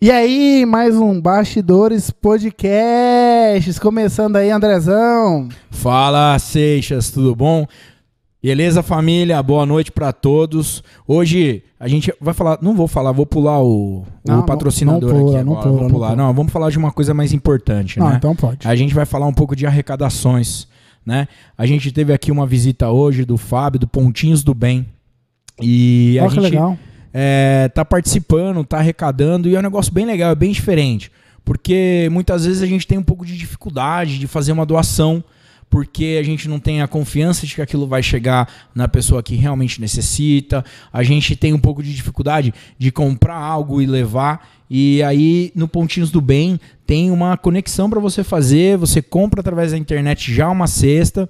E aí, mais um Bastidores Podcasts, começando aí, Andrezão. Fala, Seixas, tudo bom? Beleza, família? Boa noite pra todos. Hoje a gente vai falar, não vou falar, vou pular o, o Não, não- patrocinador não pula, aqui não agora. pula, vou não pular. pula. Não, vamos falar de uma coisa mais importante, Não, né? então pode. A gente vai falar um pouco de arrecadações, né? A gente teve aqui uma visita hoje do Fábio, do Pontinhos do Bem. E a Olha que gente legal. é, tá participando, tá arrecadando e é um negócio bem legal, é bem diferente. Porque muitas vezes a gente tem um pouco de dificuldade de fazer uma doação, porque a gente não tem a confiança de que aquilo vai chegar na pessoa que realmente necessita, a gente tem um pouco de dificuldade de comprar algo e levar. E aí no Pontinhos do Bem tem uma conexão para você fazer, você compra através da internet já uma cesta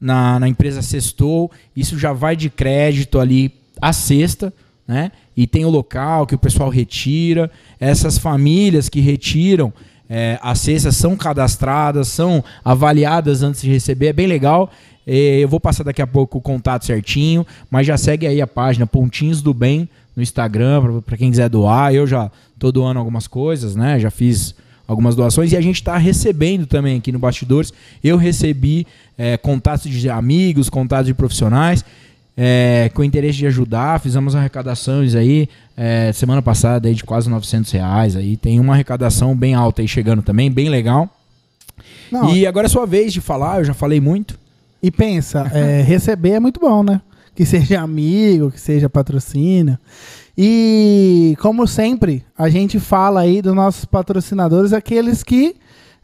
na, na empresa Sextou, isso já vai de crédito ali a sexta, né? E tem o local que o pessoal retira. Essas famílias que retiram é, as cestas são cadastradas, são avaliadas antes de receber, é bem legal. Eh, Eu vou passar daqui a pouco o contato certinho, mas já segue aí a página Pontinhos do Bem no Instagram, para quem quiser doar. Eu já tô doando algumas coisas, né? Já fiz algumas doações e a gente está recebendo também aqui no Bastidores. Eu recebi é, contatos de amigos, contatos de profissionais é, com interesse de ajudar. Fizemos arrecadações aí é, semana passada aí de quase 900 reais. Aí tem uma arrecadação bem alta aí chegando também, bem legal. Não, e... E agora é sua vez de falar. Eu já falei muito. pensa, é, receber é muito bom, né? Que seja amigo, que seja patrocínio. E, como sempre, a gente fala aí dos nossos patrocinadores, aqueles que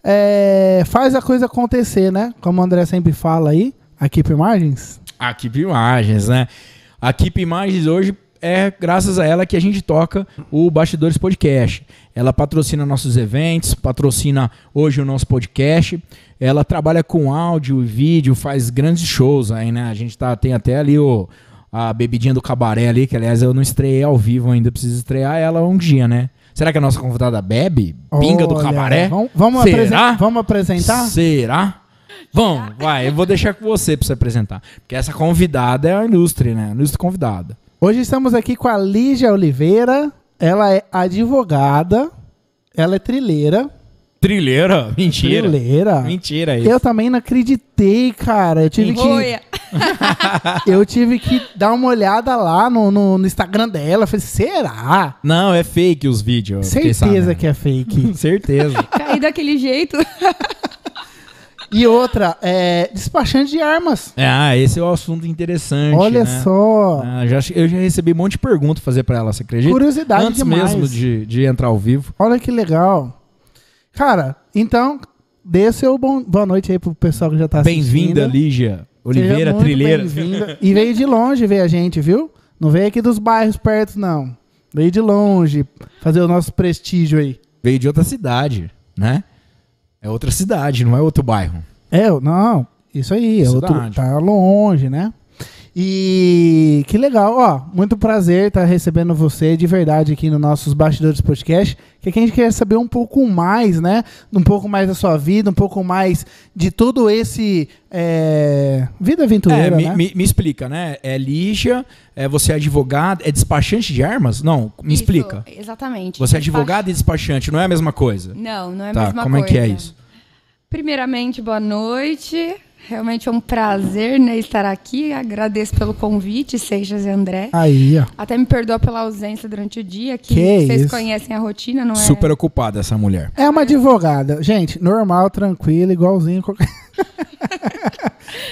é, faz a coisa acontecer, né? Como o André sempre fala aí, a Equipe Imagens. A Keep Imagens, né? A Keep Imagens hoje é graças a ela que a gente toca o Bastidores Podcast. Ela patrocina nossos eventos, patrocina hoje o nosso podcast. Ela trabalha com áudio e vídeo, faz grandes shows aí, né? A gente tá, tem até ali o, a bebidinha do cabaré ali, que aliás eu não estreiei ao vivo ainda, preciso estrear ela um dia, né? Será que a nossa convidada bebe? Pinga do Olha, cabaré? Vamos, vamos, Será? apresen- vamos apresentar? Será? Vamos, vai, eu vou deixar com você pra você apresentar. Porque essa convidada é a ilustre, né? Ilustre convidada. Hoje estamos aqui com a Lígia Oliveira. Ela é advogada, ela é trilheira. Trilheira? Mentira. Trilheira. Mentira isso. Eu também não acreditei, cara. Eu tive, que, Enroia. eu tive que dar uma olhada lá no, no- no Instagram dela. Eu Falei, será? Não, é fake os vídeos. Certeza que é fake. é. Certeza. Caí daquele jeito. E outra, é despachante de armas. É, ah, esse é o assunto interessante. Olha né? só. Ah, já, eu já recebi um monte de pergunta fazer pra ela, você acredita? Curiosidade Antes demais. mesmo de, de entrar ao vivo. Olha que legal. Cara, então, dê seu bom, boa noite aí pro pessoal que já tá assistindo. Bem-vinda, Lígia. Seja Oliveira, muito trilheira. bem-vinda. E veio de longe ver a gente, viu? Não veio aqui dos bairros perto, não. Veio de longe fazer o nosso prestígio aí. Veio de outra cidade, né? É outra cidade, não é outro bairro. É, eu- não, isso aí. é outro- Cidade. tá longe, né? E que legal, ó. Muito prazer estar recebendo você de verdade aqui no nossos Bastidores Podcast. Que aqui a gente quer saber um pouco mais, né? Um pouco mais da sua vida, um pouco mais de todo esse. é, vida É, aventureira, me, né? me- me explica, né? É Lígia, é, você é advogada, é despachante de armas? Não, me Isso, explica. Exatamente. Você é Despacho- advogada e despachante, não é a mesma coisa? Não, não é a tá, mesma como coisa. é que é isso? Primeiramente, boa noite. Realmente é um prazer né, estar aqui. Agradeço pelo convite, Seixas e André. Aí, ó. Até me perdoa pela ausência durante o dia, que, Que vocês isso. conhecem a rotina, não é? Super ocupada essa mulher. É uma advogada. Gente, normal, tranquila, igualzinho. qualquer-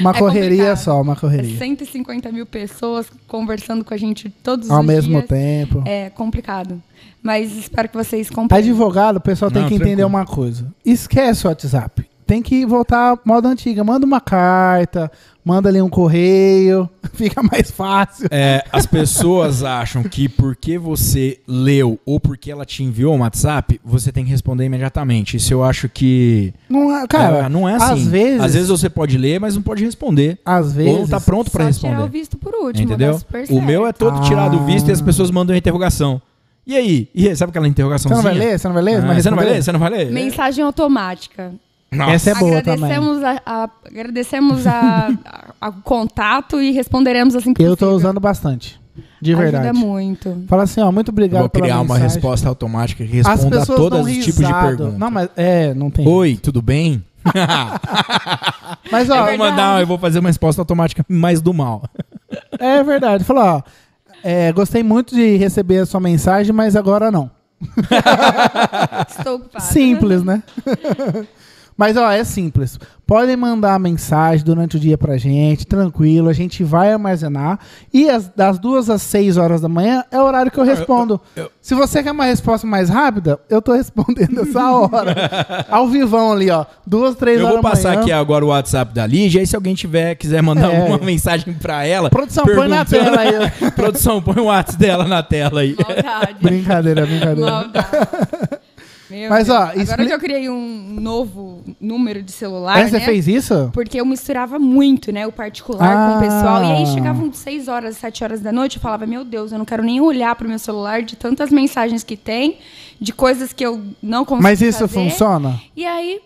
uma É correria complicado. só, uma É correria. 150 mil pessoas conversando com a gente todos Ao os mesmo dias. tempo. É complicado. Mas espero que Tá vocês compreendam. Advogado, o pessoal tem Não, que entender tranquilo. uma coisa. Esquece o WhatsApp. Tem que voltar à moda antiga. Manda uma carta, manda ali um correio. Fica mais fácil. É, as pessoas acham que porque você leu ou porque ela te enviou um WhatsApp, você tem que responder imediatamente. Isso eu acho que. Não é, cara, é, não é assim. Às vezes, às vezes você pode ler, mas não pode responder. às Ou não vezes tá pronto pra Só responder. tirar o visto por último. Entendeu? dá super O meu é certo. todo tirado o visto e as Ah. pessoas mandam interrogação. E aí? E aí? Sabe aquela interrogação? Você não vai ler? Você não vai ler? Ah, você não vai ler? responder? Você não vai ler? Mensagem automática. Nossa. Essa é boa também. agradecemos a, a- agradecemos a, a- a- o contato e responderemos assim que Eu tô possível. usando bastante. De verdade. Ajuda muito. Fala assim, ó, muito Eu obrigado vou pela criar uma mensagem. resposta automática que As responda a pessoas todos dão os tipos de risada. perguntas. Não, mas é, não tem. Oi, tudo bem? Mas É eu ó, vou mandar, eu vou fazer uma resposta automática mais do mal. é verdade. Fala, ó, é, gostei muito de receber a sua mensagem, mas agora não. Estou ocupada. Simples, né? Mas, ó, é simples. Podem mandar mensagem durante o dia pra gente, tranquilo. A gente vai armazenar. E as- das duas às seis horas da manhã é o horário que eu respondo. eu- eu- Se você quer uma resposta mais rápida, eu tô respondendo essa hora. Ao vivão ali, ó. Duas, três Eu horas vou passar da manhã. aqui agora o WhatsApp da Lígia, e se alguém tiver, quiser mandar É. alguma mensagem pra ela. Produção, põe na perguntando- tela aí. Produção, põe o WhatsApp dela na tela aí. Maldade. Brincadeira, brincadeira. Meu Mas, ó, Deus. agora expli- é que eu criei um novo número de celular, Aí você né? fez isso? Porque eu misturava muito, né? O particular com Ah. o pessoal. E aí chegavam 6 horas, 7 horas da noite, eu falava, meu Deus, eu não quero nem olhar pro meu celular de tantas mensagens que tem, de coisas que eu não consigo Mas isso fazer. funciona? E aí,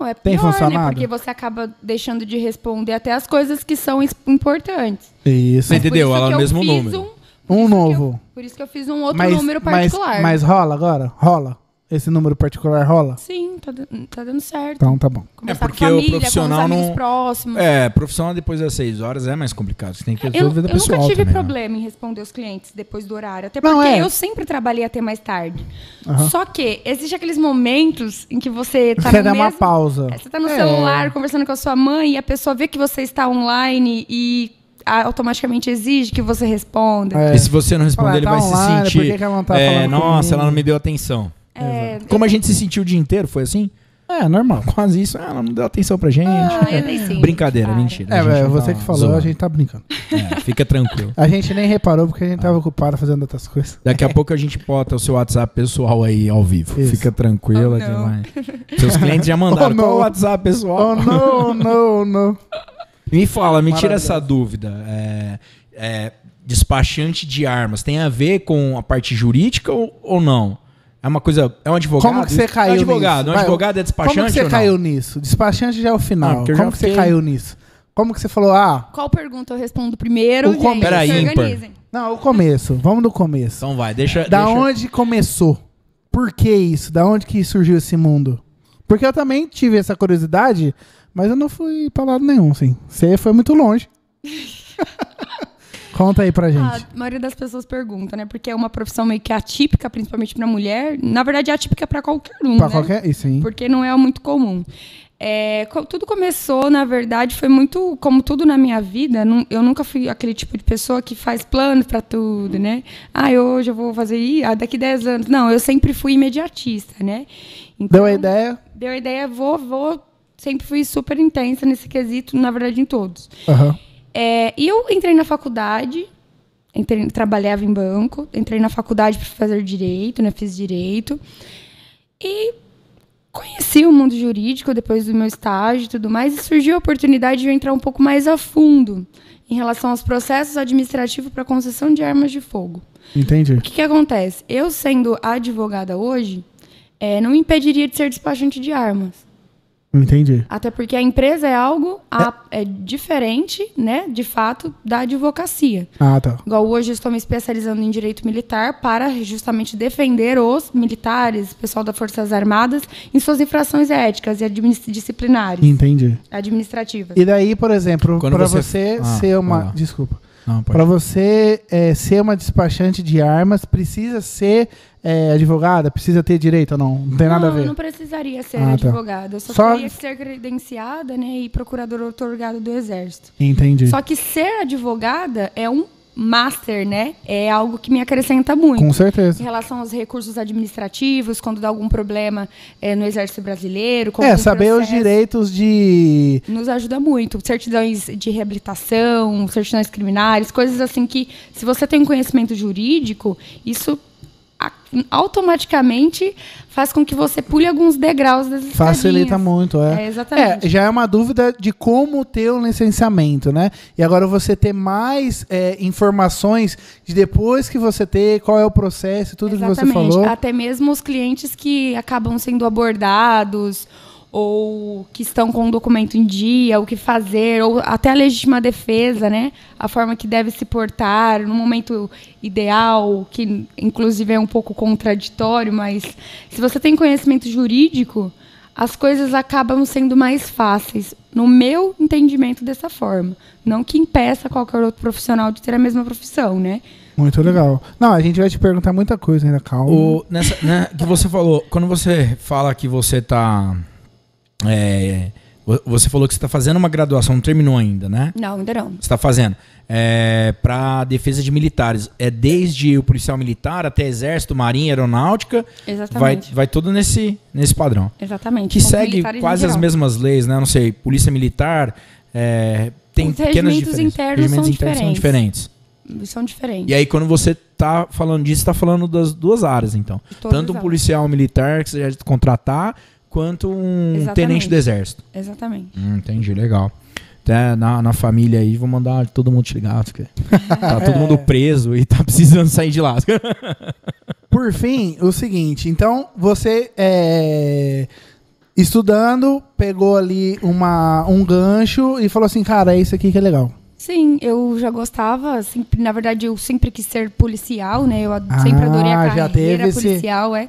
não, é Tem pior, né? funcionado? Porque você acaba deixando de responder até as coisas que são es- importantes. Isso. Mas- Entendeu? Por isso Ela que é o eu mesmo fiz número. um- por Um isso que eu- novo. por isso que eu fiz um outro número particular. Mas, mas rola agora? Rola. Esse número particular rola? Sim, tá, dan- tá dando certo. Então tá bom. Conversar É, porque o com a família, com os profissional amigos não- próximos. É, profissional depois das 6 horas é mais complicado. Você tem que Eu, resolver da eu nunca pessoal tive também, né? problema em responder os clientes depois do horário. Até porque Não, é. eu sempre trabalhei até mais tarde. Aham. Só que existem aqueles momentos em que você tá Quer no dar uma mesmo- pausa? É, Você tá no É. celular conversando com a sua mãe e a pessoa vê que você está online e ah, automaticamente exige que você responda. É. E se você não responder, Fala, ele tá vai online, por se sentir. que que ela não tá é, falando nossa, comigo? ela não me deu atenção. É, Como a gente se sentiu o dia inteiro, foi assim? É, normal. Quase isso, ah, ela não deu atenção pra gente. Ah, eu dei sim, Brincadeira, cara. mentira. É, a gente velho, não você tá que falou, zoando. a gente tá brincando. É, fica tranquilo. A gente nem reparou porque a gente tava ocupado fazendo outras coisas. Daqui a pouco a gente bota o seu WhatsApp pessoal aí ao vivo. Isso. Fica tranquila. Oh, que não. vai- Seus clientes já mandaram. Oh, não. Qual o WhatsApp Oh, pessoal? não, não, não. Me fala, me tira Maravilhoso. essa dúvida. É, é, despachante de armas tem a ver com a parte jurídica ou, ou não? É uma coisa. É um advogado? Como que você É um caiu advogado. nisso? Um Vai, advogado é despachante Como que você ou não? caiu nisso? Despachante já é o Ah, final. porque eu já Como que você fiquei- caiu nisso? Como que você falou, ah, Qual pergunta eu respondo primeiro? O gente? começo. Peraí, Se ímpar. organizem. não, o começo. Vamos do começo. Então vai, deixa. Da deixa- onde começou? Por que isso? Da onde que surgiu esse mundo? Porque eu também tive essa curiosidade, mas eu não fui pra lado nenhum, sim. Você foi muito longe. Conta aí pra Ah, gente. A maioria das pessoas pergunta, né? Porque é uma profissão meio que atípica, principalmente pra mulher. Na verdade, é atípica pra qualquer um, pra né? qualquer. Isso, hein? Porque não é muito comum. É, co- tudo começou, na verdade, foi muito. Como tudo na minha vida, nun- eu nunca fui aquele tipo de pessoa que faz plano pra tudo, né? Ah, hoje eu vou fazer isso, ah, daqui 10 anos. Não, eu sempre fui imediatista, né? Então, Deu a ideia? Deu a ideia, vou, vou. Sempre fui super intensa nesse quesito, na verdade, em todos. Aham. É, e eu entrei na faculdade, entrei- trabalhava em banco, entrei na faculdade para fazer direito, né? Fiz direito. E conheci o mundo jurídico depois do meu estágio e tudo mais, e surgiu a oportunidade de eu entrar um pouco mais a fundo em relação aos processos administrativos para concessão de armas de fogo. Entendi. O que, que acontece? Eu, sendo advogada hoje, eh, não me impediria de ser despachante de armas. Entendi. Até porque a empresa é algo a- é diferente, né, de fato, da advocacia. Ah, tá. Igual hoje eu estou me especializando em direito militar para justamente defender os militares, o pessoal das Forças Armadas, em suas infrações éticas e adminis- disciplinares, Entendi. administrativas. E daí, por exemplo, Quando pra você- você, Ah, ser vai uma. lá. Desculpa. Não, pode- Pra você é, ser uma despachante de armas, precisa ser é, advogada? Precisa ter direito ou não? Não tem nada a Não, eu ver. não precisaria ser Ah, tá. advogada. Eu só, Só- teria que ser credenciada, né, e procuradora otorgada do Exército. Entendi. Só que ser advogada é um master, né? É algo que me acrescenta muito. Com certeza. Em relação aos recursos administrativos, quando dá algum problema eh, no Exército Brasileiro, como É, um saber os processo, direitos de. Nos ajuda muito. Certidões de reabilitação, certidões criminais, coisas assim que, se você tem um conhecimento jurídico, isso a- automaticamente faz com que você pule alguns degraus das Facilita escadinhas. muito, é. É, exatamente. É, já é uma dúvida de como ter um licenciamento, né? E agora você ter mais é, informações de depois que você ter, qual é o processo, e tudo que você Exatamente. falou. Até mesmo os clientes que acabam sendo abordados ou que estão com o documento em dia, o que fazer, ou até a legítima defesa, né? A forma que deve se portar no momento ideal, que inclusive é um pouco contraditório, mas se você tem conhecimento jurídico, as coisas acabam sendo mais fáceis, no meu entendimento dessa forma. Não que impeça qualquer outro profissional de ter a mesma profissão, né? Muito legal. Não, a gente vai te perguntar muita coisa ainda, calma. O, nessa, né, que você falou, quando você fala que você tá. é, vo- você falou que você tá fazendo uma graduação, não terminou ainda, né? Não, ainda não. Você tá fazendo. É, para defesa de militares. É desde o policial militar até exército, marinha, aeronáutica. Vai, Exatamente. vai todo nesse, nesse padrão. Exatamente. Que Com os segue militares em quase as geral. mesmas leis, né? Não sei, polícia militar. é, tem Os pequenas regimentos diferenças. internos regimentos são internos são diferentes. diferentes. São diferentes. E aí, quando você tá falando disso, tá falando das duas áreas, então. De todas Tanto um elas. policial militar que você já contratar, quanto um Exatamente. tenente do exército. Exatamente. Hum, entendi, legal. Até na, na família aí, vou mandar todo mundo te ligar. porque Tá todo mundo preso e tá precisando sair de lá. Por fim, o seguinte, então você é, estudando, pegou ali uma, um gancho e falou assim, cara, é isso aqui que é legal. Sim, eu já gostava, sempre, na verdade, eu sempre quis ser policial, né? Eu ad- sempre Ah, adorei a já carreira teve esse- policial, é.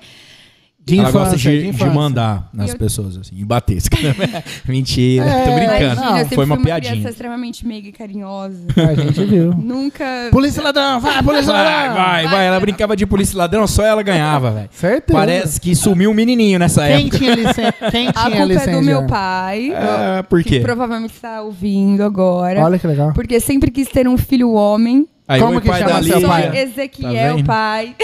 De Ela gosta infância, de, de infância. mandar nas Eu- pessoas, assim, e bater. Mentira, É, tô brincando. não, Imagina, eu sempre foi uma fui uma piadinha. criança extremamente meiga e carinhosa. A gente viu. Nunca. polícia ladrão, vai, polícia Vai, ladrão! vai, vai. Ela brincava de polícia e ladrão, só ela ganhava, velho. Certeza. Parece que sumiu um menininho nessa Quem época. tinha licença? Quem A tinha culpa licença? né? é do meu já? pai. Ah, por que quê? provavelmente está ouvindo agora. Olha que legal. Porque sempre quis ter um filho homem. Aí Como o que Tá pai chama da seu Lívia- pai? Sonho Ezequiel, vendo? pai.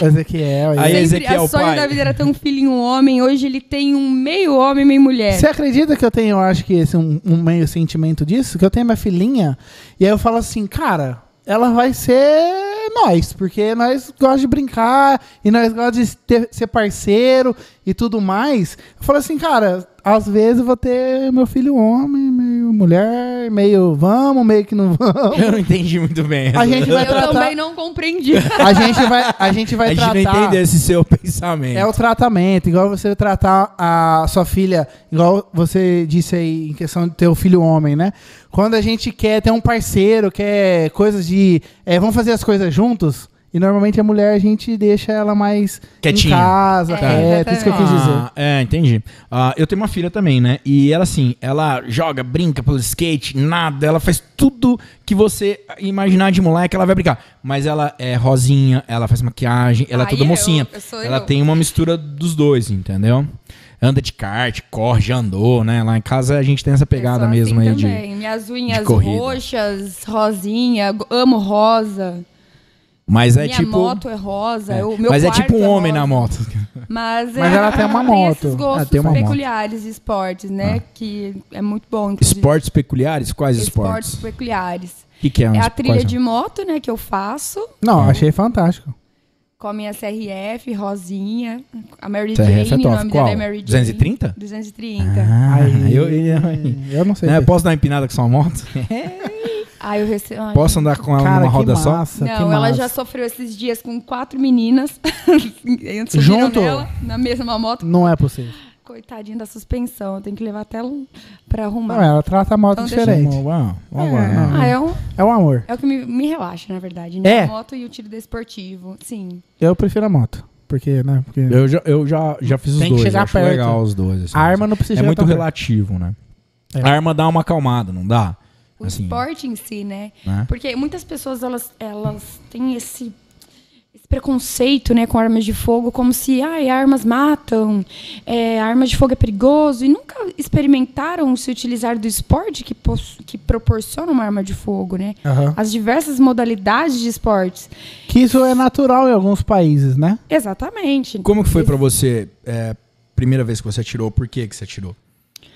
Ezequiel. Aí, Aí. Sempre, Ezequiel, o sonho pai. da vida era ter um filho e um homem. Hoje ele tem um meio homem e meio mulher. Você acredita que eu tenho, eu acho que esse um, um meio sentimento disso? Que eu tenho minha filhinha e aí eu falo assim, cara, ela vai ser nós, porque nós gostamos de brincar e nós gostamos de ter- ser parceiro e tudo mais. Eu falo assim, cara, às vezes eu vou ter meu filho homem, meio mulher, meio vamos, meio que não vamos. Eu não entendi muito bem. A gente vai Eu também tratar. não compreendi. A gente vai, a gente vai A gente não tratar. entende assim, esse seu pensamento. É o tratamento, igual você tratar a sua filha, igual você disse aí em questão de ter o filho homem, né? Quando a gente quer ter um parceiro, quer coisas de. é, vamos fazer as coisas juntos, e normalmente a mulher a gente deixa ela mais Quietinha. em casa, É, quieta, isso que eu quis dizer. Ah, é, entendi. Ah, eu tenho uma filha também, né? E ela, assim, ela joga, brinca pelo skate, nada, ela faz tudo que você imaginar de moleque, ela vai brincar. Mas ela é rosinha, ela faz maquiagem, ela é Aí toda eu, mocinha. eu sou ela eu. tem uma mistura dos dois, entendeu? Anda de kart, corre, já andou, né? Lá em casa a gente tem essa pegada Eu sou mesmo assim aí de. também. Minhas unhas corrida. roxas, rosinha, go- amo rosa. Mas é Minha tipo. moto é rosa. é. eu- meu Mas é quarto tipo um homem rosa. na moto. Mas, Mas é- ela tem uma moto. esses gostos Ela tem uma moto. peculiares de esportes, né? Que é muito bom. inclusive. Esportes peculiares? Quais Esportes esportes? O peculiares. que, que é? É uns- a trilha quais de moto, né? Que eu faço Não, achei fantástico. com a minha CRF, Rosinha. A Mary são? TRF é Jane, o top. nome Qual? dela é Mary Jane. 230? 230. Ah. Aí- eu, eu- Eu não sei. Né, ver. posso dar uma empinada com sua moto? Ah, eu recebo... Ai, Posso andar com ela Cara, numa que roda só? massa, que Não, ela massa. já sofreu esses dias com quatro meninas. Subiram Junto? nela, na mesma moto. Não é possível. Coitadinha da suspensão, eu tenho que levar até ela pra arrumar. Não, é. ela trata a moto Então deixa- diferente. Vamos lá, vamos lá. É, vamos lá. Ah, é, um, É o amor. é o que me, me relaxa, na verdade. né? É? A moto e o tiro desportivo. Sim. Eu prefiro a moto. Porque, né? Porque Eu já, eu já, já fiz os Tem que dois. chegar eu acho perto. legal os dois. assim. a arma não precisa é chegar muito tão perto. relativo, né? É. A arma dá uma acalmada, não dá? O Assim, esporte em si, né? né? Porque muitas pessoas, elas, elas têm esse, esse preconceito, né, com armas de fogo, como se, ai, armas matam, é, armas de fogo é perigoso, e nunca experimentaram se utilizar do esporte que, pos- que proporciona uma arma de fogo, né? Aham. As diversas modalidades de esportes. Que isso é natural em alguns países, né? Exatamente. Como que foi pra você é, primeira vez que você atirou? Por que que você atirou?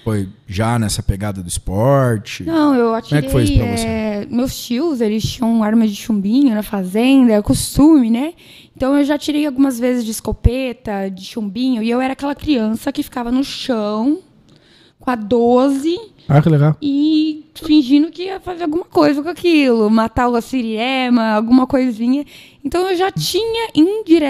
Foi já nessa pegada do esporte? Não, eu é atirei. que foi isso pra você? é, meus tios, eles tinham armas de chumbinho na fazenda, é costume, né? Então eu já tirei algumas vezes de escopeta, de chumbinho, e eu era aquela criança que ficava no chão com a 12 Ah, que legal. e fingindo que ia fazer alguma coisa com aquilo, matar o Siriema, alguma coisinha. Então eu já tinha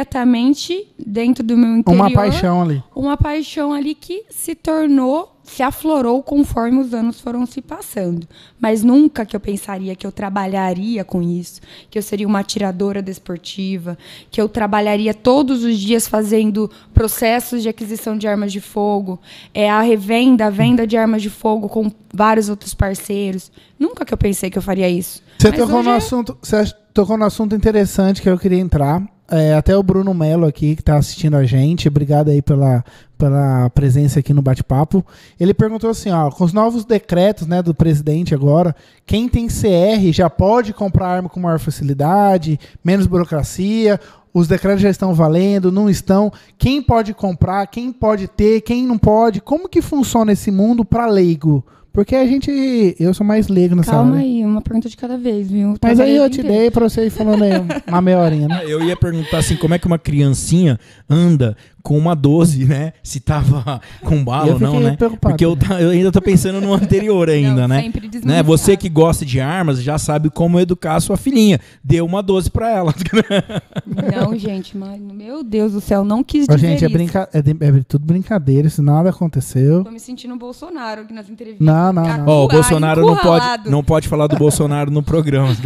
indiretamente dentro do meu interior Uma paixão ali. uma paixão ali que se tornou, se aflorou conforme os anos foram se passando. Mas nunca que eu pensaria que eu trabalharia com isso, que eu seria uma atiradora desportiva, que eu trabalharia todos os dias fazendo processos de aquisição de armas de fogo, é a revenda, a venda de armas de fogo com vários outros parceiros. Nunca que eu pensei que eu faria isso. Você Mas tocou, hoje no é- assunto, você ach- tocou no assunto interessante que eu queria entrar. É, até o Bruno Melo aqui, que está assistindo a gente, obrigado aí pela, pela presença aqui no bate-papo. Ele perguntou assim: ó, com os novos decretos né, do presidente agora, quem tem CR já pode comprar arma com maior facilidade, menos burocracia, os decretos já estão valendo, não estão. Quem pode comprar, quem pode ter, quem não pode, como que funciona esse mundo para leigo? Porque a gente. Eu sou mais leigo nessa área. Calma aí, uma pergunta de cada vez, viu? Mas aí Trabalhei eu o te dia inteiro. dei pra você ir falando aí uma meia horinha, né? Eu ia perguntar assim, como é que uma criancinha anda com uma 12, né? Se tava com bala Eu ou não, fiquei né? preocupado. Porque eu, tá- eu ainda tô pensando no anterior ainda, Não, né? sempre né? desnecessário. Você que gosta de armas já sabe como educar a sua filhinha. Dê uma 12 pra ela. Não, gente, mas meu Deus do céu, não quis Ô, dizer gente, é, isso. brinca... é, de- é tudo brincadeira, isso nada aconteceu. Tô me sentindo o Bolsonaro aqui nas entrevistas. Não, não, não. Ó, o Encurralado, Bolsonaro não pode, encurralado. não pode falar do Bolsonaro no programa.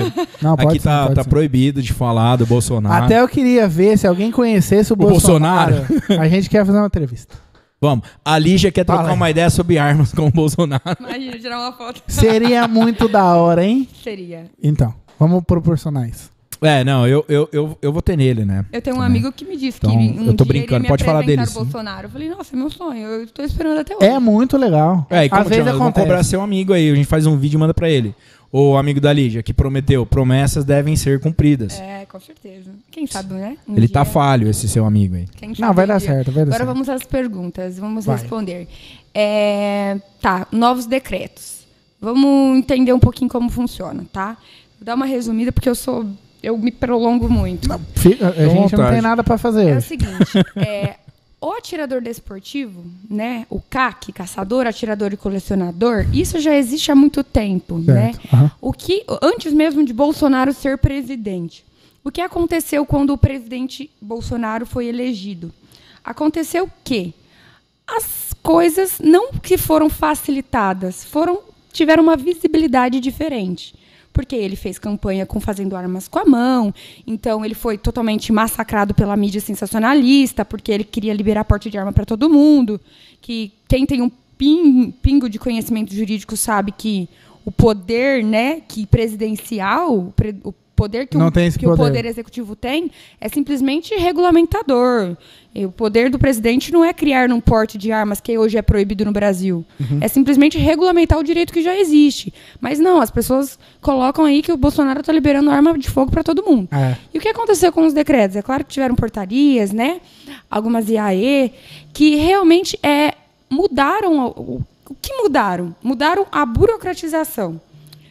Não, pode Aqui sim, tá, pode tá sim. proibido de falar do Bolsonaro. Até eu queria ver se alguém conhecesse o, Bolsonaro. Bolsonaro. A gente quer fazer uma entrevista. Vamos. A Lígia quer trocar Fala aí. uma ideia sobre armas com o Bolsonaro. Imagina, tirar uma foto. Seria muito da hora, hein? Seria. Então, vamos proporcionar isso. É, não, eu, eu, eu, eu vou ter nele, né? Eu tenho um Também. amigo que me disse Então, que um eu tô dia brincando, ele me pode falar né? dele, apresentar o sim. Bolsonaro. Eu falei, nossa, é meu sonho, eu tô esperando até hoje. É muito legal. É, e como Às vezes chama? Vamos acontece. cobrar seu amigo aí. A gente faz um vídeo e manda pra ele. O amigo da Lígia, que prometeu, promessas devem ser cumpridas. É, com certeza. Quem sabe, né? Um Ele dia, tá falho, esse seu amigo aí. quem sabe Não, vai um dar dia. certo, vai dar Agora certo. vamos às perguntas, vamos Vai. responder. É, tá, novos decretos. Vamos entender um pouquinho como funciona, tá? Vou dar uma resumida porque eu sou. Eu me prolongo muito. Fica- A gente não vontade. tem nada pra fazer É o hoje. seguinte, é, o atirador desportivo, né? O CAC, caçador, atirador e colecionador, isso já existe há muito tempo, né? Certo, aham. O que antes mesmo de Bolsonaro ser presidente. O que aconteceu quando o presidente Bolsonaro foi elegido? Aconteceu que as coisas não que foram facilitadas, foram tiveram uma visibilidade diferente. Porque ele fez campanha com fazendo armas com a mão, então ele foi totalmente massacrado pela mídia sensacionalista, porque ele queria liberar porte de arma para todo mundo, que quem tem um pin- pingo de conhecimento jurídico sabe que o poder, né, que presidencial, o pre- o poder que, Não o, tem esse que o poder. poder executivo tem é simplesmente regulamentador. E o poder do presidente não é criar um porte de armas que hoje é proibido no Brasil. É simplesmente regulamentar o direito que já existe. Mas não, as pessoas colocam aí que o Bolsonaro está liberando arma de fogo para todo mundo. É. E o que aconteceu com os decretos? É claro que tiveram portarias, né? Algumas IAE, que realmente é, mudaram. o- O, o que mudaram? Mudaram a burocratização.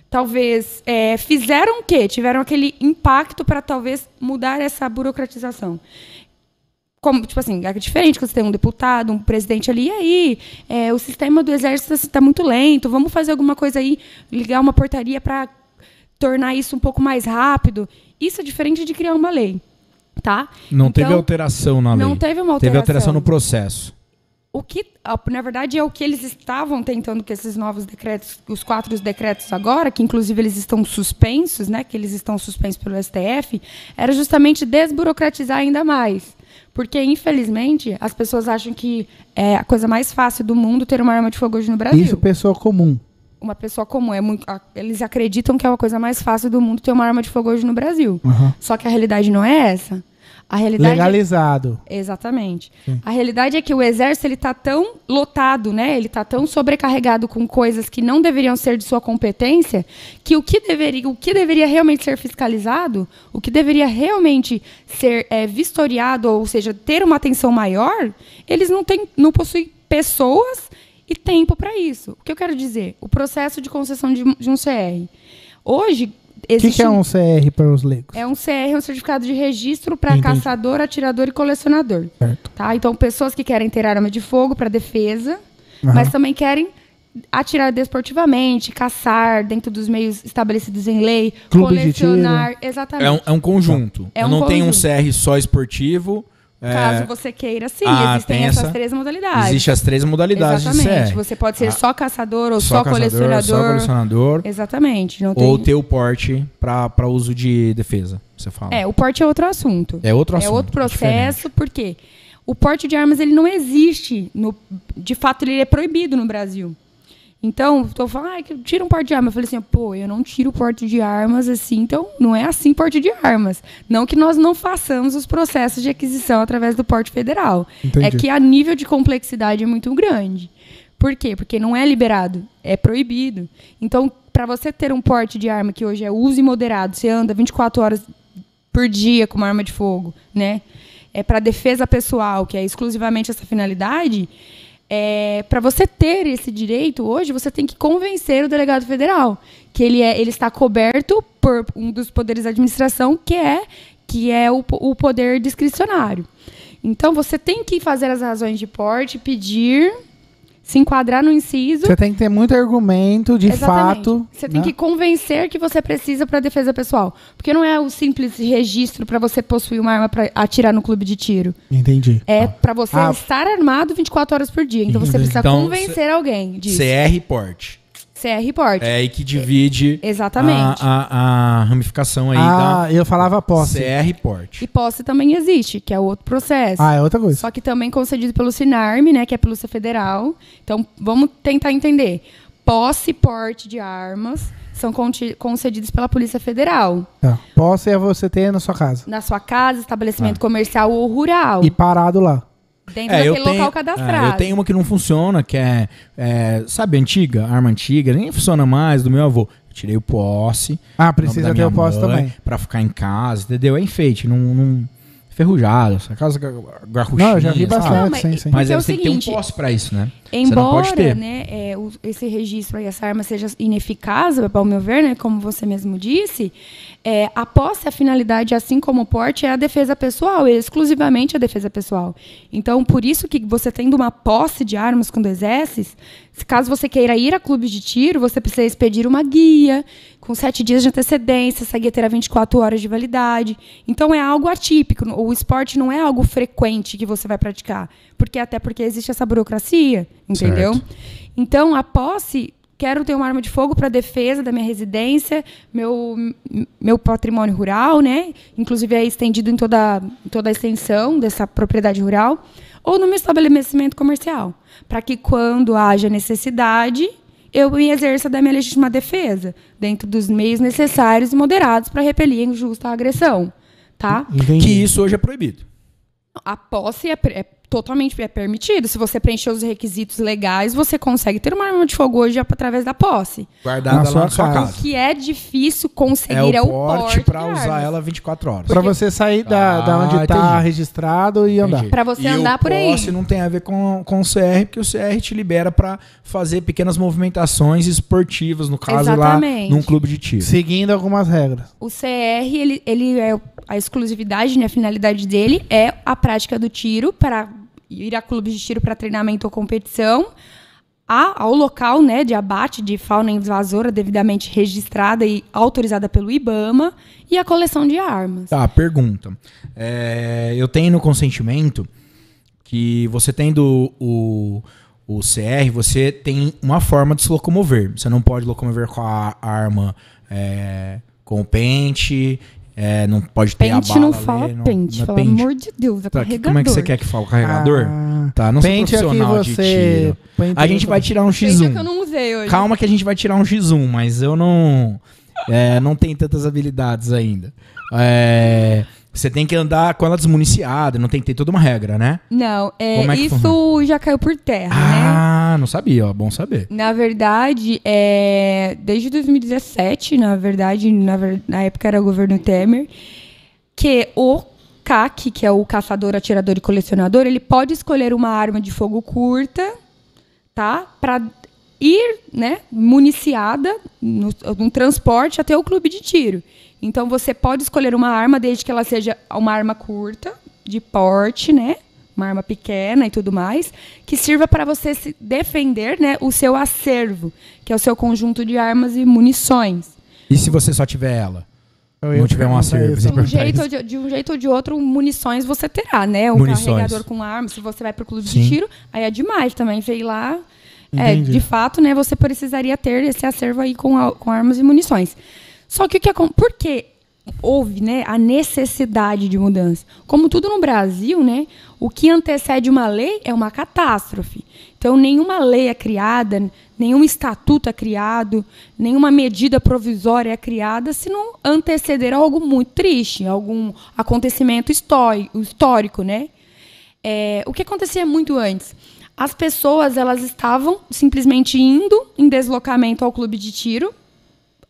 Talvez é, fizeram o quê? Tiveram aquele impacto para talvez mudar essa burocratização como, tipo assim, é diferente quando você tem um deputado, um presidente ali, e aí, é, o sistema do exército está muito lento, vamos fazer alguma coisa aí, ligar uma portaria para tornar isso um pouco mais rápido. Isso é diferente de criar uma lei, tá? Não teve Então, alteração na lei. Não teve uma alteração. Teve alteração no processo. O que, ah, na verdade, é o que eles estavam tentando com esses novos decretos, os quatro decretos agora, que inclusive eles estão suspensos, né? Que eles estão suspensos pelo STF, era justamente desburocratizar ainda mais. Porque, infelizmente, as pessoas acham que é a coisa mais fácil do mundo ter uma arma de fogo hoje no Brasil. Isso, pessoa comum. Uma pessoa comum. É muito, a- eles acreditam que é a coisa mais fácil do mundo ter uma arma de fogo hoje no Brasil. Aham. Só que a realidade não é essa. A realidade é Legalizado. Exatamente. A realidade é que o exército ele tá tão lotado, né? Ele tá tão sobrecarregado com coisas que não deveriam ser de sua competência, que o que deveria, o que deveria realmente ser fiscalizado, o que deveria realmente ser é, vistoriado, ou seja, ter uma atenção maior, eles não têm, não possuem pessoas e tempo para isso. O que eu quero dizer? O processo de concessão de, um- de um CR. Hoje O que, existe que é um CR para os leigos? é um CR, um certificado de registro para Entendi. caçador, atirador e colecionador. Certo. Tá? Então, pessoas que querem ter arma de fogo para defesa, Aham. mas também querem atirar desportivamente, caçar dentro dos meios estabelecidos em lei, Clube de colecionar, exatamente. É um, é um conjunto. É eu um não tenho um conjunto. CR só esportivo. é, Caso você queira, sim, Ah, existem tem essas essa- três modalidades. Existe as três modalidades Exatamente. de CR. Você pode ser Ah, só caçador ou só, caçador, colecionador. Só colecionador. Exatamente. Não Ou tem... ter o porte para uso de defesa, você fala. É, o porte é outro assunto. É outro assunto. é outro diferente. processo, porque o porte de armas ele não existe. no- de fato, ele é proibido no Brasil. Então, estou falando, ah, que eu tiro um porte de arma. Eu falei assim, pô, eu não tiro porte de armas assim, então não é assim porte de armas. Não que nós não façamos os processos de aquisição através do porte federal. Entendi. É que a nível de complexidade é muito grande. Por quê? Porque não é liberado, é proibido. Então, para você ter um porte de arma que hoje é uso imoderado, você anda 24 horas por dia com uma arma de fogo, né? É para defesa pessoal, que é exclusivamente essa finalidade. É, para você ter esse direito hoje, você tem que convencer o delegado federal que ele, é, ele está coberto por um dos poderes da administração, que é que é o, po- o poder discricionário. Então você tem que fazer as razões de porte, pedir, se enquadrar no inciso Você tem que ter muito argumento Então, de Exatamente. fato. Você tem né? que convencer que você precisa para defesa pessoal. Porque não é o simples registro para você possuir uma arma para atirar no clube de tiro. Entendi. É para você Ah. estar armado 24 horas por dia. Então você Entendi. precisa Então, convencer alguém disso. CR e porte. CR Porte. É Ah, aí que divide Exatamente. A, a- a ramificação aí Ah, eu falava da posse. CR e porte. E posse também existe, que é outro processo. Ah, é outra coisa. Só que também concedido pelo Sinarme, né, que é a Polícia Federal. Então, vamos tentar entender. Posse e porte de armas são conti- concedidos pela Polícia Federal. Tá. Posse é você ter na sua casa. Na sua casa, estabelecimento comercial ou rural. E parado lá. Dentro Ah. É, eu daquele tenho- local cadastrado. é, eu tenho uma que não funciona, que é, é, sabe, antiga, arma antiga, nem funciona mais, do meu avô. Eu tirei o posse. Ah, precisa ter o posse posse também. Pra ficar em casa, entendeu? É enfeite, não. não ferrujado, essa casa gar- garruchinha. Não, eu já vi sabe? bastante. Não, mas- sim, sim. Mas porque é aí o você tem que ter seguinte, um posse pra isso, né? você não pode Embora ter. né, é, o- esse registro aí, essa arma seja ineficaz, ao meu ver, né, como você mesmo disse, é, a posse, a finalidade, assim como o porte, é a defesa pessoal, é exclusivamente a defesa pessoal. Então, por isso que você tendo uma posse de armas com dois S's, se caso você queira ir a clubes de tiro, você precisa expedir uma guia com sete dias de antecedência, essa guia terá 24 horas de validade. Então, é algo atípico. O esporte não é algo frequente que você vai praticar, porque até porque existe essa burocracia, entendeu? Certo. Então, a posse, quero ter uma arma de fogo para defesa da minha residência, meu, m- meu patrimônio rural, né? Inclusive é estendido em toda, em toda a extensão dessa propriedade rural, ou no meu estabelecimento comercial, para que quando haja necessidade, eu me exerça da minha legítima defesa, dentro dos meios necessários e moderados para repelir a injusta agressão, tá? Entendi. Que isso hoje é proibido. A posse é, pre- é totalmente é permitido. Se você preencher os requisitos legais, você consegue ter uma arma de fogo hoje ap- através da posse. Guardada Na lá sua na sua casa. casa. O que é difícil É conseguir o é o, porte pra de usar armas. ela 24 horas. Pra você sair da, da onde Ah, tá entendi. registrado e andar. Entendi. Pra você E andar o por aí. posse não tem a ver com, com o CR, porque o CR te libera pra fazer pequenas movimentações esportivas, no caso Exatamente. lá num clube de tiro. Seguindo algumas regras. O CR, ele, ele é a exclusividade, né, a finalidade dele é a prática do tiro para ir a clubes de tiro para treinamento ou competição, a- ao local né, de abate de fauna invasora devidamente registrada e autorizada pelo IBAMA e a coleção de armas. Tá, pergunta. É, eu tenho no consentimento que você tendo o, o CR, você tem uma forma de se locomover. Você não pode locomover com a arma, é, com o pente, é, não pode ter a Pente bala não ali, fala não- pente, não é pelo pente. amor de Deus, Tá, é que- carregador. como é que você quer que fala? Carregador? Ah, tá, não sou pente aqui profissional de você. tiro. A gente vai tirar um Pente é que eu X1. não usei hoje. Calma que a gente vai tirar um X1, mas eu não... é, não tenho tantas habilidades ainda. É, você tem que andar com ela desmuniciada, não tem que ter toda uma regra, né? Não, é, Como é que isso já caiu por terra, né? Ah, não sabia, ó, bom saber. Na verdade, é, desde 2017, na verdade, na, ver- na época era o governo Temer, que o CAC, que é o caçador, atirador e colecionador, ele pode escolher uma arma de fogo curta, tá? Para ir, né, municiada no, num transporte até o clube de tiro. Então você pode escolher uma arma desde que ela seja uma arma curta, de porte, né? uma arma pequena e tudo mais, que sirva para você se defender, né, o seu acervo, que é o seu conjunto de armas e munições. E se você só tiver ela? Eu ia Não tiver perguntar um acervo? isso. você De um, perguntar jeito, isso? ou de, de um jeito ou de outro, munições você terá, né? Um Munições. carregador com arma, se você vai pro clube Sim. de tiro, aí é demais também, sei lá. É, Entendi. de fato, né, você precisaria ter esse acervo aí com, a- com armas e munições. Só que o que acontece... Por que houve, né, a necessidade de mudança? Como tudo no Brasil, né, o que antecede uma lei é uma catástrofe. Então, nenhuma lei é criada, nenhum estatuto é criado, nenhuma medida provisória é criada se não anteceder algo muito triste, algum acontecimento histoi- histórico, né? É, o que acontecia muito antes? As pessoas elas estavam simplesmente indo em deslocamento ao clube de tiro,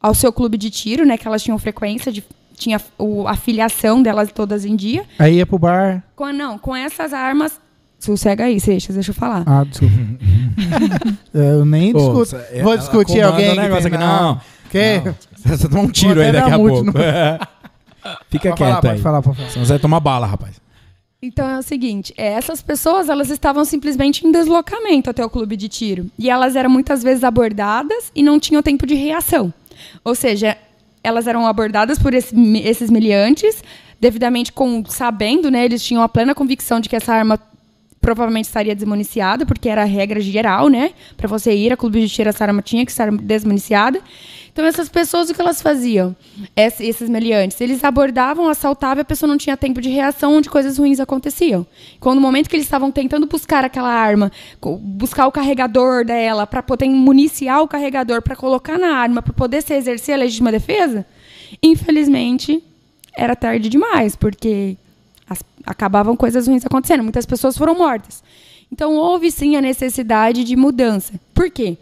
ao seu clube de tiro, né? Que elas tinham frequência, de, tinha o- a filiação delas todas em dia. Aí ia pro bar. Com, não, com essas armas. Sossega aí, Seixas, deixa eu falar. Ah, desculpa. eu nem Ô, discuto. essa- é- Vou ela discutir comanda alguém. o negócio que tem- aqui, não. Que? Você só toma um tiro Vou aí até daqui dar a multi pouco. Fica Pode falar, quieto aí. pode falar, pode falar. Senão você vai tomar bala, rapaz. Então é o seguinte, é, essas pessoas elas estavam simplesmente em deslocamento até o clube de tiro e elas eram muitas vezes abordadas e não tinham tempo de reação. Ou seja, elas eram abordadas por esse- esses miliantes, devidamente com sabendo, né? Eles tinham a plena convicção de que essa arma provavelmente estaria desmuniciada, porque era a regra geral, né? Para você ir a clube de tiro, essa arma tinha que estar desmuniciada. Então, essas pessoas, o que elas faziam? Ess- esses meliantes, eles abordavam, assaltavam, e a pessoa não tinha tempo de reação, onde coisas ruins aconteciam. Quando no momento que eles estavam tentando buscar aquela arma, co- buscar o carregador dela, para poder municiar o carregador, para colocar na arma, para poder se exercer a legítima defesa, infelizmente, era tarde demais, porque as- acabavam coisas ruins acontecendo. Muitas pessoas foram mortas. Então houve sim a necessidade de mudança. Por quê?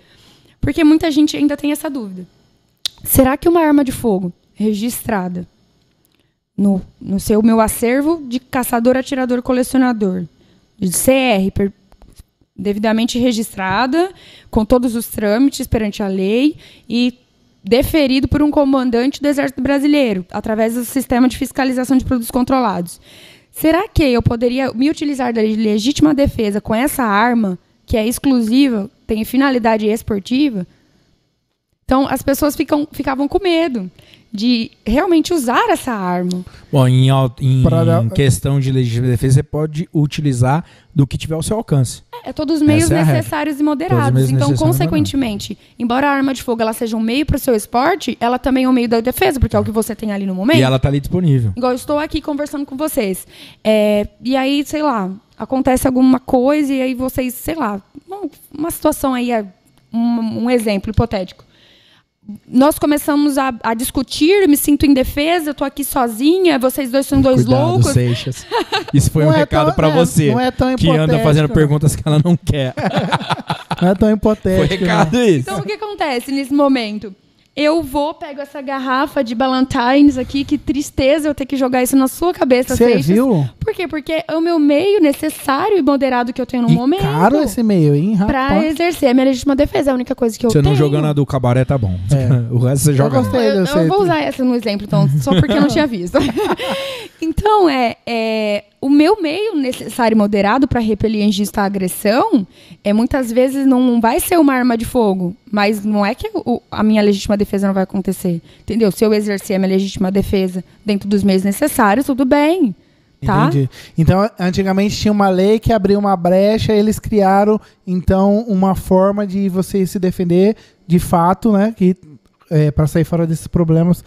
Porque muita gente ainda tem essa dúvida. Será que uma arma de fogo registrada no, no seu meu acervo de caçador, atirador, colecionador, de CR, per- devidamente registrada, com todos os trâmites perante a lei e deferido por um comandante do Exército Brasileiro, através do sistema de fiscalização de produtos controlados. Será que eu poderia me utilizar da legítima defesa com essa arma, que é exclusiva, tem finalidade esportiva? Então, as pessoas ficam, ficavam com medo de realmente usar essa arma. Bom, em, al- em Pra dar- questão de legítima defesa, você pode utilizar do que tiver ao seu alcance. É todos os meios Essa é a regra. necessários e Todos os meios moderados. Então, necessários e moderados. consequentemente, embora a arma de fogo ela seja um meio para o seu esporte, ela também é um meio da defesa, porque é o que você tem ali no momento. E ela tá ali disponível. Igual eu estou aqui conversando com vocês. É, e aí, sei lá, acontece alguma coisa e aí vocês, sei lá, uma, uma situação aí, é um, um exemplo hipotético. Nós começamos a, a discutir, me sinto indefesa, eu tô aqui sozinha, vocês dois são dois Cuidado, loucos. Seixas. Isso foi Não um é recado tão- pra é, você. não é tão que anda hipotético, fazendo não. perguntas que ela não quer. Não é tão foi hipotético. recado isso. Então, o que acontece nesse momento? Eu vou, pego essa garrafa de Ballantines aqui, que tristeza eu ter que jogar isso na sua cabeça, Você Seixas. viu? Por quê? Porque é o meu meio necessário e moderado que eu tenho no E momento. caro esse meio, hein, Pra rapaz? exercer a minha legítima defesa, é a única coisa que eu Você tenho. não jogando a do cabaré, tá bom. É. O resto você joga. gosto- Eu, eu Sei, vou sei. usar essa no exemplo, então, só porque eu não tinha visto. então, é, é, o meu meio necessário e moderado para repelir e injusta agressão é muitas vezes não vai ser uma arma de fogo, mas não é que o- a minha legítima defesa não vai acontecer, entendeu? Se eu exercer a minha legítima defesa dentro dos meios necessários, tudo bem, tá? Entendi. Então, antigamente tinha uma lei que abriu uma brecha, eles criaram, então, uma forma de você se defender de fato, né? Que, é, para sair fora desses problemas,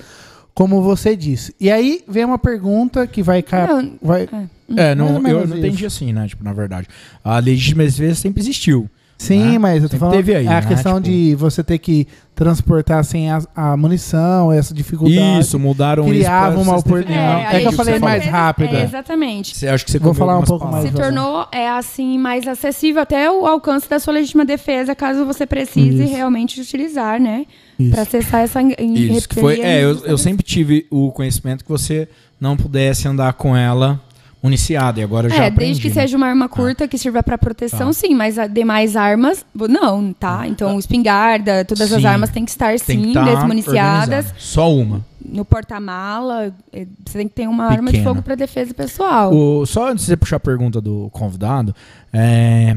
como você disse. E aí vem uma pergunta que vai cair. Não, Vai... É, Mais ou não, eu menos não isso. entendi assim, né? Tipo, na verdade. A legítima defesa sempre existiu. Sim, né? mas eu tô Sempre falando. teve aí, é a né? questão Tipo- de você ter que transportar sem a, a munição, essa dificuldade. Isso, mudaram isso. pra criava uma vocês oportunidade. defenderem. É, a É que eu legítima falei mais defesa- rápido, é, é. exatamente. Você acha que você Vou comeu falar um algumas pouco mais palavras. se Exato. tornou é assim mais acessível até o alcance da sua legítima defesa, caso você precise Isso. realmente utilizar, né? Isso. Para acessar essa en- en- Isso, que foi. repelia- É, eu, eu sempre tive o conhecimento que você não pudesse andar com ela municiada. E agora eu já É, aprendi. desde que né? seja uma arma curta que sirva para proteção, Tá. Ah. sim, mas a- demais armas, vo- não, tá? Então, espingarda, todas as Sim. armas têm que estar, Tem que sim, tá desmuniciadas. organizada. Só uma. no porta-mala. eh, Você tem que ter uma arma de Pequena. fogo para defesa pessoal. O- só antes de você puxar a pergunta do convidado, é,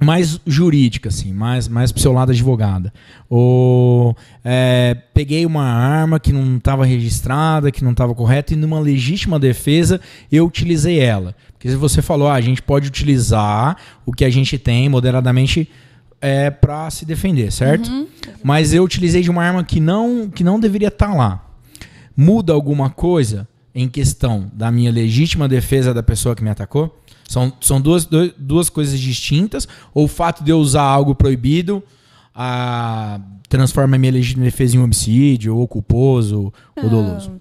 mais jurídica, assim, mais, mais pro seu lado advogada. O, é, peguei uma arma que não estava registrada, que não estava correta, e numa legítima defesa eu utilizei ela. Porque se você falou, ah, a gente pode utilizar o que a gente tem moderadamente é, para se defender, certo? Mas eu utilizei de uma arma que não, que não deveria estar lá muda alguma coisa em questão da minha legítima defesa da pessoa que me atacou? São, são duas, doi- duas coisas distintas? Ou o fato de eu usar algo proibido ah, transforma a minha legítima defesa em um homicídio, ou culposo, ou doloso?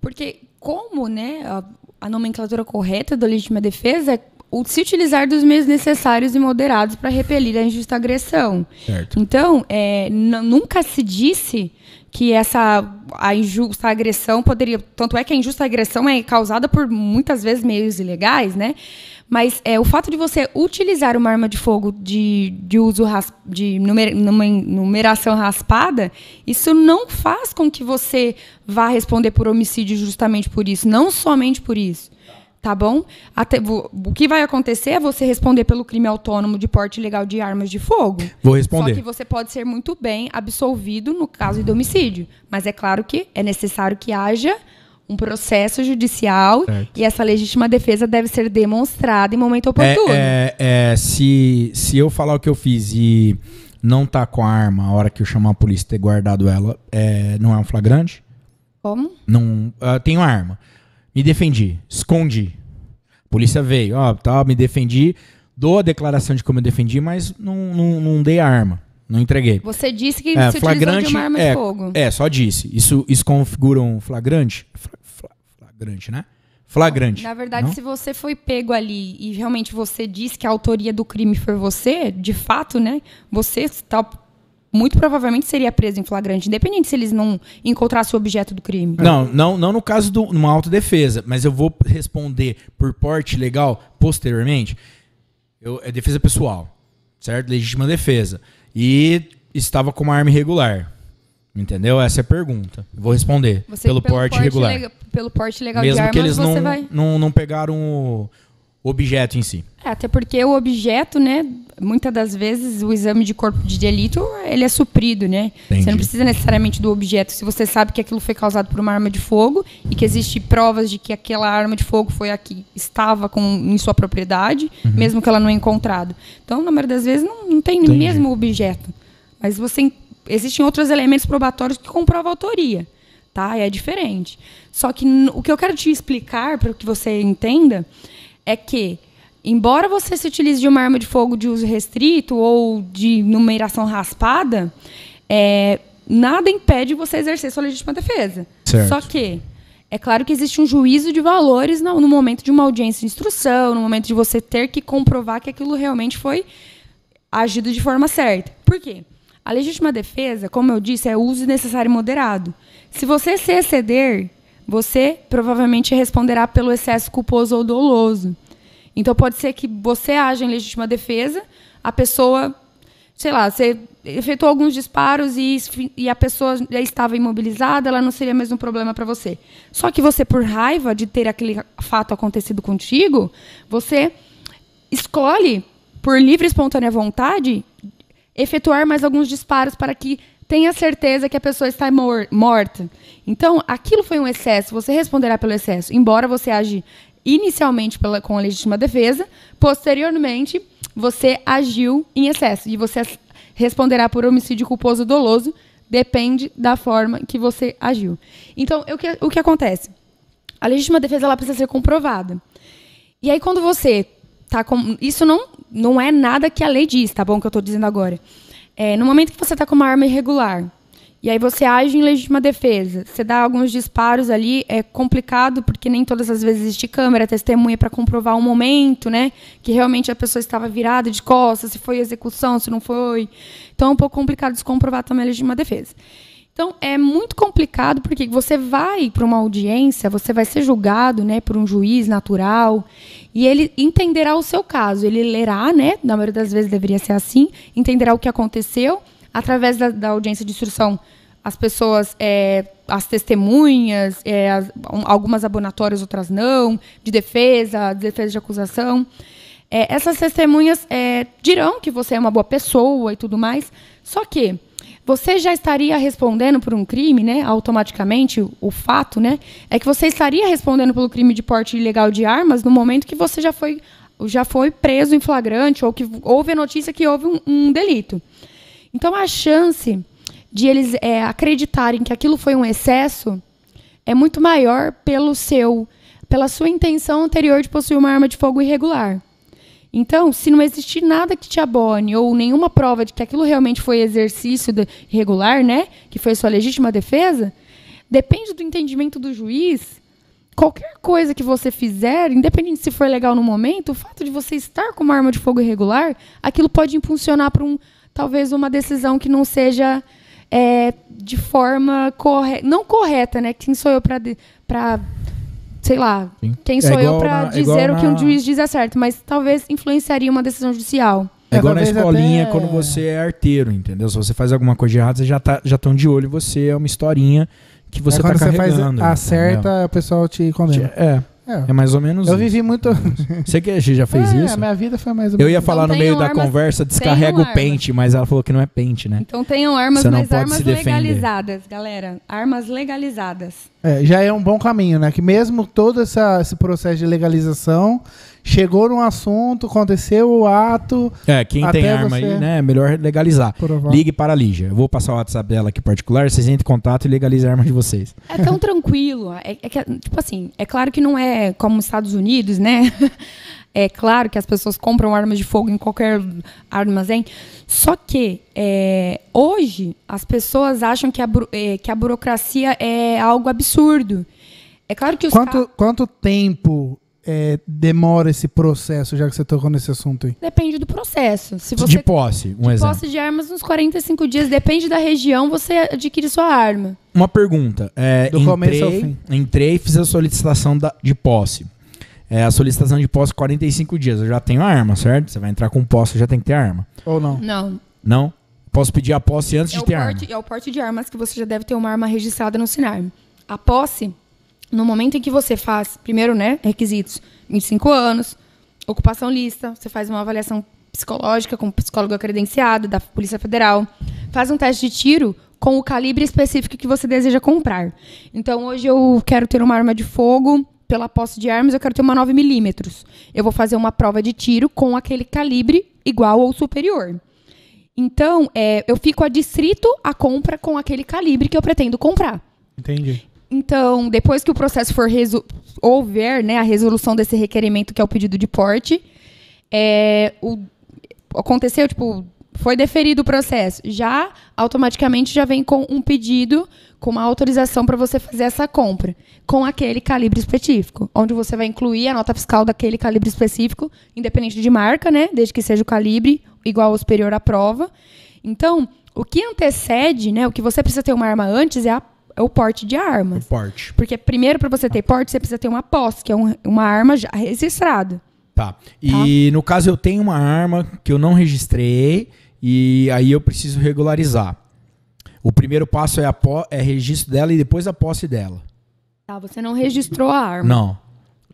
Porque como, né, a, a nomenclatura correta da legítima defesa é o- se utilizar dos meios necessários e moderados para repelir a injusta agressão. Certo. Então, é, n- nunca se disse que essa a injusta agressão poderia. Tanto é que a injusta agressão é causada por muitas vezes meios ilegais, né? Mas é, o fato de você utilizar uma arma de fogo de, de uso ras- de numer- numen- numeração raspada, isso não faz com que você vá responder por homicídio justamente por isso, não somente por isso. Tá bom? Até, vo- o que vai acontecer é você responder pelo crime autônomo de porte ilegal de armas de fogo. Vou Só que responder. você pode ser muito bem absolvido no caso de homicídio. Mas é claro que é necessário que haja um processo judicial Certo. e essa legítima defesa deve ser demonstrada em momento É, oportuno. é- é, se, se eu falar o que eu fiz e não tá com a arma a hora que eu chamar a polícia e ter guardado ela, é, não é um flagrante? Como? Não, ah, tenho arma. Me defendi, escondi. A polícia veio, ó, tá, me defendi, dou a declaração de como eu defendi, mas não, não, não dei a arma, não entreguei. Você disse que É, se utilizou flagrante de uma arma é, de fogo. É, só disse. Isso, isso configura um flagrante? Fla- fla- flagrante, né? Flagrante. Na verdade, não? se você foi pego ali e realmente você disse que a autoria do crime foi você, de fato, né? Você tá, muito provavelmente seria preso em flagrante, independente se eles não encontrassem o objeto do crime. Não, não, não no caso de uma autodefesa, mas eu vou responder por porte legal posteriormente. Eu- é defesa pessoal, certo? Legítima defesa. E estava com uma arma irregular. Entendeu? Essa é a pergunta. Eu Vou responder. Você, pelo, porte irregular. lega- pelo porte legal de Mesmo armas, que eles você não, vai. não, não pegaram o objeto em si. É, até porque o objeto, né? Muitas das vezes o exame de corpo de delito ele é suprido, né? Você Entendi. não precisa necessariamente do objeto. Se você sabe que aquilo foi causado por uma arma de fogo e que existe provas de que aquela arma de fogo foi a que estava com, em sua propriedade, Uhum. mesmo que ela não é encontrada. Então, na maioria das vezes, não, não tem Entendi. mesmo o objeto. Mas você en- existem outros elementos probatórios que comprovam a autoria. Tá? É diferente. Só que n- o que eu quero te explicar, para que você entenda, é que, embora você se utilize de uma arma de fogo de uso restrito ou de numeração raspada, é, nada impede você exercer sua legítima defesa. Certo. Só que é claro que existe um juízo de valores no, no momento de uma audiência de instrução, no momento de você ter que comprovar que aquilo realmente foi agido de forma certa. Por quê? A legítima defesa, como eu disse, é uso necessário e moderado. Se você se exceder, você provavelmente responderá pelo excesso culposo ou doloso. Então pode ser que você haja em legítima defesa, a pessoa, sei lá, você efetuou alguns disparos e, esfi- e a pessoa já estava imobilizada, ela não seria mais um problema para você. Só que você, por raiva de ter aquele fato acontecido contigo, você escolhe, por livre e espontânea vontade, efetuar mais alguns disparos para que tenha certeza que a pessoa está mor- morta. Então, aquilo foi um excesso, você responderá pelo excesso, embora você age inicialmente pela- com a legítima defesa, posteriormente você agiu em excesso e você as- responderá por homicídio culposo doloso, depende da forma que você agiu. Então, o que, o que acontece? A legítima defesa ela precisa ser comprovada. E aí quando você tá com isso não não é nada que a lei diz, tá bom que eu tô dizendo agora. É, no momento que você tá com uma arma irregular, e aí você age em legítima defesa, você dá alguns disparos ali, é complicado porque nem todas as vezes existe câmera, testemunha para comprovar o momento, né, que realmente a pessoa estava virada de costas, se foi execução, se não foi. Então é um pouco complicado descomprovar também a legítima defesa. Então, é muito complicado porque você vai para uma audiência, você vai ser julgado, né, por um juiz natural, e ele entenderá o seu caso, ele lerá, né, na maioria das vezes deveria ser assim, entenderá o que aconteceu, através da, da audiência de instrução, as pessoas é, as testemunhas, é, as- um, algumas abonatórias, outras não, de defesa, de defesa de acusação. É, essas testemunhas é, dirão que você é uma boa pessoa e tudo mais, só que você já estaria respondendo por um crime, né? Automaticamente, o, o fato, né? É que você estaria respondendo pelo crime de porte ilegal de armas no momento que você já foi, já foi preso em flagrante ou que houve a notícia que houve um- um delito. Então a chance de eles é, acreditarem que aquilo foi um excesso é muito maior pelo seu, pela sua intenção anterior de possuir uma arma de fogo irregular. Então, se não existir nada que te abone ou nenhuma prova de que aquilo realmente foi exercício de- irregular, né, que foi sua legítima defesa, depende do entendimento do juiz. Qualquer coisa que você fizer, independente se for legal no momento, o fato de você estar com uma arma de fogo irregular, aquilo pode impulsionar para um talvez uma decisão que não seja é, de forma correta, não correta, né? Quem sou eu para para sei lá, Sim. quem É sou eu igual para na- é igual dizer o que um na- juiz diz é certo, mas talvez influenciaria uma decisão judicial. É igual na Talvez escolinha até- quando você é arteiro, entendeu? Se você faz alguma coisa de errado, você já tá, já estão de olho em você, é uma historinha que você Aí tá É quando você faz carregando. acerta, o pessoal te entendeu? condena. É, É. é mais ou menos Eu isso. vivi muito. Você que você já fez É, isso? A minha vida foi mais ou Eu menos. ia falar no tenham um meio da armas- conversa, descarrega o armas. pente, mas ela falou que não é pente, né? Então tenham armas, Você não mas pode armas se defender. legalizadas, galera. Armas legalizadas. É, já é um bom caminho, né? Que mesmo todo essa- esse processo de legalização, chegou num assunto, aconteceu o ato. É, quem tem Até arma você- Tá aí, né? É melhor legalizar. Provar. Ligue para a Lígia. Eu vou passar o WhatsApp dela aqui particular, vocês entrem em contato e legalizem a arma de vocês. É tão tranquilo. É, é que, tipo assim, é claro que não é como os Estados Unidos, né? É claro que as pessoas compram armas de fogo em qualquer armazém. Só que é, hoje as pessoas acham que a, buro- é, que a burocracia é algo absurdo. É claro que os Quanto, ca- quanto tempo é, demora esse processo, já que você tocou nesse assunto aí? depende do processo. Se você De posse, um exemplo. posse de armas nos 45 dias, depende da região, você adquire sua arma. Uma pergunta. É, Do entrei, começo ao fim. Entrei e fiz a solicitação da- de posse. É, a solicitação de posse 45 dias. Eu já tenho a arma, certo? Você vai entrar com posse, já tem que ter arma. Ou não? Não. Não? Posso pedir a posse antes É de o, ter porte, arma. é o porte de armas que você já deve ter uma arma registrada no Sinarm. A posse, no momento em que você faz, primeiro, né, requisitos, 25 anos, ocupação lista, você faz uma avaliação psicológica com um psicólogo credenciado da Polícia Federal, faz um teste de tiro com o calibre específico que você deseja comprar. Então, hoje eu quero ter uma arma de fogo pela posse de armas, eu quero ter uma 9mm. Eu vou fazer uma prova de tiro com aquele calibre igual ou superior. Então, é, eu fico adstrito à compra com aquele calibre que eu pretendo comprar. Entendi. Então, depois que o processo for resu- houver né, a resolução desse requerimento, que é o pedido de porte, é, o- aconteceu, tipo, foi deferido o processo. Já automaticamente já vem com um pedido, com uma autorização para você fazer essa compra, com aquele calibre específico, onde você vai incluir a nota fiscal daquele calibre específico, independente de marca, né? Desde que seja o calibre igual ou superior à prova. Então, o que antecede, né? O que você precisa ter uma arma antes é, a- é o porte de armas. O porte. Porque primeiro, para você ter porte, você precisa ter uma posse, que é um- uma arma já registrada. Tá. E no caso eu tenho uma arma que eu não registrei e aí eu preciso regularizar. O primeiro passo é, a po- é registro dela e depois a posse dela. Tá, você não registrou a arma. Não.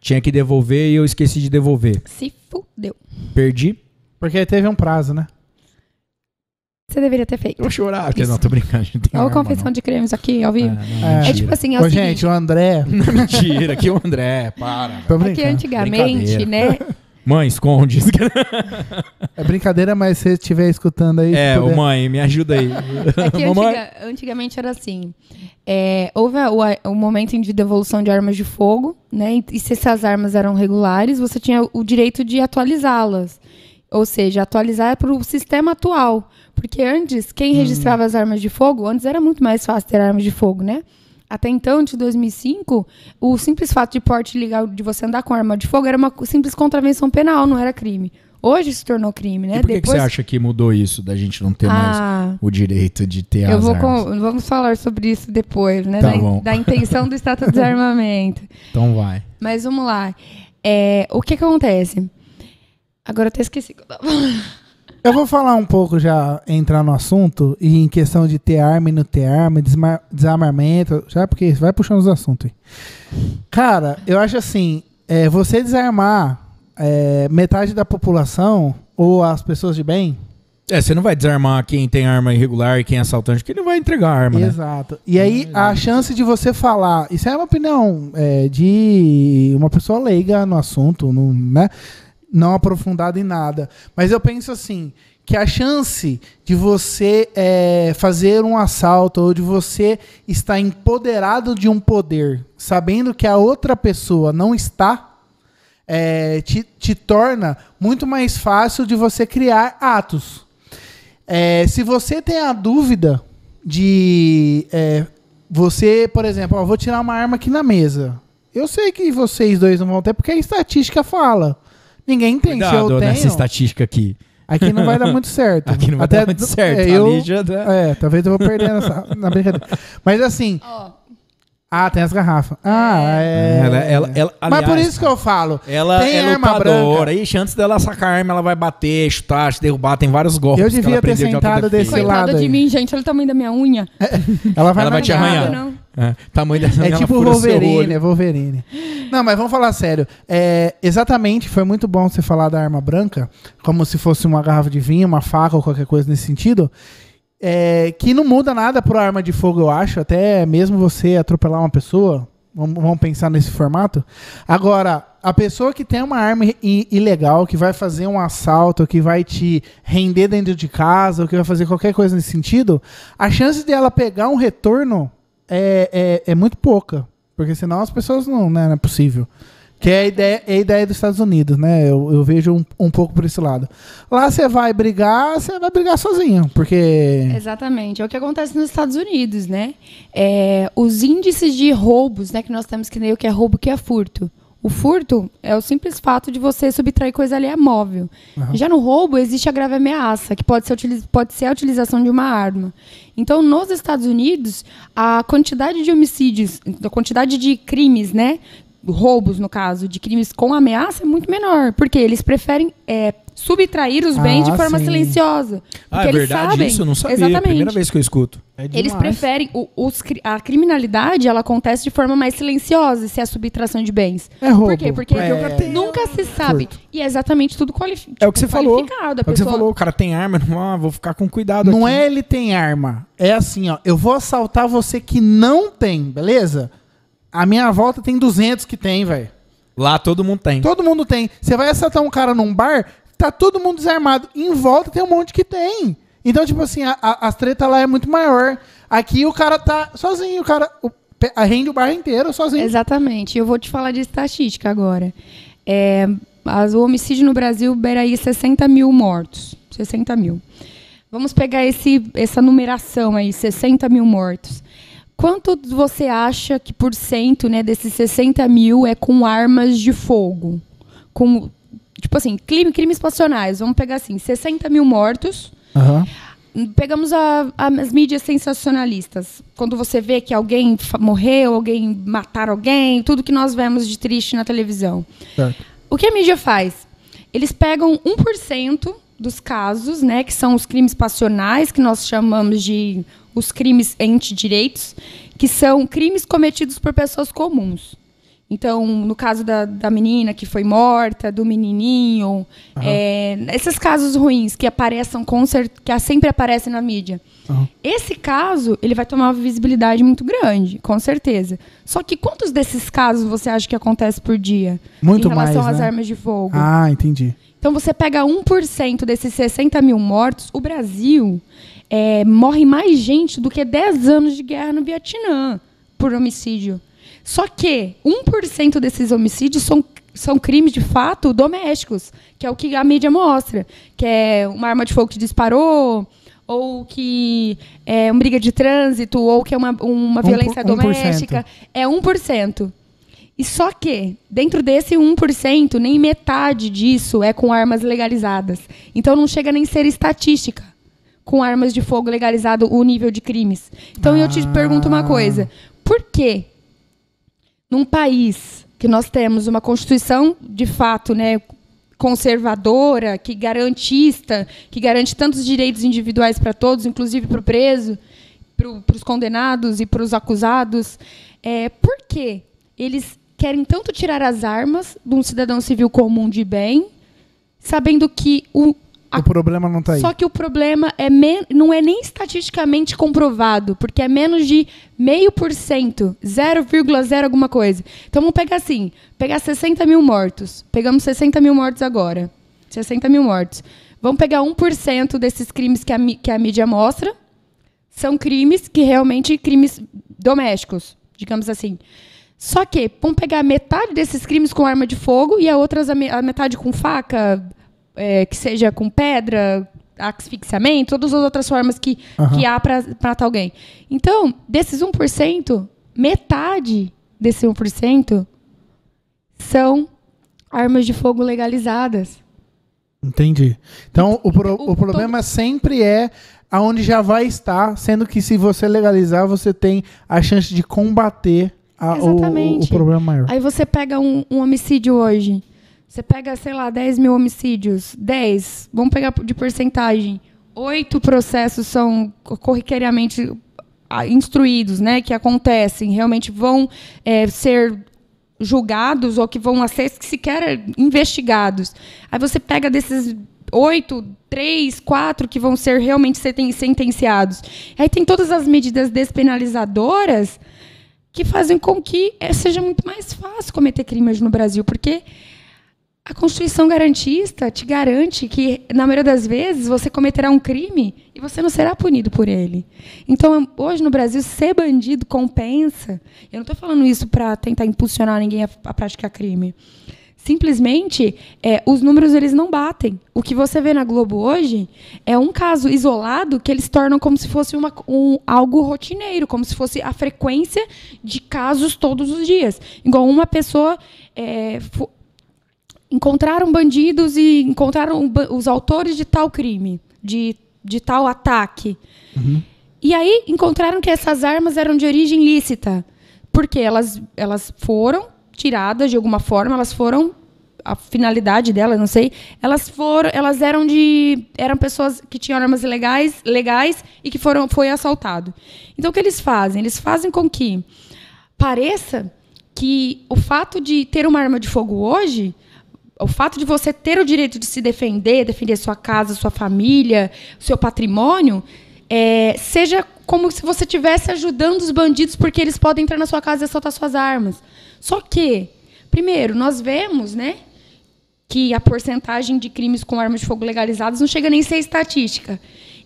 Tinha que devolver e eu esqueci de devolver. Se fudeu. Perdi. Porque aí teve um prazo, né? Você deveria ter feito. Eu vou chorar. Isso. Não, tô brincando. Não tem Olha a arma, confissão de cremes aqui, ao não. vivo. É, É, É, não, mentira. tipo assim, é o Ô, seguinte, gente, o André. Mentira, que o André, para. Tô é que brincando. antigamente, né? Mãe, esconde. É brincadeira, mas se você estiver escutando aí. se É, ô puder- mãe, me ajuda aí. É que Mamãe. antiga- antigamente era assim. é, houve a- o, a- o momento de devolução de armas de fogo, né? E, e se essas armas eram regulares, você tinha o direito de atualizá-las. Ou seja, atualizar para o sistema atual. Porque antes, quem Uhum. registrava as armas de fogo, antes era muito mais fácil ter armas de fogo, né? Até então, de 2005, o simples fato de porte legal de você andar com arma de fogo era uma co- simples contravenção penal, não era crime. Hoje se tornou crime, né? E por que, que você acha que mudou isso da gente não ter mais Ah. o direito de ter Eu as vou armas? com- vamos falar sobre isso depois, né? Tá da, bom. da intenção do Estatuto de Desarmamento. Então vai. Mas vamos lá. É, o que, que acontece? Agora eu até esqueci. o que eu tava falando. Eu vou falar um pouco já, entrar no assunto, e em questão de ter arma e não ter arma, desma- desarmamento, já porque vai puxando os assuntos aí. Cara, eu acho assim, é, você desarmar é, metade da população, ou as pessoas de bem, É, você não vai desarmar quem tem arma irregular e quem é assaltante, porque ele não vai entregar a arma, né? Exato. E aí, a chance de você falar. Isso é uma opinião é, de uma pessoa leiga no assunto, não, né? Não aprofundada em nada. Mas eu penso assim: que a chance de você é, fazer um assalto ou de você estar empoderado de um poder, sabendo que a outra pessoa não está. é, te, te torna muito mais fácil de você criar atos. É, se você tem a dúvida de é, você, por exemplo, ó, vou tirar uma arma aqui na mesa. Eu sei que vocês dois não vão ter, porque a estatística fala. Ninguém tem. se eu Cuidado tenho, nessa estatística aqui. aqui não vai dar muito certo. Aqui não vai Até dar muito do- certo. né? é, Ali eu, já dá. é, talvez eu vou perder nessa, na brincadeira. Mas assim, Ó, ah, tem as garrafas. Ah, é. Ela, ela, ela, Mas por aliás, isso que eu falo. Ela tem é arma branca. lutadora. Ixi, antes dela sacar a arma, ela vai bater, chutar, te derrubar. Tem vários golpes Eu que devia ela ter aprendeu de sentado autodefesa. desse lado. coitada aí. de mim, gente. Olha o tamanho da minha unha. Ela vai, Ela vai te na garrafa. arranhar. Não. É, tamanho dessa É ela tipo fura o seu Wolverine, olho. é Wolverine. Não, mas vamos falar sério. É, exatamente, foi muito bom você falar da arma branca, como se fosse uma garrafa de vinho, uma faca ou qualquer coisa nesse sentido. É, que não muda nada pro arma de fogo, eu acho. Até mesmo você atropelar uma pessoa. Vamos, vamos pensar nesse formato. Agora, a pessoa que tem uma arma i- ilegal, que vai fazer um assalto, que vai te render dentro de casa, ou que vai fazer qualquer coisa nesse sentido, a chance dela pegar um retorno é, é, é muito pouca. Porque senão as pessoas não, né, não é possível. Que é a ideia, é a ideia dos Estados Unidos, né? Eu, eu vejo um, um pouco por esse lado. Lá você vai brigar, você vai brigar sozinho, porque. Exatamente. É o que acontece nos Estados Unidos, né? É, os índices de roubos, né? Que nós temos que ler o que é roubo o que é furto. O furto é o simples fato de você subtrair coisa ali a móvel. Já no roubo existe a grave ameaça, que pode ser, utiliz- pode ser a utilização de uma arma. Então, nos Estados Unidos, a quantidade de homicídios, a quantidade de crimes, né? Roubos, no caso, de crimes com ameaça é muito menor, porque eles preferem é, subtrair os bens Ah, de forma sim. silenciosa. Ah, Porque é eles verdade sabem. isso? Eu não sabia. é Exatamente. Primeira vez que eu escuto. É Eles demais. preferem. o- os cri- a criminalidade ela acontece de forma mais silenciosa, se é a subtração de bens. É roubo. Por quê? Porque É. nunca se sabe. Furto. E é exatamente tudo qualifi É o que você tipo, falou. qualificado. É A o que você pessoa- falou. O cara tem arma, não, ah, vou ficar com cuidado Não aqui. é ele tem arma. É assim, ó. Eu vou assaltar você que não tem, beleza? A minha volta tem 200 que tem, velho. Lá todo mundo tem. Todo mundo tem. Você vai assaltar um cara num bar, tá todo mundo desarmado. Em volta tem um monte que tem. Então, tipo assim, a, a, as treta lá é muito maior. Aqui o cara tá sozinho, o cara o, pe- rende o bar inteiro sozinho. Exatamente. Eu vou te falar de estatística agora. É, as- o homicídio no Brasil beira aí 60 mil mortos. 60 mil. Vamos pegar esse, essa numeração aí, 60 mil mortos. Quanto você acha que por cento né, desses 60 mil é com armas de fogo? Com, tipo assim, crime, crimes passionais. Vamos pegar assim, 60 mil mortos. Pegamos a- a- as mídias sensacionalistas. Quando você vê que alguém fa- morreu, alguém mataram alguém, tudo que nós vemos de triste na televisão. Certo. O que a mídia faz? Eles pegam 1% dos casos, né, que são os crimes passionais, que nós chamamos de os crimes antidireitos, que são crimes cometidos por pessoas comuns. Então, no caso da, da menina que foi morta, do menininho, é, esses casos ruins que apareçam com cer- que sempre aparecem na mídia. Aham. Esse caso, ele vai tomar uma visibilidade muito grande, com certeza. Só que quantos desses casos você acha que acontece por dia? Muito em relação mais, às né? armas de fogo. Ah, entendi. Então você pega 1% desses 60 mil mortos, o Brasil é, morre mais gente do que 10 anos de guerra no Vietnã por homicídio. Só que 1% desses homicídios são, são crimes de fato domésticos, que é o que a mídia mostra, que é uma arma de fogo que disparou, ou que é uma briga de trânsito, ou que é uma, uma por- 1%. violência doméstica. É 1%. E só que, dentro desse 1%, nem metade disso é com armas legalizadas. Então não chega nem ser estatística com armas de fogo legalizado o nível de crimes. Então eu te Ah. pergunto uma coisa: por que num país que nós temos uma constituição de fato, né, conservadora, que garantista, que garante tantos direitos individuais para todos, inclusive para o preso, para os condenados e para os acusados. É, por quê? Eles querem tanto tirar as armas de um cidadão civil comum de bem, sabendo que o O problema não tá aí. Ah, só que o problema é men- não é nem estatisticamente comprovado, porque é menos de meio por cento, 0,0 alguma coisa. Então vamos pegar assim, pegar 60 mil mortos. Pegamos 60 mil mortos agora. 60 mil mortos. Vamos pegar 1% desses crimes que a, mi- que a mídia mostra. São crimes que realmente crimes domésticos, digamos assim. Só que vamos pegar metade desses crimes com arma de fogo e a outras a me- a metade com faca, é, que seja com pedra, asfixiamento, todas as outras formas que, Aham. que há para matar alguém. Então, desses 1%, metade desse 1% são armas de fogo legalizadas. Entendi. Então, o, pro- o- o problema sempre é aonde já vai estar, sendo que se você legalizar, você tem a chance de combater a- o, o- o Exatamente. problema maior. Aí você pega um, um homicídio hoje. Você pega, sei lá, 10 mil homicídios. 10. Vamos pegar de porcentagem. Oito processos são co- corriqueiramente ah, instruídos, né? Que acontecem. Realmente vão eh, ser julgados ou que vão a ser sequer investigados. Aí você pega desses oito, três, quatro que vão ser realmente seten- sentenciados. Aí tem todas as medidas despenalizadoras que fazem com que eh, seja muito mais fácil cometer crimes no Brasil, porque a Constituição garantista te garante que, na maioria das vezes, você cometerá um crime e você não será punido por ele. Então, hoje no Brasil, ser bandido compensa. Eu não estou falando isso para tentar impulsionar ninguém a, a praticar crime. Simplesmente, eh, os números eles não batem. O que você vê na Globo hoje é um caso isolado que eles tornam como se fosse uma, um, algo rotineiro, como se fosse a frequência de casos todos os dias. Igual uma pessoa eh, fo- encontraram bandidos e encontraram ba- os autores de tal crime, de, de tal ataque. E aí encontraram que essas armas eram de origem lícita, porque elas, elas foram tiradas de alguma forma, elas foram a finalidade dela, não sei, elas foram, elas eram de eram pessoas que tinham armas ilegais, legais e que foram foi assaltado. Então o que eles fazem? Eles fazem com que pareça que o fato de ter uma arma de fogo hoje, o fato de você ter o direito de se defender, defender sua casa, sua família, seu patrimônio, é, seja como se você estivesse ajudando os bandidos porque eles podem entrar na sua casa e assaltar suas armas. Só que, primeiro, nós vemos, né, que a porcentagem de crimes com armas de fogo legalizadas não chega nem a ser estatística.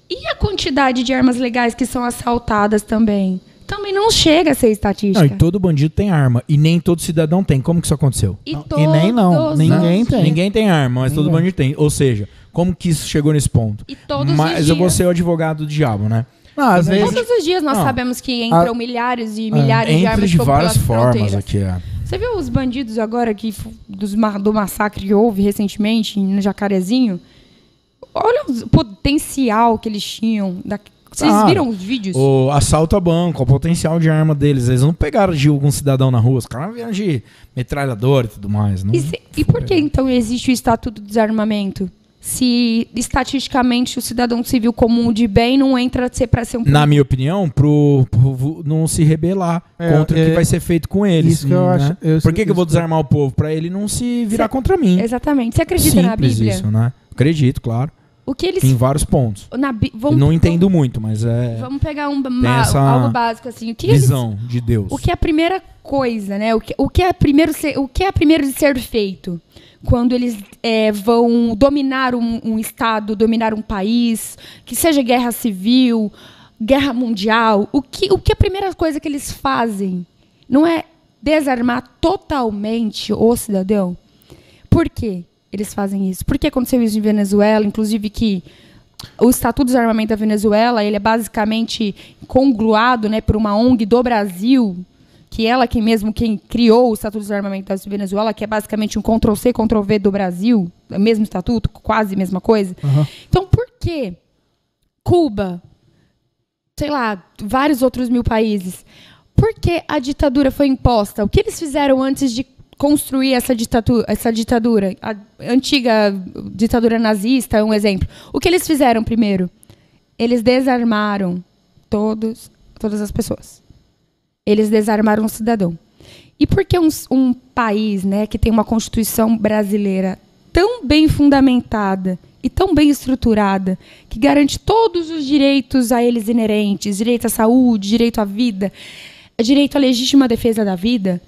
E a quantidade de armas legais que são assaltadas também? Também não chega a ser Não, estatística. e todo bandido tem arma. E nem todo cidadão tem. Como que isso aconteceu? E, e nem não, todos ninguém os tem. Ninguém tem arma, mas todo Ninguém. bandido tem. Ou seja, como que isso chegou nesse ponto? E todos os mas eu vou dias. ser o advogado do diabo, né? Não, às Quando a gente- vezes. Todos os dias nós Não. sabemos que entram Ah. milhares e milhares de Entre armas de fogo várias pelas formas fronteiras. aqui. é. Você viu os bandidos agora que f- dos ma- do massacre que houve recentemente no Jacarezinho? Olha o potencial que eles tinham. da- Vocês Ah. viram os vídeos? O assalto a banco, o potencial de arma deles. Eles não pegaram de algum cidadão na rua. Os caras vieram de metralhadora e tudo mais. né? Não... E, se- e por que então existe o Estatuto do Desarmamento? Se estatisticamente o cidadão civil comum de bem não entra para ser um Na minha opinião, pro povo não se rebelar É, contra o que é, vai ser feito com eles. isso que eu né? acho- eu- Por que, que eu vou isso- desarmar o povo? Pra ele não se virar Cê- contra mim. Exatamente. Você acredita na Simples Bíblia? isso, né? Acredito, claro. O que eles Tem vários pontos. na Bí- Eu vamos, não entendo muito, mas é Vamos pegar um, uma- essa algo básico assim. O que eles- visão de Deus. o que é a primeira coisa, né? O que, o que é primeiro ser- o que é primeiro de ser feito quando eles é, vão dominar um, um estado, dominar um país, que seja guerra civil, guerra mundial? O que o que é a primeira coisa que eles fazem? Não é desarmar totalmente o cidadão? Por que eles fazem isso? Por que aconteceu isso em Venezuela? Inclusive que o Estatuto de Desarmamento da Venezuela ele é basicamente congruado né, por uma ONG do Brasil, que é ela quem mesmo quem criou o Estatuto de Desarmamento da Venezuela, que é basicamente um Ctrl-C, Ctrl-V do Brasil, o mesmo estatuto, quase a mesma coisa. Aham. Então, por que Cuba, sei lá, vários outros mil países, por que a ditadura foi imposta? O que eles fizeram antes de construir essa, ditatu essa ditadura. A antiga ditadura nazista é um exemplo. O que eles fizeram primeiro? Eles desarmaram todos, todas as pessoas. Eles desarmaram o cidadão. E por que um, um país né, que tem uma Constituição brasileira tão bem fundamentada e tão bem estruturada, que garante todos os direitos a eles inerentes, direito à saúde, direito à vida, direito à legítima defesa da vida,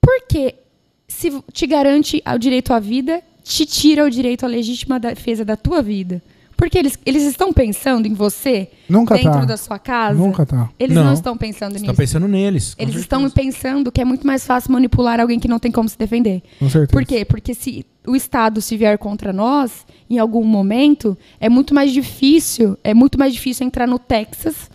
porque se te garante o direito à vida, te tira o direito à legítima defesa da tua vida. Porque eles, eles estão pensando em você Nunca dentro tá. da sua casa. Nunca tá. Eles não, Não. estão pensando Você nisso. tá pensando neles. com eles certeza. estão pensando que é muito mais fácil manipular alguém que não tem como se defender. Com certeza. Por quê? Porque se o Estado se vier contra nós, em algum momento, é muito mais difícil, é muito mais difícil entrar no Texas,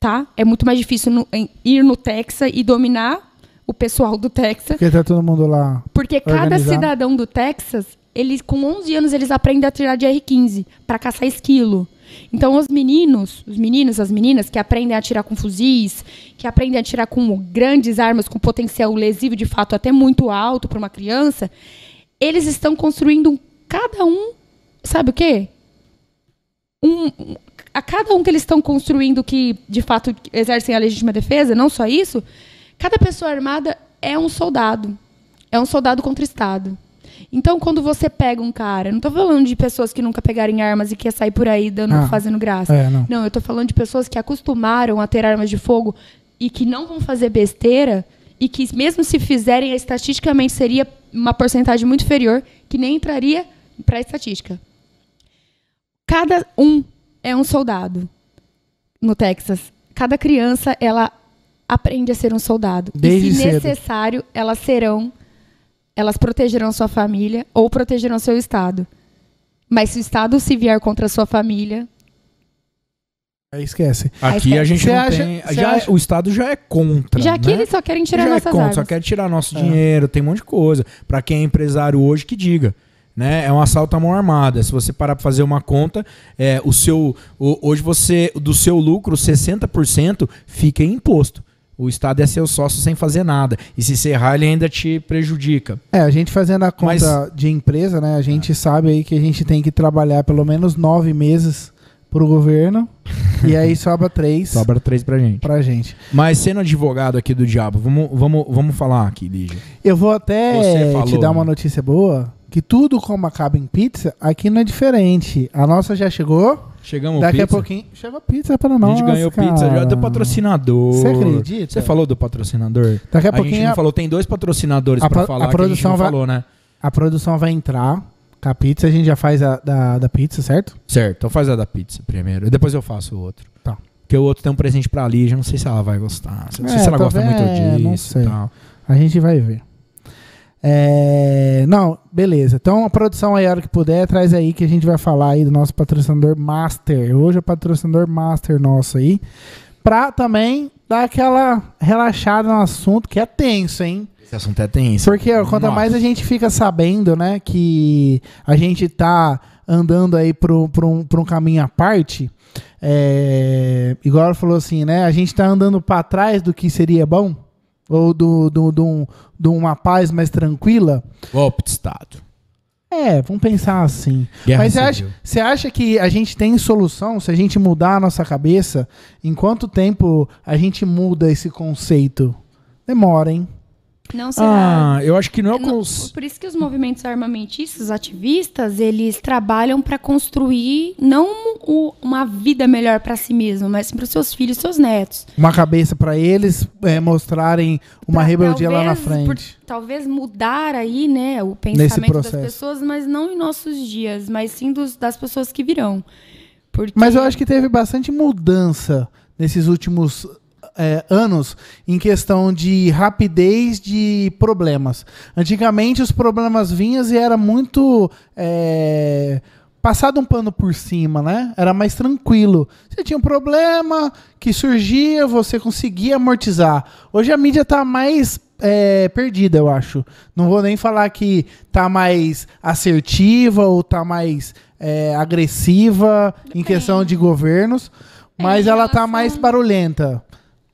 tá? É muito mais difícil no- em- ir no Texas e dominar o pessoal do Texas, Porque tá todo mundo lá. porque cada Organizar. cidadão do Texas, eles com 11 anos eles aprendem a tirar de R15 para caçar esquilo. Então os meninos, os meninos, as meninas que aprendem a atirar com fuzis, que aprendem a atirar com grandes armas com potencial lesivo de fato até muito alto para uma criança, eles estão construindo um- cada um, sabe o quê? Um, um- a cada um que eles estão construindo que de fato exercem a legítima defesa, não só isso, cada pessoa armada é um soldado. É um soldado contra o Estado. Então, quando você pega um cara, não estou falando de pessoas que nunca pegarem armas e que sair por aí dando, Ah. fazendo graça. É, não. Não, eu tô falando de pessoas que acostumaram a ter armas de fogo e que não vão fazer besteira e que mesmo se fizerem, estatisticamente seria uma porcentagem muito inferior que nem entraria para a estatística. Cada um é um soldado no Texas. Cada criança ela aprende a ser um soldado. Desde e se cedo. necessário, elas serão elas protegerão sua família ou protegerão seu estado. Mas se o estado se vier contra a sua família, Aí É, esquece. Aqui a gente Você não acha- tem. você Já, acha- O Estado já é contra. Já que né? eles só querem tirar já nossas é contra, armas. só quer tirar nosso É. dinheiro, tem um monte de coisa. Pra quem é empresário hoje, que diga. Né? É um assalto à mão armada. Se você parar pra fazer uma conta, é, o seu o- hoje você do seu lucro, 60% fica em imposto. O Estado é seu sócio sem fazer nada. E se você errar, ele ainda te prejudica. É, a gente fazendo a conta de empresa, né? A gente sabe aí que a gente tem que trabalhar pelo menos nove meses pro governo. e aí sobra três Sobra três pra gente. pra gente. Mas sendo advogado aqui do diabo, vamos, vamos, vamos falar aqui, Lígia. Eu vou Você até falou, te dar uma né? notícia boa. Que tudo como acaba em pizza, aqui não é diferente. A nossa já chegou. Chegamos daqui a pizza? pouquinho. Chega pizza para A nós. gente ganhou cara. pizza já do patrocinador. Você acredita? Você falou do patrocinador? Daqui a a gente pouquinho não a, falou, tem dois patrocinadores a pra pro- falar a que a gente produção não vai- falou, né? a produção vai entrar com a pizza. A gente já faz a da, da pizza, certo? Certo, então faz a da pizza primeiro, e depois eu faço o outro. Tá. Porque o outro tem um presente pra Lígia, não sei se ela vai gostar, não sei É, se ela gosta talvez- muito é, disso não e sei. tal. A gente vai ver. É, Não, beleza. Então a produção aí, a hora que puder, traz aí que a gente vai falar aí do nosso patrocinador master. Hoje é o patrocinador master nosso aí. Pra também dar aquela relaxada no assunto, que é tenso, hein? Esse assunto é tenso. Porque ó, quanto Nossa. mais a gente fica sabendo, né, que a gente tá andando aí pro, pro, um- pro um caminho à parte, é, igual ela falou assim, né, a gente tá andando pra trás do que seria bom, ou do, do, do, um- de uma paz mais tranquila. Golpe de Estado. É, vamos pensar assim. Guerra Mas você acha, civil. você acha que a gente tem solução se a gente mudar a nossa cabeça? Em quanto tempo a gente muda esse conceito? Demora, hein? Não será. Ah, eu acho que não é o Não, cons... Por isso que os movimentos armamentistas, ativistas, eles trabalham para construir não um, o- uma vida melhor para si mesmo, mas para os seus filhos, seus netos. uma cabeça pra eles é, mostrarem uma Pra rebeldia lá na talvez- frente. por- talvez mudar aí, né, o pensamento das processo. pessoas, mas não em nossos dias, mas sim dos- das pessoas que virão. Porque Mas eu acho que teve bastante mudança nesses últimos é, anos em questão de rapidez de problemas. Antigamente os problemas vinham e era muito é, passado um pano por cima, né? Era mais tranquilo. Você tinha um problema que surgia, você conseguia amortizar. Hoje a mídia tá mais é, perdida, eu acho. Não vou nem falar que tá mais assertiva ou tá mais é, agressiva em questão de governos, mas em ela tá relação- mais barulhenta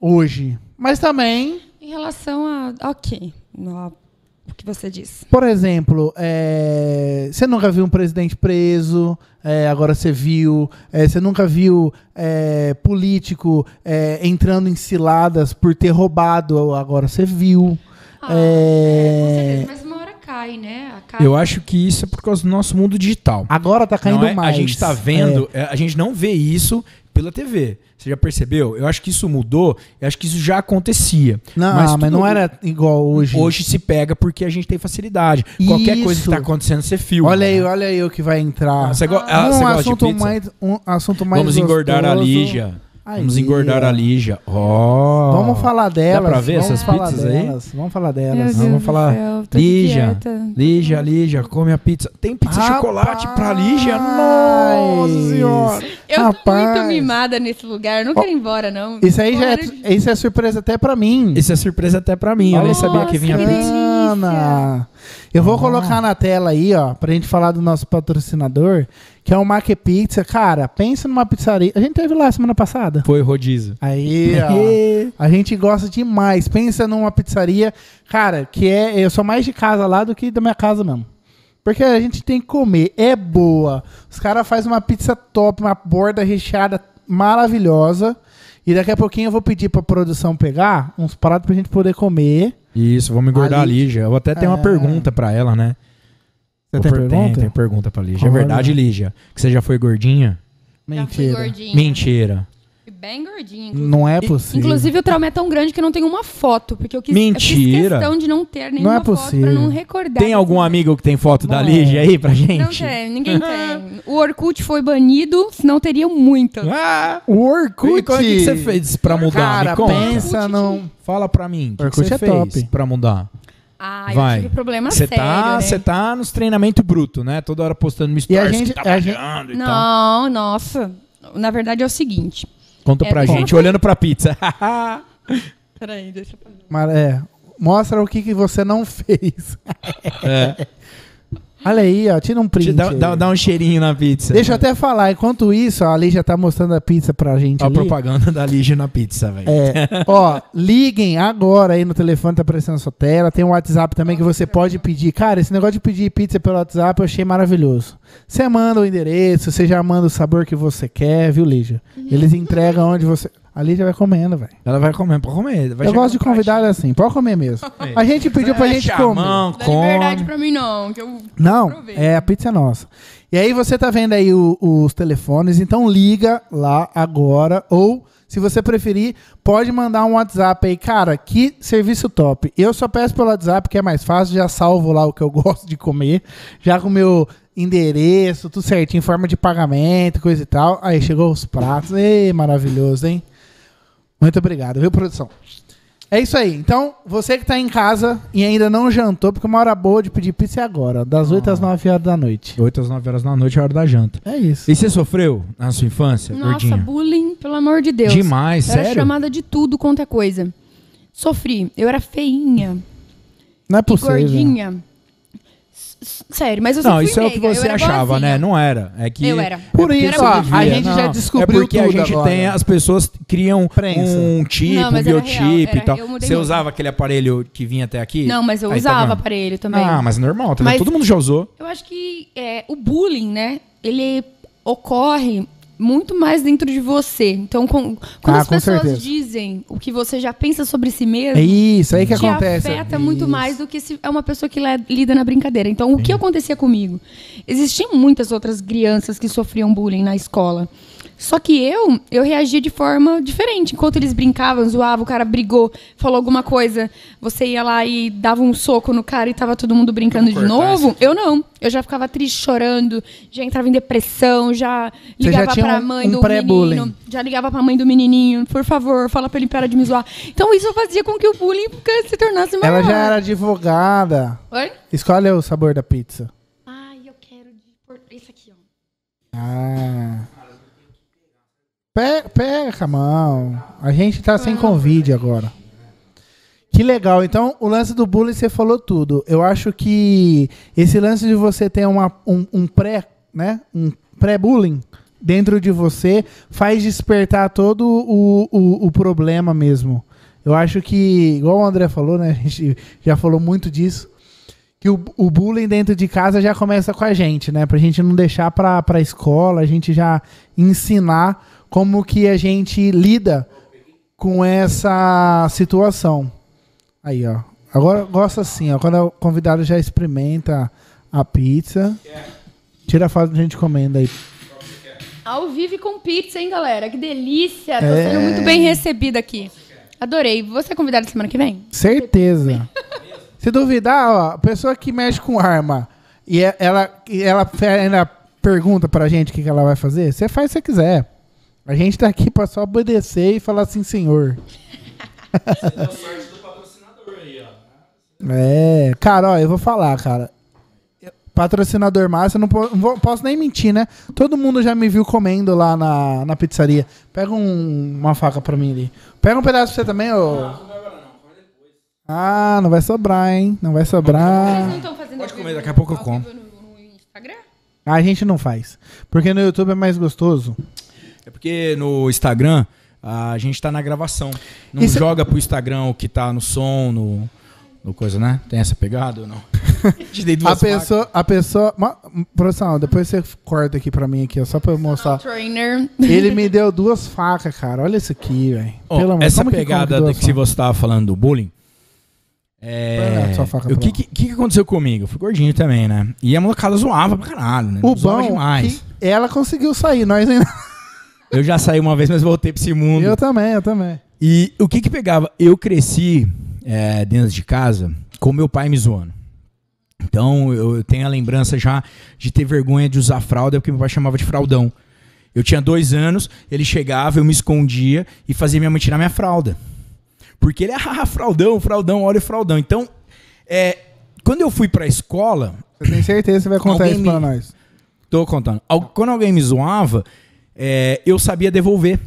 hoje. Mas também Em relação a. Ok. no- que você disse. Por exemplo, é, você nunca viu um presidente preso, é, agora você viu. É, você nunca viu é, político é, entrando em ciladas por ter roubado, agora você viu. Ah, É, com certeza, mas uma hora cai, né? A casa Eu acho que isso é por causa do nosso mundo digital. Agora tá caindo Não é- mais. A gente tá vendo, é, a gente não vê isso pela TV. Você já percebeu? Eu acho que isso mudou, eu acho que isso já acontecia. É. Não, mas, tudo- não era igual hoje. Hoje se pega porque a gente tem facilidade. Qualquer coisa que Isso. tá acontecendo, você filma. Olha aí, olha aí o que vai entrar. Você, go ah, você um, gosta de assunto pizza? mais, um assunto mais Vamos engordar a gostoso. Lígia. Aí, Vamos engordar ó. a Lígia. Ó. Vamos falar delas. pra ver vamos essas falar pizzas aí? delas, Vamos falar Meu delas. Deus vamos do falar. céu, tô de é, Lígia, dieta. Lígia, Lígia, come a pizza. Tem pizza de chocolate pra Lígia? Nossa Rapaz. senhora. Eu Rapaz. tô muito mimada nesse lugar, eu não quero ir embora, não. Isso aí já Bora de- é, isso é surpresa até pra mim. Isso é surpresa até pra mim. Eu nem sabia que Nossa, vinha que pizza. Ana. Eu Ah. vou colocar na tela aí, ó, pra gente falar do nosso patrocinador, que é o Mac Pizza. Cara, pensa numa pizzaria. A gente teve lá semana passada. Foi rodízio. Aí, ó. A gente gosta demais. Pensa numa pizzaria, cara, que é. Eu sou mais de casa lá do que da minha casa mesmo. Porque a gente tem que comer. É boa. Os caras fazem uma pizza top, uma borda recheada maravilhosa. E daqui a pouquinho eu vou pedir pra produção pegar uns pratos pra gente poder comer. Isso, vamos engordar a A Lígia. Lígia. Eu até tenho uma É. pergunta pra ela, né? Você Vou tem per- pergunta? Tenho pergunta pra Lígia. É Olha. verdade, Lígia, que você já foi gordinha? Já fui Mentira. gordinha. Mentira. Fui Bem gordinha, inclusive. Não é possível. Inclusive, o trauma é tão grande que eu não tenho uma foto, porque eu quis Eu fiz Mentira. questão de não ter é nenhuma foto pra possível. não recordar. Tem algum amigo que tem foto da Não Lígia aí pra gente? Não tem, ninguém tem. O Orkut foi banido, senão teria muitas. Ah, o e Um Orkut. como é que você fez pra mudar? Cara, Me conta. pensa Orkut, não. Fala pra mim, o que, que Orkut você é fez top. pra mudar? Ah, Vai. eu tive problema Você sério, tá, né? você tá nos treinamentos bruto, né? Toda hora postando E a stories gente, que tá a gente, malhando e tal. Não, nossa. Na verdade é o seguinte. Conta É, pra como gente, foi? olhando pra pizza. Peraí, deixa eu... Mas, é, mostra o que, que você não fez. É. Olha aí, ó, tira um print. Te dá, aí. dá- dá um cheirinho na pizza. Deixa eu até falar, enquanto isso, ó, a Lígia tá mostrando a pizza pra gente. Ó a ali. propaganda da Lígia na pizza, velho. É, ó, liguem agora aí no telefone, tá aparecendo na sua tela. Tem um WhatsApp também que você pode pedir. Cara, esse negócio de pedir pizza pelo WhatsApp eu achei maravilhoso. Você manda o endereço, você já manda o sabor que você quer, viu, Lígia? Eles entregam onde você. A Lígia vai comendo, velho. Ela vai comer, pode comer. Vai Eu gosto de chegar no pratinho. convidar assim, pode comer mesmo. A gente pediu pra É, gente chamão, comer. Dá liberdade come. é pra mim, não. Que eu... Não, Aproveita. é a pizza é nossa. E aí você tá vendo aí o- os telefones, então liga lá agora ou se você preferir, pode mandar um WhatsApp aí, cara, que serviço top. Eu só peço pelo WhatsApp que é mais fácil, já salvo lá o que eu gosto de comer, já com o meu endereço, tudo certinho, forma de pagamento, coisa e tal. Aí chegou os pratos. Ei, maravilhoso, hein? Muito obrigado, viu, produção? É isso aí. Então, você que tá em casa e ainda não jantou, porque uma hora boa de pedir pizza é agora, das 8 Ah. às 9 horas da noite. 8 às 9 horas da noite é a hora da janta. É isso. E você sofreu na sua infância, Nossa, gordinha? bullying, pelo amor de Deus. Demais, Eu era sério? chamada de tudo quanto é coisa. Sofri. Eu era feinha, Não é possível. gordinha. S- s- Sério, mas eu Não, sempre isso fui é o que meiga, você eu era achava, boazinha. né? Não era. É que Eu era. Por É porque isso, você ó, devia. a gente já Não, descobriu É porque a tudo gente agora. tem, as pessoas criam Prensa. um tipo, Não, um mas era real, biotipo era- e tal. eu mudei Você muito. usava aquele aparelho que vinha até aqui? Não, mas eu Aí tá usava vendo? aparelho também. Ah, mas normal, tá vendo? Mas- todo mundo já usou. Eu acho que é, o bullying, né? Ele ocorre muito mais dentro de você. Então, com- quando Ah, as com pessoas certeza. dizem o que você já pensa sobre si mesmo, É isso aí que te acontece. afeta muito mais do que se é uma pessoa que le- lida na brincadeira. Então, o que acontecia comigo? Existiam muitas outras crianças que sofriam bullying na escola. Só que eu, eu reagia de forma diferente. Enquanto eles brincavam, zoavam, o cara brigou, falou alguma coisa, você ia lá e dava um soco no cara e tava todo mundo brincando de Vamos cortar novo. Eu não. Eu já ficava triste, chorando, já entrava em depressão, já Você já ligava tinha pra um- mãe um do pré-bullying. menino. Já ligava pra mãe do menininho, por favor, fala pra ele parar de me zoar. Então isso fazia com que o bullying fica- se tornasse maior. Ela já era advogada. Oi? Escolhe o sabor da pizza. Ai, eu quero de por... isso aqui, ó. Ah. Pega, pega com a mão. A gente tá sem convite agora. Que legal. Então, o lance do bullying, você falou tudo. Eu acho que esse lance de você ter uma, um, um pré, né? Um pré-bullying dentro de você faz despertar todo o, o, o problema mesmo. Eu acho que, igual o André falou, né? A gente já falou muito disso. que o, o bullying dentro de casa já começa com a gente, né? Pra gente não deixar pra, pra escola, a gente já ensinar como que a gente lida com essa situação. Aí, ó. Agora gosta assim, ó. Quando o convidado já experimenta a pizza. Tira a foto que a gente comendo aí. Ao vivo e com pizza, hein, galera? Que delícia! Tô É. sendo muito bem recebida aqui. Adorei. Você é convidado semana que vem? Certeza. Se duvidar, ó, pessoa que mexe com arma e é- ela, e ela fe- ainda pergunta pra gente o que, que ela vai fazer, você faz o que você quiser. A gente tá aqui pra só obedecer e falar assim, senhor. É, cara, ó, eu vou falar, cara. Patrocinador massa, eu não, po- não vou- posso nem mentir, né? Todo mundo já me viu comendo lá na, na pizzaria. Pega um- uma faca pra mim ali. Pega um pedaço pra você também, ô. Ah, não vai sobrar, hein? Não vai Vocês não sobrar. estão fazendo Pode ao comer, vivo daqui a pouco eu ao como. vivo no- no Instagram? A gente não faz. Porque no YouTube é mais gostoso. É porque no Instagram a gente tá na gravação. Não Isso- joga pro Instagram o que tá no som, no, no coisa, né? Tem essa pegada ou não? Te dei A duas facas. pessoa, a pessoa. ma- Profissional, depois você corta aqui pra mim aqui, ó, só pra eu mostrar. Trainer. Ele me deu duas facas, cara. Olha isso aqui, velho. Ó, essa como que come pegada duas da que se facas? você tava falando do bullying. É, Vai lá, sua faca o pra que, lá. que, que que aconteceu comigo? Eu fui gordinho também, né? E a molecada zoava pra caralho, né? O zoava bom é demais. que ela conseguiu sair, nós ainda. Eu já saí uma vez, mas voltei pra esse mundo. Eu também, eu também. E o que que pegava? Eu cresci é, dentro de casa com meu pai me zoando. Então eu eu tenho a lembrança já de ter vergonha de usar fralda, porque meu pai chamava de fraldão. Eu tinha dois anos, ele chegava, eu me escondia e fazia minha mãe tirar minha fralda. Porque ele, ah, fraldão, fraldão, olha o fraldão. Então, é, quando eu fui pra escola, Eu tenho certeza que você vai contar Alguém isso pra me- nós. Tô contando. Al- Quando alguém me zoava, é, eu sabia devolver.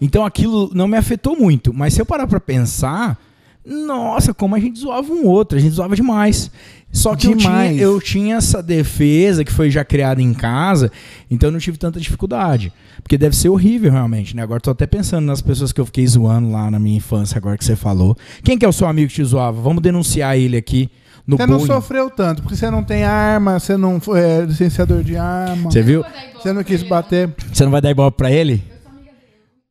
Então aquilo não me afetou muito. Mas se eu parar pra pensar, nossa, como a gente zoava um outro, a gente zoava demais. Só que eu tinha, Demais. eu tinha essa defesa que foi já criada em casa, então eu não tive tanta dificuldade. Porque deve ser horrível realmente, né? Agora tô até pensando nas pessoas que eu fiquei zoando lá na minha infância, agora que você falou. Quem que é o seu amigo que te zoava? Vamos denunciar ele aqui no Você não bullying. sofreu tanto, porque você não tem arma, você não foi é, licenciador de arma, Você viu? você não quis bater. Você não vai dar ibope pra ele?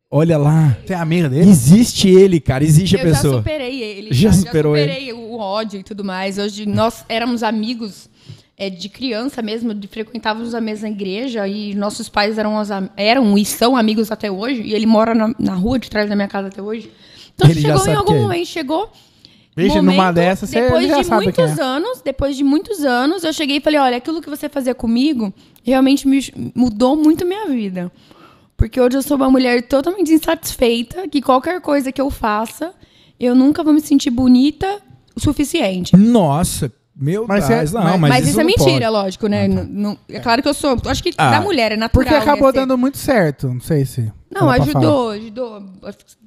Olha lá. Você é amiga dele? Existe ele, cara. Existe a Eu já pessoa. superei ele. Já superou ele. superei o ódio e tudo mais. Hoje nós éramos amigos é, de criança mesmo, de- frequentávamos a mesma igreja e nossos pais eram, as am- eram e são amigos até hoje. E ele mora na, na rua de trás da minha casa até hoje. Então Ele já chegou sabe em quem algum é. momento, chegou. Vixe, momento, numa dessas, você depois já de sabe quem é. muitos anos, depois de muitos anos, eu cheguei e falei, olha, aquilo que você fazia comigo realmente me- mudou muito minha vida. Porque hoje eu sou uma mulher totalmente insatisfeita, que qualquer coisa que eu faça, eu nunca vou me sentir bonita o suficiente. Nossa, meu Mas é- mas não, mas- mas, Mas, isso, é não mentira, pode. lógico, né? Não- não- é claro que eu sou. Acho que Ah, da mulher é natural. Ah, tá. Porque acabou né? dando muito certo, não sei se. Não, era pra falar. ajudou, ajudou.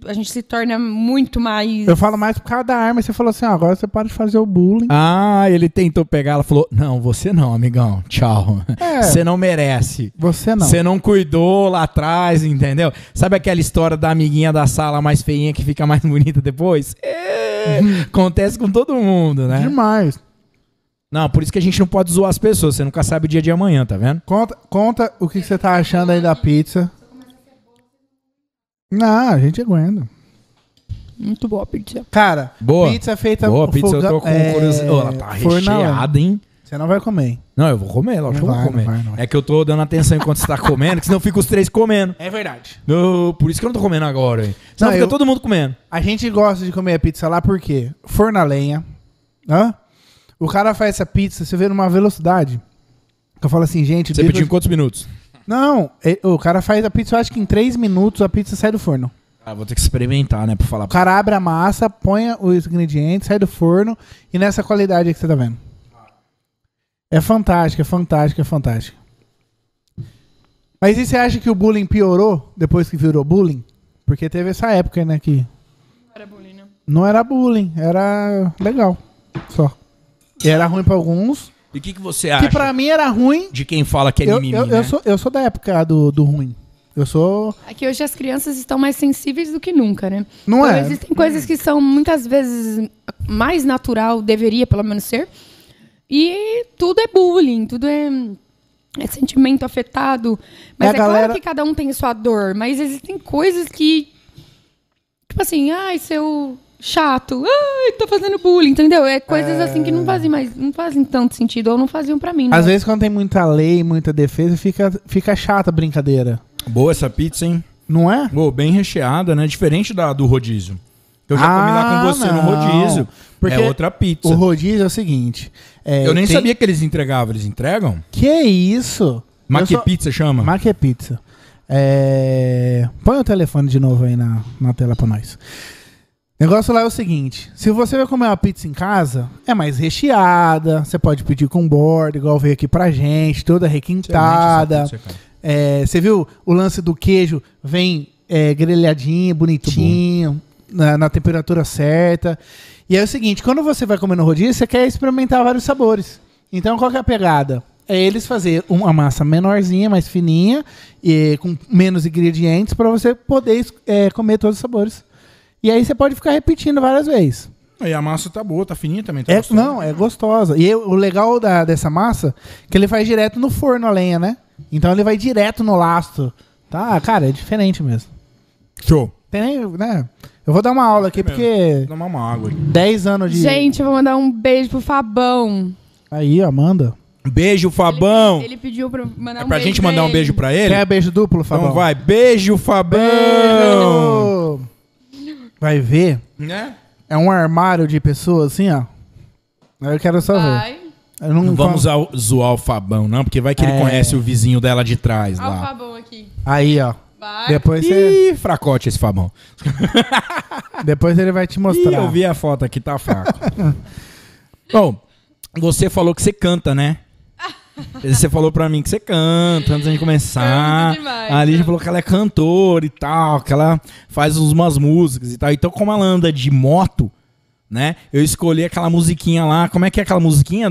A gente se torna muito mais. Eu falo mais por causa da arma, e você falou assim, ó, agora você para de fazer o bullying. Ah, ele tentou pegar, ela falou: Não, você não, amigão. Tchau. É. Você não merece. Você não. Você não cuidou lá atrás, entendeu? Sabe aquela história da amiguinha da sala mais feinha que fica mais bonita depois? É, Acontece com todo mundo, né? Uhum. Demais. Não, por isso que a gente não pode zoar as pessoas. Você nunca sabe o dia de amanhã, tá vendo? Conta, conta o que que você tá achando aí da pizza. Não, a gente aguenta. Muito boa, Pedro. Cara, Boa. pizza feita Boa, no pizza, eu tô fogão- com é, curiosidade. Ô, ela tá forno a lenha. recheada, hein? Você não vai comer. hein? Não, eu vou comer, lógico que Não eu vai, vou não comer. vai, não vai. É que eu tô dando atenção enquanto você tá comendo, que senão fica os três comendo. É verdade. Não, por isso que eu não tô comendo agora, hein? Senão Não, fica eu- todo mundo comendo. A gente gosta de comer a pizza lá porque forno a lenha. Hã? O cara faz essa pizza, você vê numa velocidade. Eu falo assim, gente... Você desde pediu em quantos minutos? Não, e- o cara faz a pizza, eu acho que em 3 minutos a pizza sai do forno. Ah, vou ter que experimentar, né, pra falar. O cara abre a massa, põe os ingredientes, sai do forno e nessa qualidade aí que você tá vendo. É fantástico, é fantástico, é fantástico. Mas e você acha que o bullying piorou depois que virou bullying? Porque teve essa época, né, que não era bullying, era legal, só. E era ruim pra alguns, E o que, que você que acha pra mim era ruim. de quem fala que é Eu, mimimi, eu- né? eu sou, eu sou da época do, do ruim. Eu sou... Aqui hoje as crianças estão mais sensíveis do que nunca, né? Não Então, é. Existem coisas que são muitas vezes mais natural, deveria pelo menos ser, E tudo é bullying, tudo é, é sentimento afetado. Mas É, é, a galera- claro que cada um tem sua dor, mas existem coisas que. Tipo assim, ai, seu chato, ai, tô fazendo bullying, entendeu? É coisas assim que não fazem mais, não fazem tanto sentido, ou não faziam pra mim. né? Uhum. Às vezes, quando tem muita lei, muita defesa, fica, fica chata a brincadeira. Boa essa pizza, hein? Não é? Boa, bem recheada, né? Diferente da do rodízio. Eu já comi lá com Ah, você no não. rodízio. Porque é outra pizza. O rodízio é o seguinte. é, Eu nem tem- sabia que eles entregavam. Eles entregam? Que é isso? Mac Eu só- Pizza chama? Mac é pizza. É, Põe o telefone de novo aí na, na tela pra nós. Negócio lá é o seguinte: se você vai comer uma pizza em casa, é mais recheada, você pode pedir com borda, igual veio aqui pra gente, toda requintada. Excelente essa pizza, cara. É, você viu o lance do queijo? Vem é, grelhadinho, bonitinho, na, na temperatura certa. E é o seguinte, quando você vai comer no rodízio, você quer experimentar vários sabores. Então, qual que é a pegada? É eles fazer uma massa menorzinha, mais fininha, e com menos ingredientes, para você poder es- é, comer todos os sabores. E aí você pode ficar repetindo várias vezes. E a massa tá boa, tá fininha também. Tá É, gostosa. não, é gostosa. E eu- o legal da, dessa massa é que ele faz direto no forno a lenha, né? Então ele vai direto no lastro. Tá, cara, é diferente mesmo. Show. Tem nem, né? Eu vou dar uma aula É aqui porque Vou tomar uma água aqui. 10 anos de. Gente, eu vou mandar um beijo pro Fabão. Aí, Amanda. Beijo, Fabão. Ele pediu pra eu mandar É um pra beijo gente mandar um ele. beijo pra ele? Quer beijo duplo, então Fabão? vai. Beijo, Fabão. Beijo! Vai ver. Né? É um armário de pessoas assim, ó. Aí Eu Tá quero só ver. Vai. Eu não Não vamos falo- ao- zoar o Fabão, não, porque vai que ele É. conhece o vizinho dela de trás Olha Ah, o lá. Fabão aqui. Aí, ó. Vai. Depois, você- Ih, fracote esse Fabão. depois ele vai te Ih, mostrar. eu vi a foto aqui, tá fraco. Bom, você falou que você canta, né? Você falou pra mim que você canta antes da gente começar. Canto demais, a Lígia né? falou que ela é cantora e tal, que ela faz uns- umas músicas e tal. Então, como ela anda de moto, né? Eu escolhi aquela musiquinha lá. Como é que é aquela musiquinha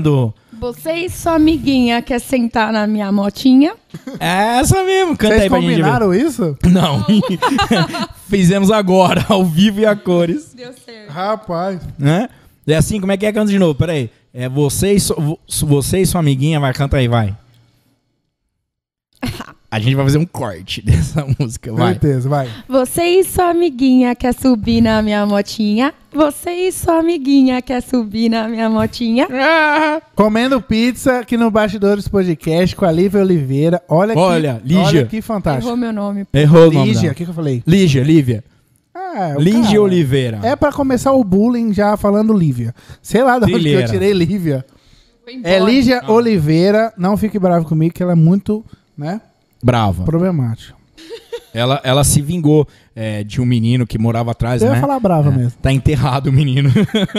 do. Você e sua amiguinha quer sentar na minha motinha? É essa mesmo, canta aí Vocês pra gente ver. combinaram isso? Não. Fizemos agora, ao vivo e a cores. Deu certo. Rapaz. né? É assim, como é que é? Canta de novo, peraí. É você e, su- vo- você e sua amiguinha, vai, canta aí, vai. A gente vai fazer um corte dessa música, vai. Certeza, vai. Você e sua amiguinha quer subir na minha motinha? Você e sua amiguinha quer subir na minha motinha? Ah. Comendo pizza aqui no Bastidores Podcast com a Lívia Oliveira. Olha, Olha, que, Lígia. olha que Errou fantástico. meu nome. Errou o nome Lígia, dela. o que, que eu falei? Lígia, Lívia. Ah, o Lígia cara. Oliveira. É pra começar o bullying já falando Lívia. Sei lá de onde que eu Trilheira. tirei Lívia. Foi É embora. Lígia Ah. Oliveira. Não fique bravo comigo que ela é muito, né, Brava. problemática. Ela, ela se vingou é, de um menino que morava atrás, Eu né? ia falar brava mesmo. Tá enterrado o menino.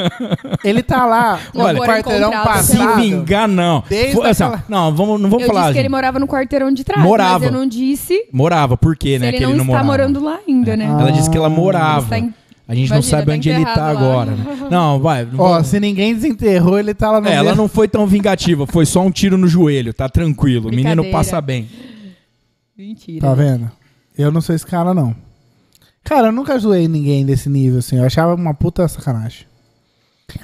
Ele tá lá Não olha, foram quarteirão encontrados, se passado. vingar, não. Desde Foi- assim, aquela- Não, vamos, não vamos Eu falar. disse que ele gente. morava no quarteirão de trás. Morava. Mas eu não disse Morava, por quê, se né? ele que não ele não está morava. É. morando lá ainda, né? Ela disse Ah, que ela morava. tá Ele está em- A gente não Imagina, sabe tá onde ele tá enterrado lá. agora. né? Não, vai. não Ó, vamos- se ninguém desenterrou, ele tá lá no É, ela meio. não foi tão vingativa, foi só um tiro no joelho, tá tranquilo. O menino Brincadeira. passa bem. Mentira. Tá vendo? Eu não sou esse cara, não. Cara, eu nunca zoei ninguém desse nível, assim. Eu achava uma puta sacanagem.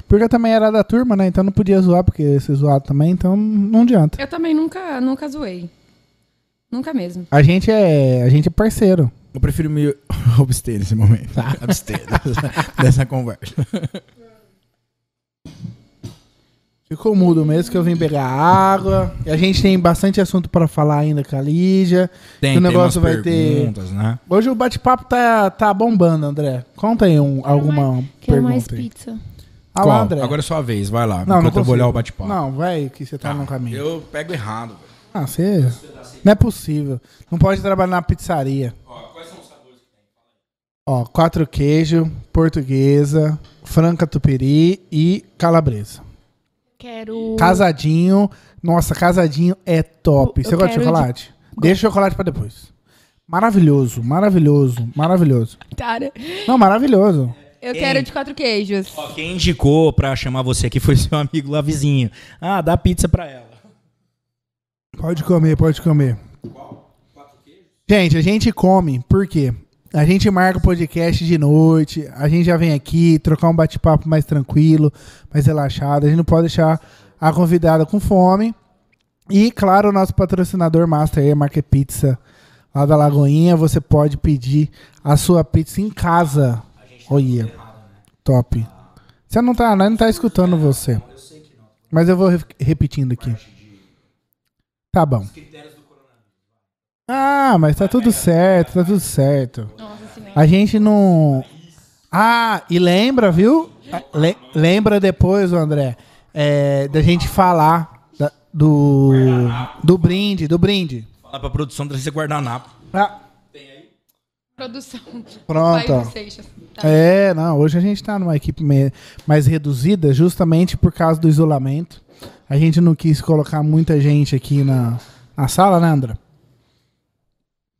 Porque eu também era da turma, né? Então não podia zoar, porque eu ia ser zoado também, então não adianta. Eu também nunca, nunca zoei. Nunca mesmo. A gente é, a gente é parceiro. Eu prefiro me abster nesse momento. Ah, Abster dessa, dessa conversa. Ficou mudo mesmo, que eu vim pegar água. E a gente tem bastante assunto pra falar ainda com a Lígia. Tem, Que o tem negócio umas vai ter- perguntas, né? Hoje o bate-papo tá, tá bombando, André. Conta aí um, alguma Quero pergunta. mais aí. pizza. Ah, lá, Qual? André. Agora é sua vez, vai lá. não, não enquanto eu vou olhar consigo. o bate-papo. Não, vai que você tá no caminho. Eu pego errado, velho. Ah, você. Não é possível. Não pode trabalhar na pizzaria. Ó, quatro queijo, portuguesa, franca tupiri e calabresa. Quero. Casadinho. Nossa, casadinho é top. Eu- Você eu gosta de quero chocolate? Deixa o chocolate pra depois. Maravilhoso, maravilhoso, maravilhoso. Cara, Não, maravilhoso. eu quero de quatro queijos. Ó, quem indicou pra chamar você aqui foi seu amigo lá vizinho. Ah, dá pizza pra ela. Pode comer, pode comer. Gente, a gente come, por quê? A gente marca o podcast de noite, a gente já vem aqui trocar um bate-papo mais tranquilo, mais relaxado. A gente não pode deixar a convidada com fome. E, claro, o nosso patrocinador master aí, a Market Pizza, lá da Lagoinha. Você pode pedir a sua pizza em casa. Olha, top. Você não tá, nós não tá escutando você. Mas eu vou re- repetindo aqui. Tá bom. Ah, mas tá tudo certo, tá tudo certo. Nossa senhora. A gente não. Ah, e lembra, viu? Ah, Le- lembra depois, ô André, é, da gente falar da- do. Do brinde, do brinde. Fala pra produção trazer guardanapo. Ah, Produção. pronto. ó. tá. É, não, hoje a gente tá numa equipe me- mais reduzida, justamente por causa do isolamento. A gente não quis colocar muita gente aqui na, na sala, né, André?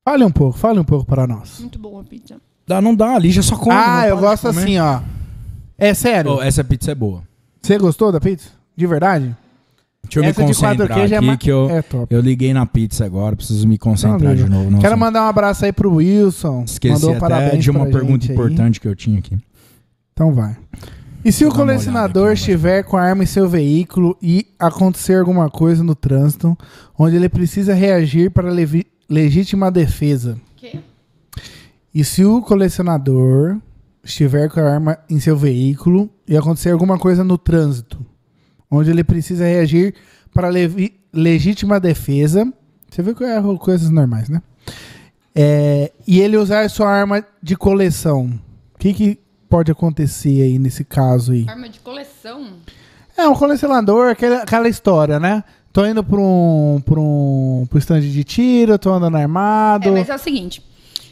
Fale um pouco, fale um pouco para nós. Muito boa a pizza. Dá, não dá, a Lígia só come. não ah, para eu de gosto comer. assim, ó. É sério. Ô, essa pizza é boa. Você gostou da pizza? De verdade? Deixa eu Essa me de quatro concentrar queijos é aqui, ma- que eu, é top. eu liguei na pizza agora, preciso me concentrar Não, de Lívia. novo. não Quero só- mandar um abraço aí pro Wilson. Esqueci Mandou até parabéns de uma pra pergunta gente aí. importante que eu tinha aqui. Então vai. E se o dar uma olhada colecionador aqui, estiver com a arma em seu veículo e acontecer alguma coisa no trânsito, onde ele precisa reagir para levi- legítima defesa? Quê? E se o colecionador estiver com a arma em seu veículo e acontecer alguma coisa no trânsito, onde ele precisa reagir para levi- legítima defesa, você viu que eu erro coisas normais, né? É, e ele usar sua arma de coleção, o que, que pode acontecer aí nesse caso aí? Arma de coleção. É, um colecionador, aquela, aquela história, né? Tô indo pra um, pra um pro stand de tiro, tô andando armado. É, mas é o seguinte.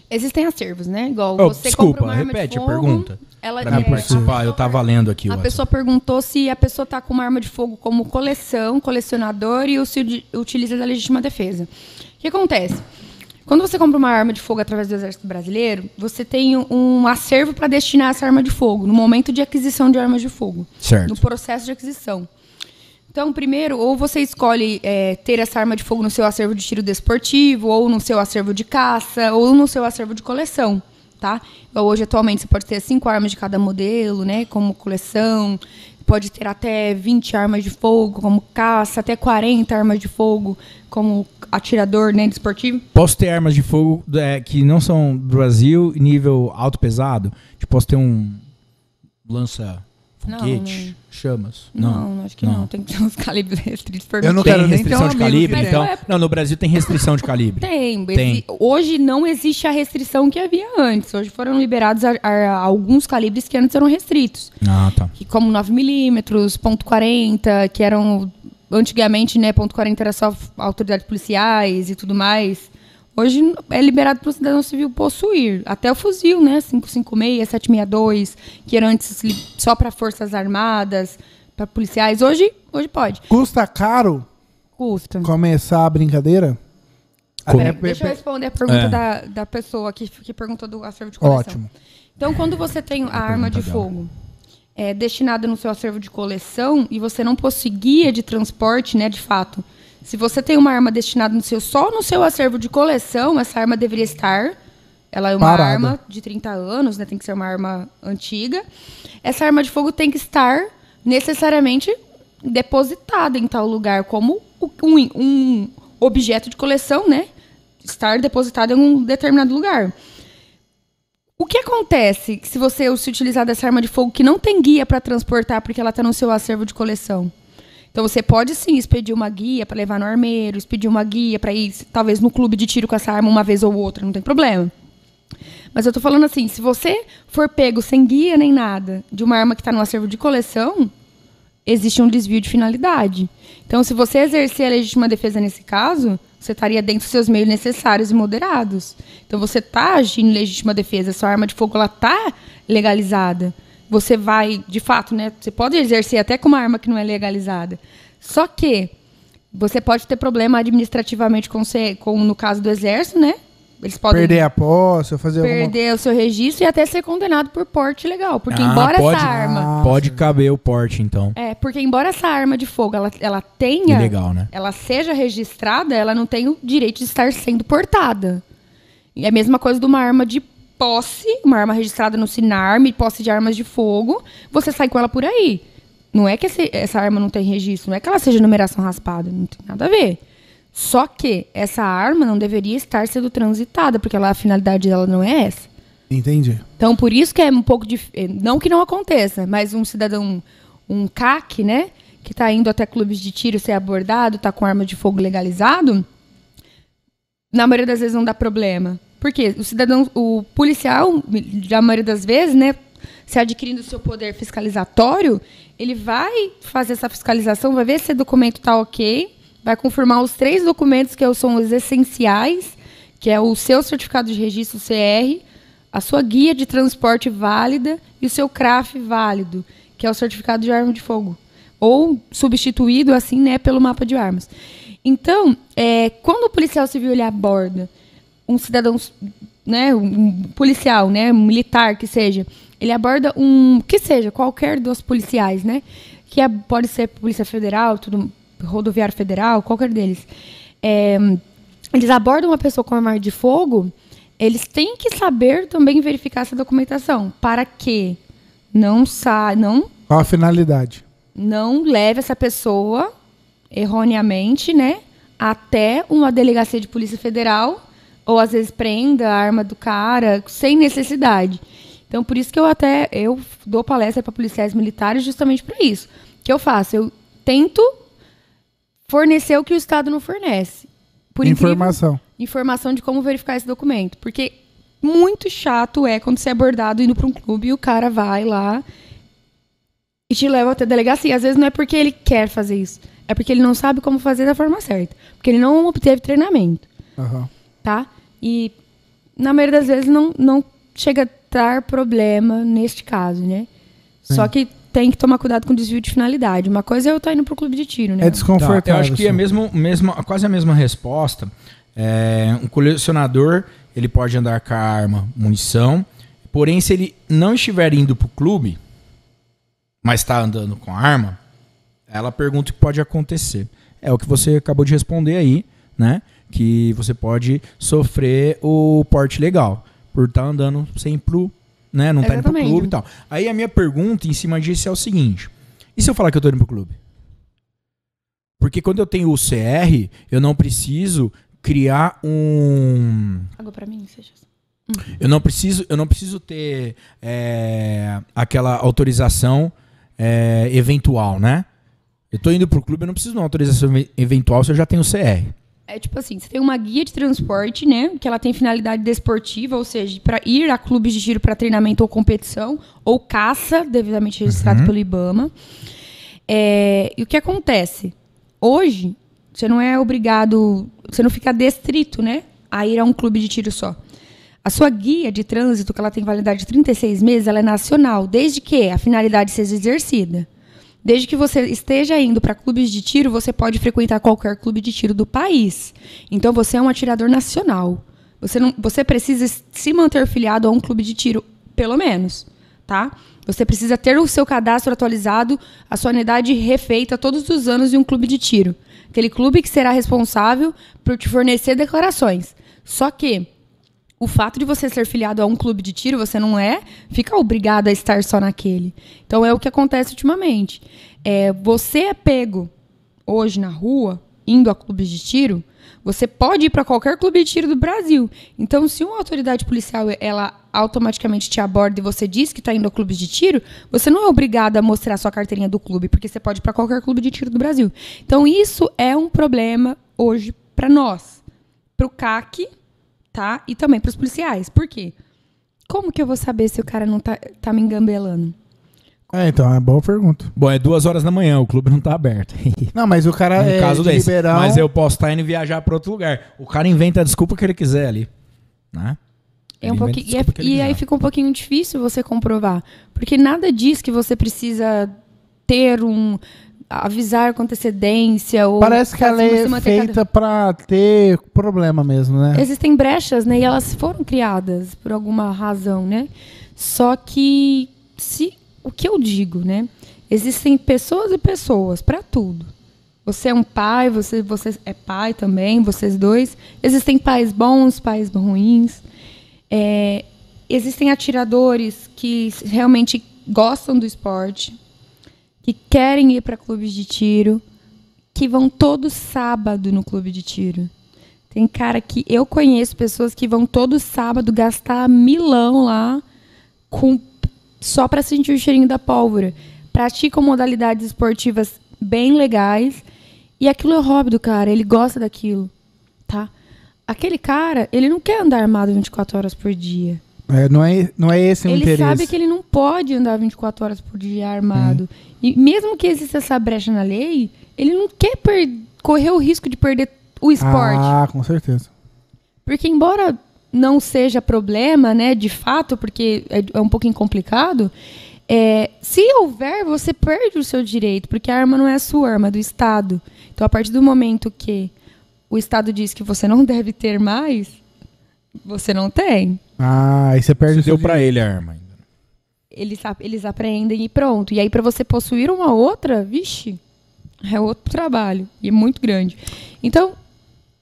Existem acervos, né? Igual Ô, você compra Oh, desculpa, uma arma repete de a fogo, pergunta. Ela Pra mim é, a participar, pessoa- eu tava lendo aqui. o A WhatsApp. pessoa perguntou se a pessoa tá com uma arma de fogo como coleção, colecionador e o se ud- utiliza da legítima defesa. O que acontece? Quando você compra uma arma de fogo através do Exército Brasileiro, você tem um acervo para destinar essa arma de fogo no momento de aquisição de armas de fogo, no Certo. processo de aquisição. Então, primeiro, ou você escolhe é, ter essa arma de fogo no seu acervo de tiro desportivo, ou no seu acervo de caça, ou no seu acervo de coleção, tá? Igual hoje, atualmente, você pode ter cinco armas de cada modelo, né? Como coleção, pode ter até 20 armas de fogo como caça, até 40 armas de fogo como atirador, né? Desportivo. Posso ter armas de fogo é, que não são do Brasil, nível alto pesado? Tipo, posso ter um lança foguete, chamas? Não, acho que não. Tem que ter uns calibres restritos. Eu não Tem quero nem ter um restrição de amigo que calibre, tem. então? Mas não Não, no Brasil tem restrição de calibre. Tem. Tem. Exi- Hoje não existe a restrição que havia antes. Hoje foram liberados a- a- alguns calibres que antes eram restritos. Ah, tá. Que como 9mm, .40, que eram... Antigamente, né, .40 era só f- autoridades policiais e tudo mais. Hoje n- é liberado para o cidadão civil possuir. Até o fuzil, né? 556, 762, que era antes li- só para forças armadas, para policiais. Hoje, hoje pode. Custa caro Custa. começar a brincadeira? Como? Até pe- Deixa eu pe- responder a pergunta É. da, da pessoa que, que perguntou do acervo de coleção. Ótimo. Então, quando você tem a arma de dela. fogo é, destinada no seu acervo de coleção e você não possui guia de transporte, né, de fato, se você tem uma arma destinada no seu, só no seu acervo de coleção, essa arma deveria estar. Ela é uma Parada. arma de 30 anos, né, tem que ser uma arma antiga. Essa arma de fogo tem que estar necessariamente depositada em tal lugar, como o- um, um objeto de coleção, né? Estar depositada em um determinado lugar. O que acontece se você se utilizar dessa arma de fogo que não tem guia para transportar porque ela está no seu acervo de coleção? Então você pode sim expedir uma guia para levar no armeiro, expedir uma guia para ir talvez no clube de tiro com essa arma uma vez ou outra, não tem problema. Mas eu tô falando assim, se você for pego sem guia nem nada de uma arma que está no acervo de coleção, existe um desvio de finalidade. Então, se você exercer a legítima defesa nesse caso, você estaria dentro dos seus meios necessários e moderados. Então, você está agindo em legítima defesa, sua arma de fogo ela está legalizada. Você vai, de fato, né? Você pode exercer até com uma arma que não é legalizada. Só que você pode ter problema administrativamente com, você- como no caso do exército, né? Eles podem Perder a posse, ou fazer alguma perder o seu registro e até ser condenado por porte legal. Porque Ah, embora pode- essa arma. Pode caber o porte, então. É, porque embora essa arma de fogo ela, ela tenha. Ilegal, né? Ela seja registrada, ela não tem o direito de estar sendo portada. E é a mesma coisa de uma arma de posse, uma arma registrada no Sinarme, posse de armas de fogo, você sai com ela por aí. Não é que esse- essa arma não tem registro, não é que ela seja numeração raspada, não tem nada a ver. Só que essa arma não deveria estar sendo transitada, porque ela, a finalidade dela não é essa. Entendi. Então, por isso que é um pouco dif- eh, Não que não aconteça, mas um cidadão, um CAC, né? Que tá indo até clubes de tiro ser abordado, tá com arma de fogo legalizado, na maioria das vezes não dá problema. Porque o cidadão, o policial, na maioria das vezes, né? Se adquirindo o seu poder fiscalizatório, ele vai fazer essa fiscalização, vai ver se o documento tá ok, vai confirmar os três documentos que são os essenciais, que é o seu certificado de registro CR, a sua guia de transporte válida e o seu CRAF válido, que é o certificado de arma de fogo. Ou substituído, assim, né, pelo mapa de armas. Então, é, quando o policial civil ele aborda um cidadão, né, um policial, né, um militar que seja, ele aborda um, que seja, qualquer dos policiais, né, que é- pode ser polícia federal, tudo, rodoviário federal, qualquer deles. É, eles abordam uma pessoa com arma de fogo, eles têm que saber também verificar essa documentação para que não sa não Qual a finalidade? não leve essa pessoa erroneamente, né, até uma delegacia de polícia federal ou às vezes prenda a arma do cara sem necessidade. Então por isso que eu até eu dou palestra para policiais militares justamente para isso. O que eu faço? Eu tento fornecer o que o Estado não fornece. Por incrível Informação. informação de como verificar esse documento. Porque muito chato é quando você é abordado indo para um clube e o cara vai lá e te leva até a delegacia. Às vezes não é porque ele quer fazer isso, é porque ele não sabe como fazer da forma certa. Porque ele não obteve treinamento, Aham. tá? E na maioria das vezes não, não chega a dar problema neste caso, né? Só que tem que tomar cuidado com o desvio de finalidade. Uma coisa é eu estar indo pro clube de tiro, né? É Tá, desconfortável. eu acho que é assim. mesmo, mesmo, quase a mesma resposta. É, um colecionador ele pode andar com a arma, munição, porém se ele não estiver indo pro clube, mas está andando com a arma, ela pergunta o que pode acontecer. É o que você acabou de responder aí, né? Que você pode sofrer o porte legal por estar andando sem ir pro, né? Não tá indo pro Exatamente. clube e tal. Aí a minha pergunta em cima disso é o seguinte: e se eu falar que eu tô indo pro clube? Porque quando eu tenho o CR, eu não preciso criar um. Água para mim, seja Eu não preciso, eu não preciso ter é, aquela autorização é, eventual, né? Eu tô indo pro clube, eu não preciso de uma autorização ev- eventual se eu já tenho o CR. É tipo assim, você tem uma guia de transporte, né? Que ela tem finalidade desportiva, ou seja, para ir a clubes de tiro para treinamento ou competição, ou caça, devidamente registrado pelo IBAMA. É, e o que acontece? Hoje, você não é obrigado, você não fica destrito, né? A ir a um clube de tiro só. A sua guia de trânsito, que ela tem validade de 36 meses, ela é nacional, desde que é a finalidade seja exercida. Desde que você esteja indo para clubes de tiro, você pode frequentar qualquer clube de tiro do país. Então você é um atirador nacional. Você não, você precisa s- se manter filiado a um clube de tiro, pelo menos, tá? Você precisa ter o seu cadastro atualizado, a sua unidade refeita todos os anos de um clube de tiro. Aquele clube que será responsável por te fornecer declarações. Só que o fato de você ser filiado a um clube de tiro, você não é, fica obrigado a estar só naquele. Então é o que acontece ultimamente. É, você é pego hoje na rua, indo a clubes de tiro, você pode ir para qualquer clube de tiro do Brasil. Então, se uma autoridade policial ela automaticamente te aborda e você diz que está indo a clubes de tiro, você não é obrigado a mostrar a sua carteirinha do clube, porque você pode ir para qualquer clube de tiro do Brasil. Então, isso é um problema hoje para nós, para o CAC, tá? E também para os policiais. Por quê? Como que eu vou saber se o cara não tá, tá me engambelando? É, então, é boa pergunta. Bom, é duas horas da manhã, o clube não tá aberto. Não, mas o cara No é caso de desse. liberal. Mas eu posso estar indo viajar para outro lugar. O cara inventa a desculpa que ele quiser ali. Né? É Ele um inventa pouquinho, e, é- desculpa que ele e aí quiser. fica um pouquinho difícil você comprovar. Porque nada diz que você precisa ter um. avisar com antecedência. Ou Parece que a fazer- lei você é manter cada- feita pra ter problema mesmo, né? Existem brechas, né? E elas foram criadas por alguma razão, né? Só que se o que eu digo, né? Existem pessoas e pessoas para tudo. Você é um pai, você, você é pai também, vocês dois. Existem pais bons, pais ruins. É, existem atiradores que realmente gostam do esporte, que querem ir para clubes de tiro, que vão todo sábado no clube de tiro. Tem cara que eu conheço pessoas que vão todo sábado gastar milão lá com só para sentir o cheirinho da pólvora. Praticam modalidades esportivas bem legais e aquilo é o hobby do cara, ele gosta daquilo, tá? Aquele cara, ele não quer andar armado 24 horas por dia. É, não, é, não é esse o ele interesse. sabe que ele não pode andar 24 horas por dia armado. Uhum. E mesmo que exista essa brecha na lei, ele não quer per- correr o risco de perder o é esporte. Ah, com certeza. Porque embora não seja problema, né, de fato, porque é, é um pouquinho complicado, é, se houver, você perde o seu direito, porque a arma não é a sua, a arma é do Estado. Então, a partir do momento que o Estado diz que você não deve ter mais, você não tem. Ah, aí você perde Você o seu deu pra ele a arma ainda. Eles, ap- eles apreendem e pronto. E aí, para você possuir uma outra, vixe, é outro trabalho. E é muito grande. Então,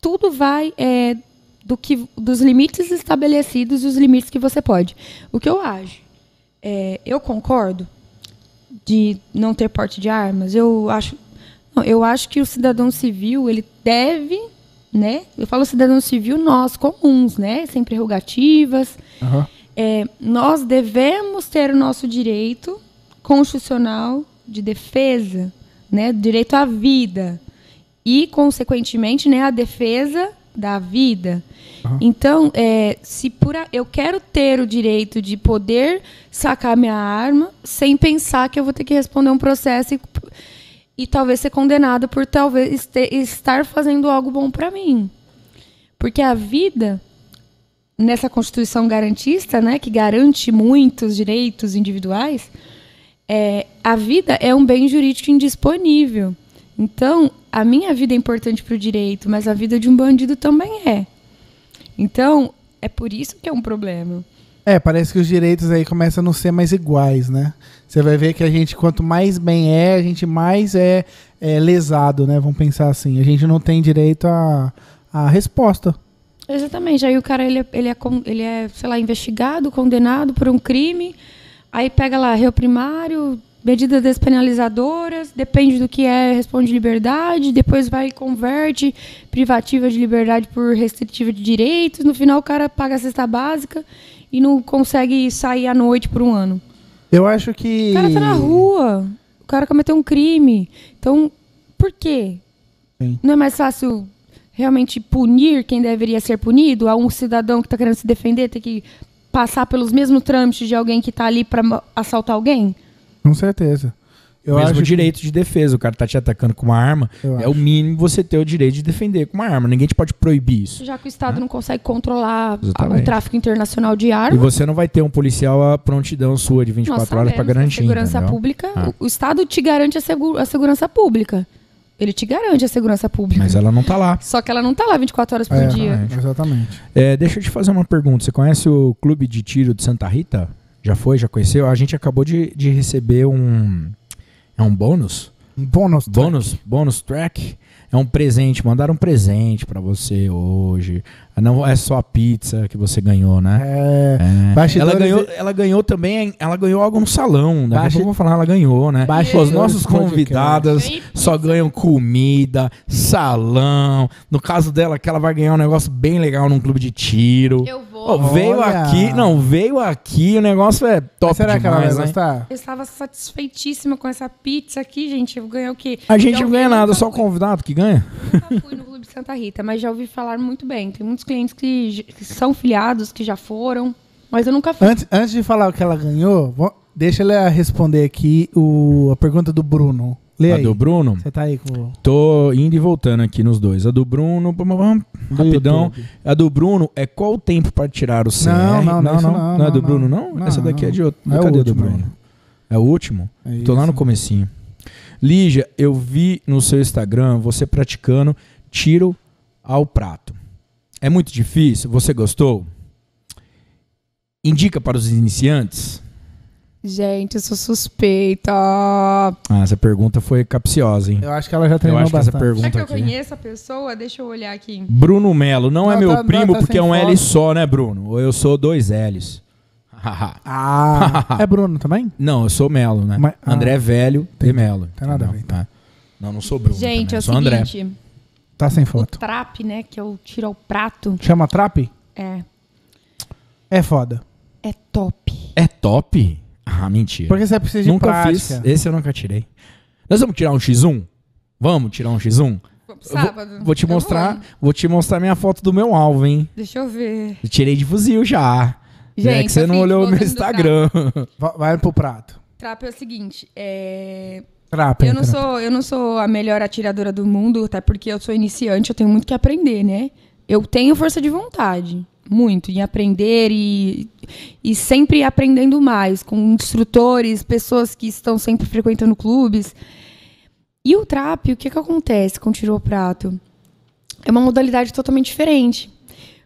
tudo vai é, do que, dos limites estabelecidos e os limites que você pode. O que eu acho? é, eu concordo de não ter porte de armas. Eu acho, não, eu acho que o cidadão civil, ele deve, né? Eu falo cidadão civil, nós, comuns, né? Sem prerrogativas, Aham. é, nós devemos ter o nosso direito constitucional de defesa, né, direito à vida e, consequentemente, né, a defesa da vida. Então, é, se por a- eu quero ter o direito de poder sacar minha arma sem pensar que eu vou ter que responder um processo e, e talvez ser condenada por talvez este- estar fazendo algo bom para mim, porque a vida nessa Constituição garantista, né, que garante muitos direitos individuais, é, a vida é um bem jurídico indisponível. Então, a minha vida é importante para o direito, mas a vida de um bandido também é. Então, é por isso que é um problema. É, parece que os direitos aí começam a não ser mais iguais, né? Você vai ver que a gente, quanto mais bem é, a gente mais é, é lesado, né? Vamos pensar assim. A gente não tem direito à à resposta. Exatamente. Aí o cara ele é, ele é, con- ele é, sei lá, investigado, condenado por um crime. Aí pega lá réu primário, medidas despenalizadoras, depende do que é, responde liberdade, depois vai e converte privativa de liberdade por restritiva de direitos. No final o cara paga a cesta básica e não consegue sair à noite por um ano. Eu acho que. O cara tá na rua. O cara cometeu um crime. Então, por quê? Sim. Não é mais fácil realmente punir quem deveria ser punido? A um cidadão que tá querendo se defender ter que passar pelos mesmos trâmites de alguém que tá ali pra ma- assaltar alguém? Com certeza. Eu mesmo acho direito de defesa. O cara tá te atacando com uma arma. Eu É o mínimo você ter o direito de defender com uma arma. Ninguém te pode proibir isso. Já que o Estado não consegue controlar a- É. Exatamente. o tráfico internacional de E armas. você não vai ter um policial a prontidão sua de 24 nós horas sabemos pra que a garantir. é, segurança entendeu? pública, Ah. o, o Estado te garante a, segu- a segurança pública. Ele te garante a segurança pública. Mas ela não tá lá. Só que ela não tá lá 24 horas por É, dia. exatamente. Exatamente. É, deixa eu te fazer uma pergunta. Você conhece o Clube de Tiro de Santa Rita? Já foi? Já conheceu? A gente acabou de, de receber um. É um bônus? Um bônus. Bônus? Bônus track? É um presente. Mandaram um presente pra você hoje. Não é só a pizza que você ganhou, né? É, É. Bastidores Ela ganhou, e- ela ganhou também, ela ganhou algo no salão, né? Basti- Daqui a pouco eu vou falar, ela ganhou, né? Bastidores Os nossos podcast. convidados só ganham comida, salão. No caso dela, que ela vai ganhar um negócio bem legal num clube de tiro. Eu vou. Ó, veio Olha! aqui, não, veio aqui, o negócio é top Mas será que ela vai demais, né? gostar? Eu estava satisfeitíssima com essa pizza aqui, gente. Eu vou ganhar o quê? A gente Já não ouvi- ganha nada, nunca só o fui- convidado que ganha. Nunca fui no Clube de Santa Rita, mas já ouvi falar muito bem. Tem muitos clientes que, j- que são filiados, que já foram, mas eu nunca fui. Antes, antes de falar o que ela ganhou, vo- deixa ela responder aqui o, a pergunta do Bruno. Lê A aí. do Bruno, Você tá aí com tô indo e voltando aqui nos dois. A do Bruno, bam, bam, bam, o rapidão. YouTube. A do Bruno é qual o tempo para tirar o CR? Não, não, não, não. isso não, não, é não, do Bruno, não? não. Essa daqui Não, é de outro. não. É o Cadê a do último, Bruno? É o último? É Tô lá isso. no comecinho. Lígia, eu vi no seu Instagram você praticando tiro ao prato. É muito difícil? Você gostou? Indica para os iniciantes? Gente, eu sou suspeita. Ah, essa pergunta foi capciosa, hein? Eu acho que ela já Eu, treinou acho que essa bastante. pergunta Será que eu aqui- conheço a pessoa? Deixa eu olhar aqui. Bruno Melo, não, é Não, meu tá- não, primo tá porque é sem um L foto. só, né, Bruno? Ou eu sou dois L's. Ah, é Bruno também? não, eu sou Melo, né? Mas- ah. André Velho de Melo. Tem nada a ver, então. entendeu? É. Não, não sou Bruno. Gente, também, é o né? sou André. seguinte. Tá sem O foto. trap, né? Que é o tiro ao prato. Chama Trap? É, É foda. é top. É top? Ah, mentira. Porque você precisa de nunca prática. fiz. Esse eu nunca tirei. Nós vamos tirar um X1? Vamos tirar um X1? Sábado. Vou te Eu mostrar, vou te mostrar minha foto do meu alvo, hein? Deixa eu ver. Eu tirei de fuzil já. é Gente, que você não assim, olhou o meu voltando do Instagram. Va- Vai pro prato. Trap é o seguinte, é... Trap. Eu não, trap. sou, eu não sou a melhor atiradora do mundo, até porque eu sou iniciante, eu tenho muito que aprender, né? Eu tenho força de vontade, muito, em aprender e, e sempre aprendendo mais, com instrutores, pessoas que estão sempre frequentando clubes. E o trap, o que, que acontece com o tiro ao prato? É uma modalidade totalmente diferente.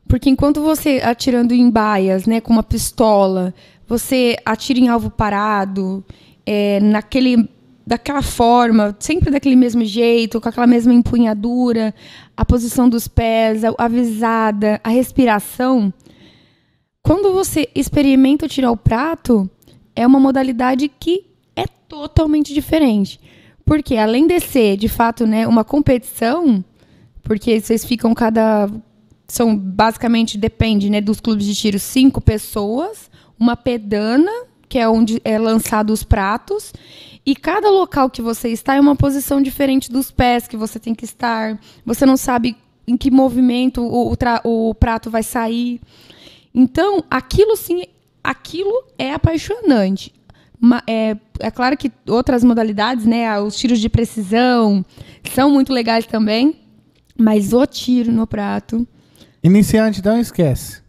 Porque enquanto você atirando em baias, né, com uma pistola, você atira em alvo parado, é, naquele, daquela forma, sempre daquele mesmo jeito, com aquela mesma empunhadura, a posição dos pés, a, a visada, a respiração. Quando você experimenta o tirar o prato, é uma modalidade que é totalmente diferente. Porque além de ser, de fato, né, uma competição, porque vocês ficam cada. São basicamente, depende né, dos clubes de tiro, cinco pessoas, uma pedana, que é onde é lançado os pratos, e cada local que você está é uma posição diferente dos pés que você tem que estar. Você não sabe em que movimento o, o tra- o prato vai sair. Então, aquilo sim, aquilo é apaixonante. Ma- é, é claro que outras modalidades, né, ah, os tiros de precisão, são muito legais também, mas o tiro no prato. Iniciante, não esquece.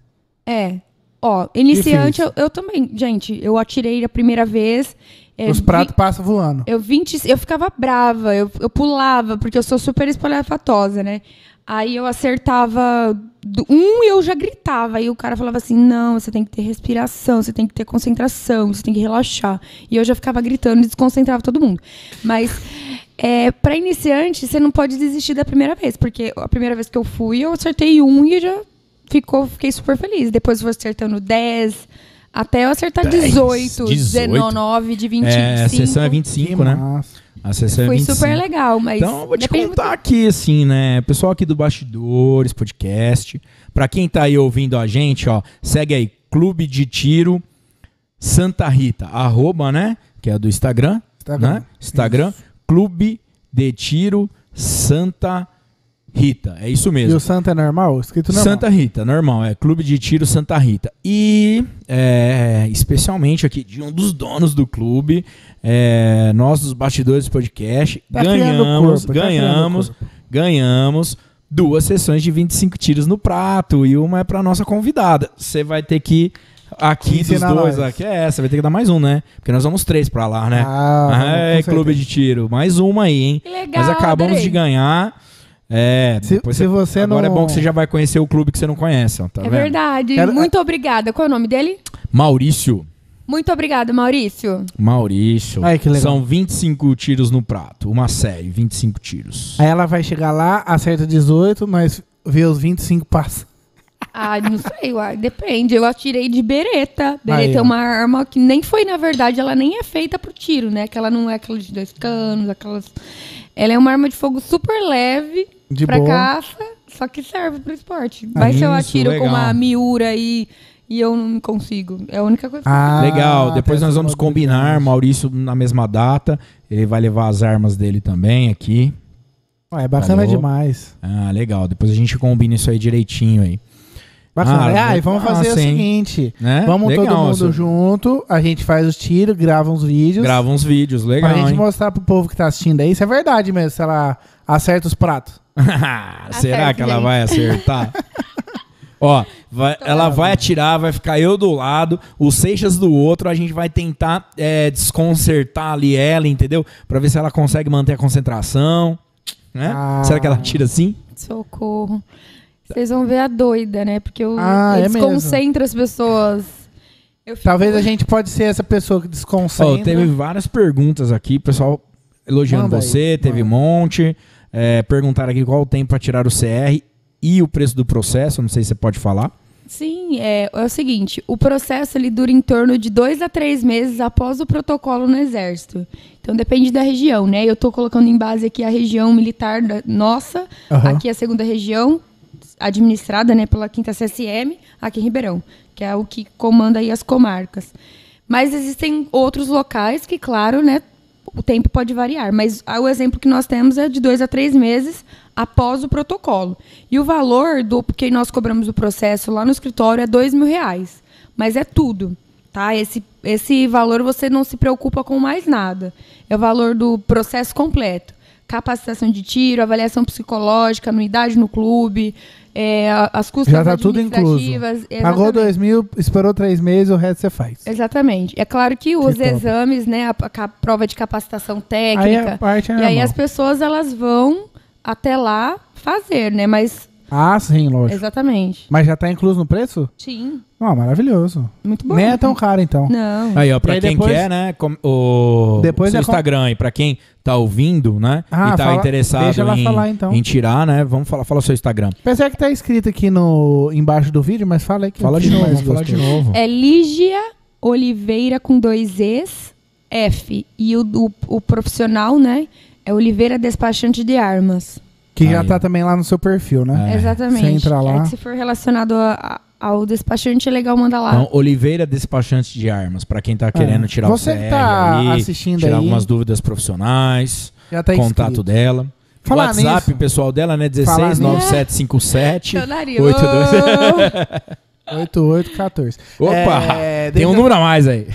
É. Ó, iniciante, eu, eu também. Gente, eu atirei a primeira vez. é, Os vi- pratos passam voando. eu, 20, eu ficava brava, eu, eu pulava, porque eu sou super espalhafatosa, né? Aí eu acertava do- um e eu já gritava. Aí o cara falava assim: não, você tem que ter respiração, você tem que ter concentração, você tem que relaxar. E eu já ficava gritando e desconcentrava todo mundo. Mas é, para iniciante, você não pode desistir da primeira vez, porque a primeira vez que eu fui, eu acertei um e já ficou, fiquei super feliz. Depois eu vou acertando 10, até eu acertar 10, 18, 19, de 25. É, a sessão é 25, né? massa. A sessão é Foi 25. super legal, mas. Então, eu vou te depende muito- contar aqui, assim, né? Pessoal aqui do Bastidores, podcast. Pra quem tá aí ouvindo a gente, ó, segue aí, Clube de Tiro Santa Rita, arroba, né? Que é do Instagram, Instagram. né? Instagram, Clube de Tiro Santa Rita. É isso E mesmo. o Santa é normal? Escrito normal. Santa Rita, normal, é Clube de Tiro Santa Rita. E é, especialmente aqui de um dos donos do clube, é, nós dos bastidores do podcast, Tá criando ganhamos, corpo, tá ganhamos, criando ganhamos duas sessões de 25 tiros no prato e uma é para nossa convidada. Você vai ter que aqui dos Ensinar dois nós. aqui é, você vai ter que dar mais um, né? Porque nós vamos três pra lá, né? Ah, vamos, é, com clube certeza. de tiro, mais uma aí, hein? Que legal, Nós acabamos adorei. de ganhar. É, Se, depois se você você Agora não... é bom que você já vai conhecer o clube que você não conhece, ó, tá É vendo? verdade. Quero- Muito obrigada. Qual é o nome dele? Maurício. Muito obrigada, Maurício. Maurício. Ai, que legal. São 25 tiros no prato. Uma série, 25 tiros. Aí ela vai chegar lá, acerta 18, mas vê os 25 passa. Ah, não sei, uai, depende. Eu atirei de bereta. Bereta Aí, ó. é uma arma que nem foi, na verdade, ela nem é feita pro tiro, né? Que ela não é aquela de dois canos, aquelas. Ela é uma arma de fogo super leve De pra boa. caça, só que serve pro esporte. Vai se eu Ah, isso, atiro legal. com uma miura e, e eu não consigo. É a única coisa. Ah, Legal, depois tem nós essa vamos modalidade. combinar, Maurício na mesma data. Ele vai levar as armas dele também aqui. Ué, é bacana Falou. demais. Ah, legal. Depois a gente combina isso aí direitinho aí. Bacana. Ah, Ah, e vamos massa, fazer o hein? seguinte. Né? Vamos legal, todo mundo você junto, a gente faz os tiros, grava uns vídeos. Grava uns vídeos, Pra legal, gente hein? mostrar pro povo que tá assistindo aí, se é verdade mesmo, se ela acerta os pratos. Será Acerta, que ela gente. vai acertar? Ó, vai- ela vai atirar, vai ficar eu do lado, o Seixas do outro, a gente vai tentar é, desconcertar ali ela, entendeu? Pra ver se ela consegue manter a concentração. Né? Ah. Será que ela atira assim? Socorro. Vocês vão ver a doida, né? Porque eu, Ah, eu é mesmo. desconcentro as pessoas. Eu fico- Talvez a gente pode ser essa pessoa que desconcentra. Ó, teve várias perguntas aqui, pessoal elogiando Manda aí, você, teve um monte. É, perguntaram aqui qual o tempo pra tirar o CR e o preço do processo, não sei se você pode falar. Sim, é, é o seguinte, o processo ele dura em torno de dois a três meses após o protocolo no Exército. Então depende da região, né? Eu estou colocando em base aqui a região militar da- nossa, Aham. aqui a segunda região, administrada né, pela quinta CSM, aqui em Ribeirão, que é o que comanda aí as comarcas. Mas existem outros locais que, claro, né, o tempo pode variar, mas ah, o exemplo que nós temos é de dois a três meses após o protocolo. E o valor do que nós cobramos o processo lá no escritório é dois mil reais. Mas é tudo. Tá? Esse, esse valor você não se preocupa com mais nada. É o valor do processo completo capacitação de tiro, avaliação psicológica, anuidade no clube, é, a- as custas Já tá tudo incluso. administrativas, Pagou exatamente. dois mil, esperou três meses, o resto você faz. Exatamente. É claro que os top. exames, né, a, a ca- prova de capacitação Aí técnica, a parte é e aí normal. as pessoas elas vão até lá fazer, né? Mas Ah, sim, lógico. exatamente. Mas já tá incluso no preço? Sim, Ah, maravilhoso. muito bom. Nem é tão caro, então. Não. Aí, ó, pra E aí quem depois- quer, né? com- o Depois seu é com- Instagram e pra quem tá ouvindo, né? Ah, e tá fala- interessado deixa ela em, falar, então. em tirar, né? Vamos falar, fala o seu Instagram. Apesar que tá escrito aqui no, embaixo do vídeo, mas fala aí que Fala de fica novo, mais vamos falar de gostoso. novo. É Lígia Oliveira com dois Es, F. E o, o, o profissional, né? É Oliveira Despachante de Armas. Que já Aí. tá também lá no seu perfil, né? É. Exatamente. Você entra lá. É que se for relacionado a- a- ao despachante, é legal mandar lá. Então, Oliveira Despachante de Armas, pra quem tá querendo tirar É. Ah, Você o que CR tá aí, assistindo tirar aí. algumas dúvidas profissionais, Já tá contato inscrito. dela. Falar WhatsApp nisso. pessoal dela, né? Falar 16 nisso. 9757 Dicionário. 82. 8814. Opa! É, tem deixa, um número a mais aí.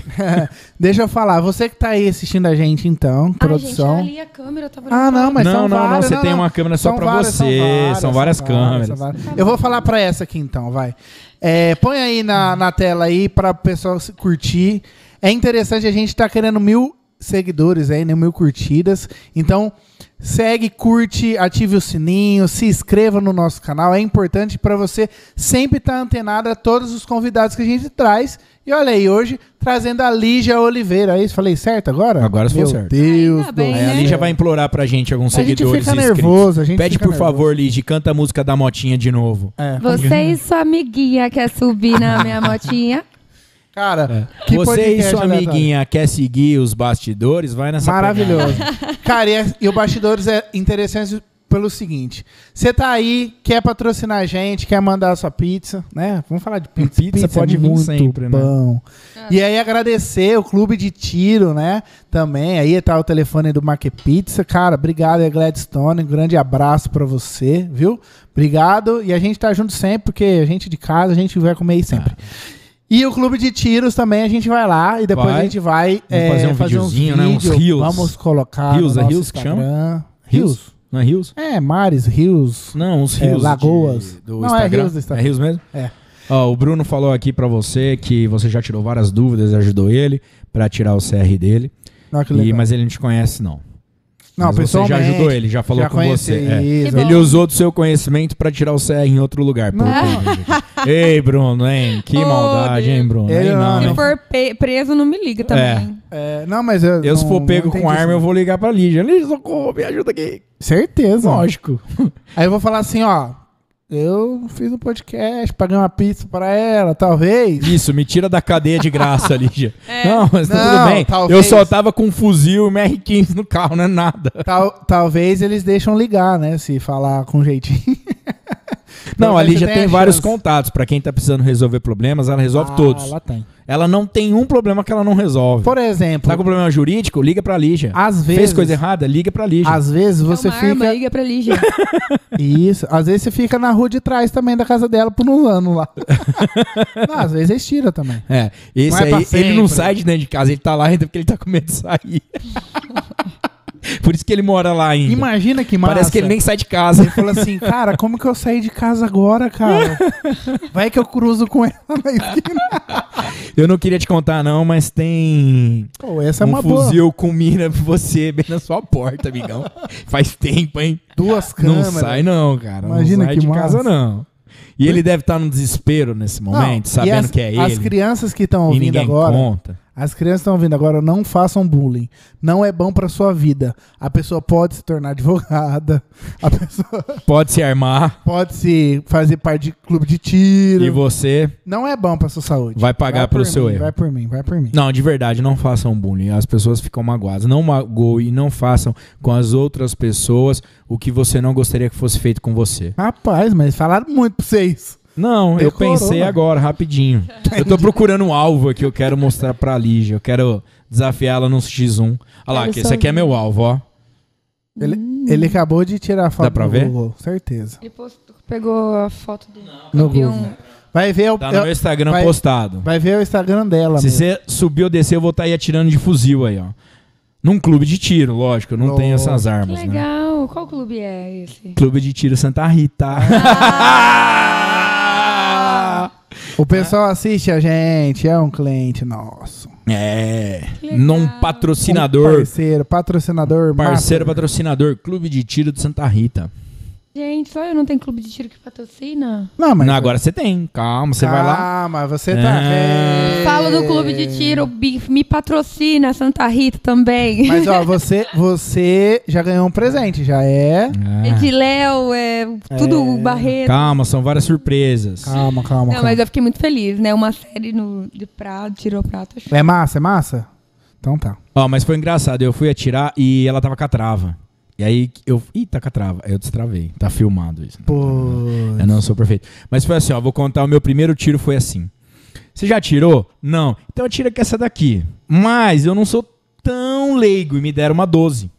deixa eu falar. Você que tá aí assistindo a gente, então, Ai, gente, produção. ali a câmera eu tava ah, não, mas não, são não, várias. não. Você tem uma câmera só São pra várias, você. São várias, são câmeras. são várias. Eu vou falar pra essa aqui então, vai. É, põe aí na, na tela aí para o pessoal se curtir. É interessante, a gente tá querendo mil seguidores aí, né? Mil curtidas. Então, segue, curte, ative o sininho, se inscreva no nosso canal. É importante pra você sempre estar antenado a todos os convidados que a gente traz. E olha aí, hoje trazendo a Lígia Oliveira. É isso? Falei certo agora? Agora você Meu falou certo. Deus Ainda do Aí bem, a céu. né? Lígia vai implorar pra gente alguns É. A gente seguidores fica e inscritos. nervoso, a gente Pede fica por nervoso. favor, Lígia, canta a música da Motinha de novo. É. Você e sua amiguinha quer subir na minha motinha? Cara, que É. Você e podcast sua aleatório. amiguinha quer seguir os bastidores? Vai nessa Maravilhoso. Cara, e, é- e o Bastidores é interessante pelo seguinte: você tá aí, quer patrocinar a gente, quer mandar a sua pizza, né? Vamos falar de pizza. Pizza pode é vir muito sempre, né? bom. E aí agradecer o clube de tiro, né? Também. Aí tá o telefone do Mac Pizza. Cara, obrigado, é Gladstone. Um grande abraço pra você, viu? Obrigado. E a gente tá junto sempre, porque a gente de casa, a gente vai comer aí sempre. E o clube de tiros também, a gente vai lá e depois Ah. Vai. a gente vai Vamos fazer um videozinho, né? Uns reels. Vamos colocar Reels, no é nosso reels que Instagram. Rios? Não é Rios? É, mares, rios. Não, os É, rios. de- lagoas. do Não, é Instagram. rios do Instagram. É rios mesmo? É. Ó, o Bruno falou aqui pra você que você já tirou várias dúvidas, ajudou ele pra tirar o CR dele. Não, que E- legal. mas ele não te conhece, não. não, mas você já pessoalmente, ajudou ele, já falou com conheci, você, é. isso. Que Ele usou do seu conhecimento pra tirar o CR em outro lugar. pelo que eu vi. Ei, Bruno, hein? Que Oh, maldade, Deus. hein, Bruno? Ele Aí não, não, né? Se hein? for pe- preso, não me liga também. É, não, mas eu. Eu, se não- for não pego entendi com arma, isso. eu vou ligar pra Lígia. Lígia, socorro, me ajuda aqui. Certeza. Lógico. Aí eu vou falar assim, ó. Eu fiz um podcast, paguei uma pizza pra ela, talvez. Isso, me tira da cadeia de graça, Lígia. Não, mas tá Não, tudo bem. Eu talvez. só tava com um fuzil e uma R15 no carro, não é nada. Tal- talvez eles deixam ligar, né? Se falar com jeitinho. Não, a Talvez Lígia você tem, tenha vários chance. contatos. Pra quem tá precisando resolver problemas, ela resolve Ah, todos. Lá tem. Ela não tem um problema que ela não resolve. Por exemplo, Tá com problema jurídico? Liga pra Lígia. às vezes. é? Fez coisa errada? Liga pra Lígia. Às vezes Quer você É uma arma, fica. liga pra Lígia. Isso. Às vezes você fica na rua de trás também da casa dela por um ano lá. Não, às vezes eles tiram também. É, esse Não é pra aí, ele sempre. não sai de dentro de casa, ele tá lá ainda porque ele tá com medo de sair. Por isso que ele mora lá ainda. Imagina que massa. Parece que ele nem sai de casa. Ele falou assim, cara, como que eu saí de casa agora, cara? Vai que eu cruzo com ela na esquina. Eu não queria te contar, não, mas tem Pô, essa é um uma boa. fuzil com mira pra você bem na sua porta, amigão. Faz tempo, hein? Duas Não câmeras. sai, não, cara. Imagina não sai que de casa, massa. não. E ele deve estar num desespero nesse Não, momento, e sabendo as- que é As ele. crianças que estão E ouvindo ninguém agora, conta. As crianças estão ouvindo agora, não façam bullying. Não é bom para sua vida. A pessoa pode se tornar advogada, a pessoa Pode se armar pode se fazer parte de clube de tiro. e você. Não é bom para sua saúde. Vai pagar por pelo seu mim, erro. Vai por mim, vai por mim. Não, de verdade, não façam bullying. As pessoas ficam magoadas. Não magoe, não façam com as outras pessoas o que você não gostaria que fosse feito com você. Rapaz, mas falaram muito pra vocês. Não, eu Decorou, pensei né? agora, rapidinho. Eu tô procurando um alvo aqui, eu quero mostrar pra Lígia. Eu quero desafiar ela nos X1. Olha lá, Quero que só esse aqui é ver. meu alvo, ó. Ele, Hum. ele acabou de tirar a foto Dá pra no ver? Google, certeza. Ele postou- pegou a foto dele. No Eu vi Google. um- Vai ver o, Tá no meu Instagram vai- postado. vai ver o Instagram dela. Se mesmo. você subir ou descer, eu vou estar aí atirando de fuzil aí, ó. Num clube de tiro, lógico, eu não tenho Nossa. essas Que armas, né? legal. Qual clube é esse? Clube de tiro Santa Rita. Ah! O pessoal assiste a gente, é um cliente nosso. é. legal. Num Um patrocinador. parceiro, patrocinador. master. Parceiro patrocinador, Clube de Tiro de Santa Rita. Gente, só eu não tenho clube de tiro que patrocina? Não, mas Não, agora você tem. Calma, você vai lá. Ah, mas você tá. É. Ei. Falo do clube de tiro, bi- me patrocina Santa Rita também. Mas ó, você, você já ganhou um presente, já é. É. Ediléo, é tudo É. Barreto. Calma, são várias surpresas. Calma, calma, Não, calma. mas eu fiquei muito feliz, né? Uma série no, de prato, tirou prato. acho- É massa, é massa? Então tá. Ó, mas foi engraçado. Eu fui atirar e ela tava com a trava. E aí eu. Ih, tá com a trava. Aí eu destravei. Tá filmado isso. Pô. Eu não sou perfeito. Mas foi assim, ó. Vou contar. O meu primeiro tiro foi assim. Você já atirou? Não. Então atira com essa daqui. Mas eu não sou tão leigo e me deram uma 12.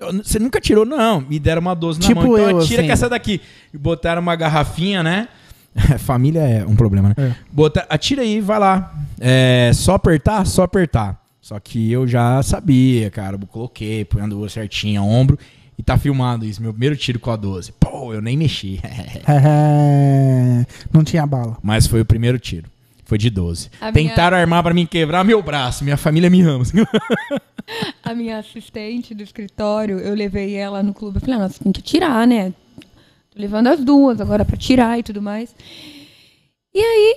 Eu n- Você nunca tirou? Não. Me deram uma 12 na Tipo mão. Então eu, atira assim. com essa daqui. E botaram uma garrafinha, né? Família é um problema, né? É. Bota, atira aí, vai lá. É, só apertar, só apertar. Só que eu já sabia, cara. Eu coloquei, põe a 12 certinha, ombro. E tá filmado isso. Meu primeiro tiro com a 12. Pô, eu nem mexi. É, não tinha bala. Mas foi o primeiro tiro. Foi de 12. A minha- Tentaram armar pra mim quebrar meu braço. Minha família me ama. A minha assistente do escritório, eu levei ela no clube. Eu falei, ah, nossa, tem que tirar, né? Tô levando as duas agora pra tirar e tudo mais. E aí,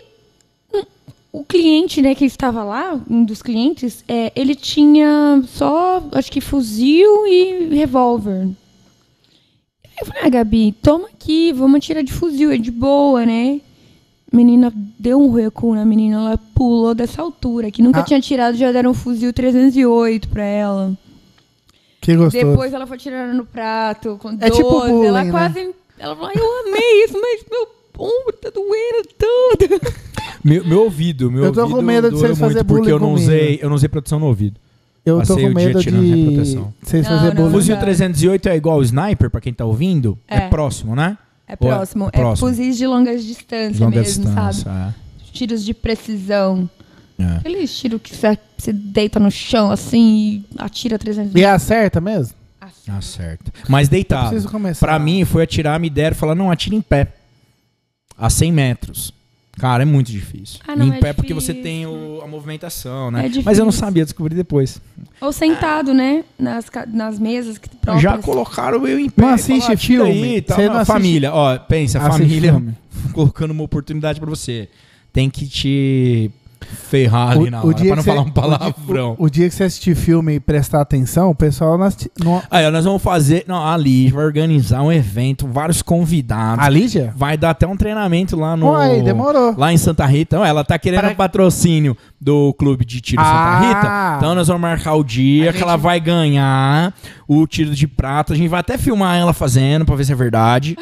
um- o cliente, né, que estava lá, um dos clientes, é, ele tinha só, acho que fuzil e revólver. Aí eu falei, ah, Gabi, toma aqui, vamos tirar de fuzil, é de boa, né? Menina deu um recuo na menina, ela pulou dessa altura, que nunca Ah. tinha tirado, já deram um fuzil 308 pra ela. Que gostoso. Depois ela foi tirando no prato com É 12. tipo bullying, ela né? quase. Ela falou, "Ai, eu amei isso, mas meu ombro tá doendo todo. meu, meu ouvido, meu Eu tô com ouvido medo de doeu vocês muito, fazer porque bullying eu não comigo. usei, eu não usei proteção no ouvido. Eu tô Passei com o dia medo de tirando minha proteção. vocês Não, fazer não, bullying. Fuzil dá. 308 é igual o sniper pra quem tá ouvindo? É, É. próximo, né? É próximo. Ou é- É, próximo. fuzis de longas distâncias Longa mesmo, distância. sabe? Tiros de precisão. é. É. Aqueles tiros que você você deita no chão assim e atira 300 E acerta mesmo? Ah, certo. Mas Eu deitado. preciso começar. Tá. Pra mim, foi atirar, me deram, falar não, atira em pé. A 100 metros. Cara, é muito difícil. Ah, não, em é pé porque você difícil. tem o- a movimentação, né? É Mas eu não difícil. sabia, descobri depois. Ou sentado, né? Nas, ca- nas mesas que próprias. Já colocaram eu em pé. Não assiste Falaram, "Atira filme. Aí, tá, Você não não, assiste- família, ó, pensa, Assiste família filme. colocando uma oportunidade pra você. Tem que te ferrar ali na hora, pra não que falar você- um palavrão. O dia, o dia que você assistir filme e prestar atenção, o pessoal. Nas, no, Aí, ó, nós vamos fazer. Não, a Liz vai organizar um evento, vários convidados. a Lígia? Vai dar até um treinamento lá Ah, no. Oi, Ah. demorou. Lá em Santa Rita. Ó, Ela tá querendo Pra- o patrocínio do Clube de Tiro Ah. Santa Rita. Então nós vamos marcar o dia A que gente- ela vai ganhar o tiro de prata. A gente vai até filmar ela fazendo pra ver se é verdade.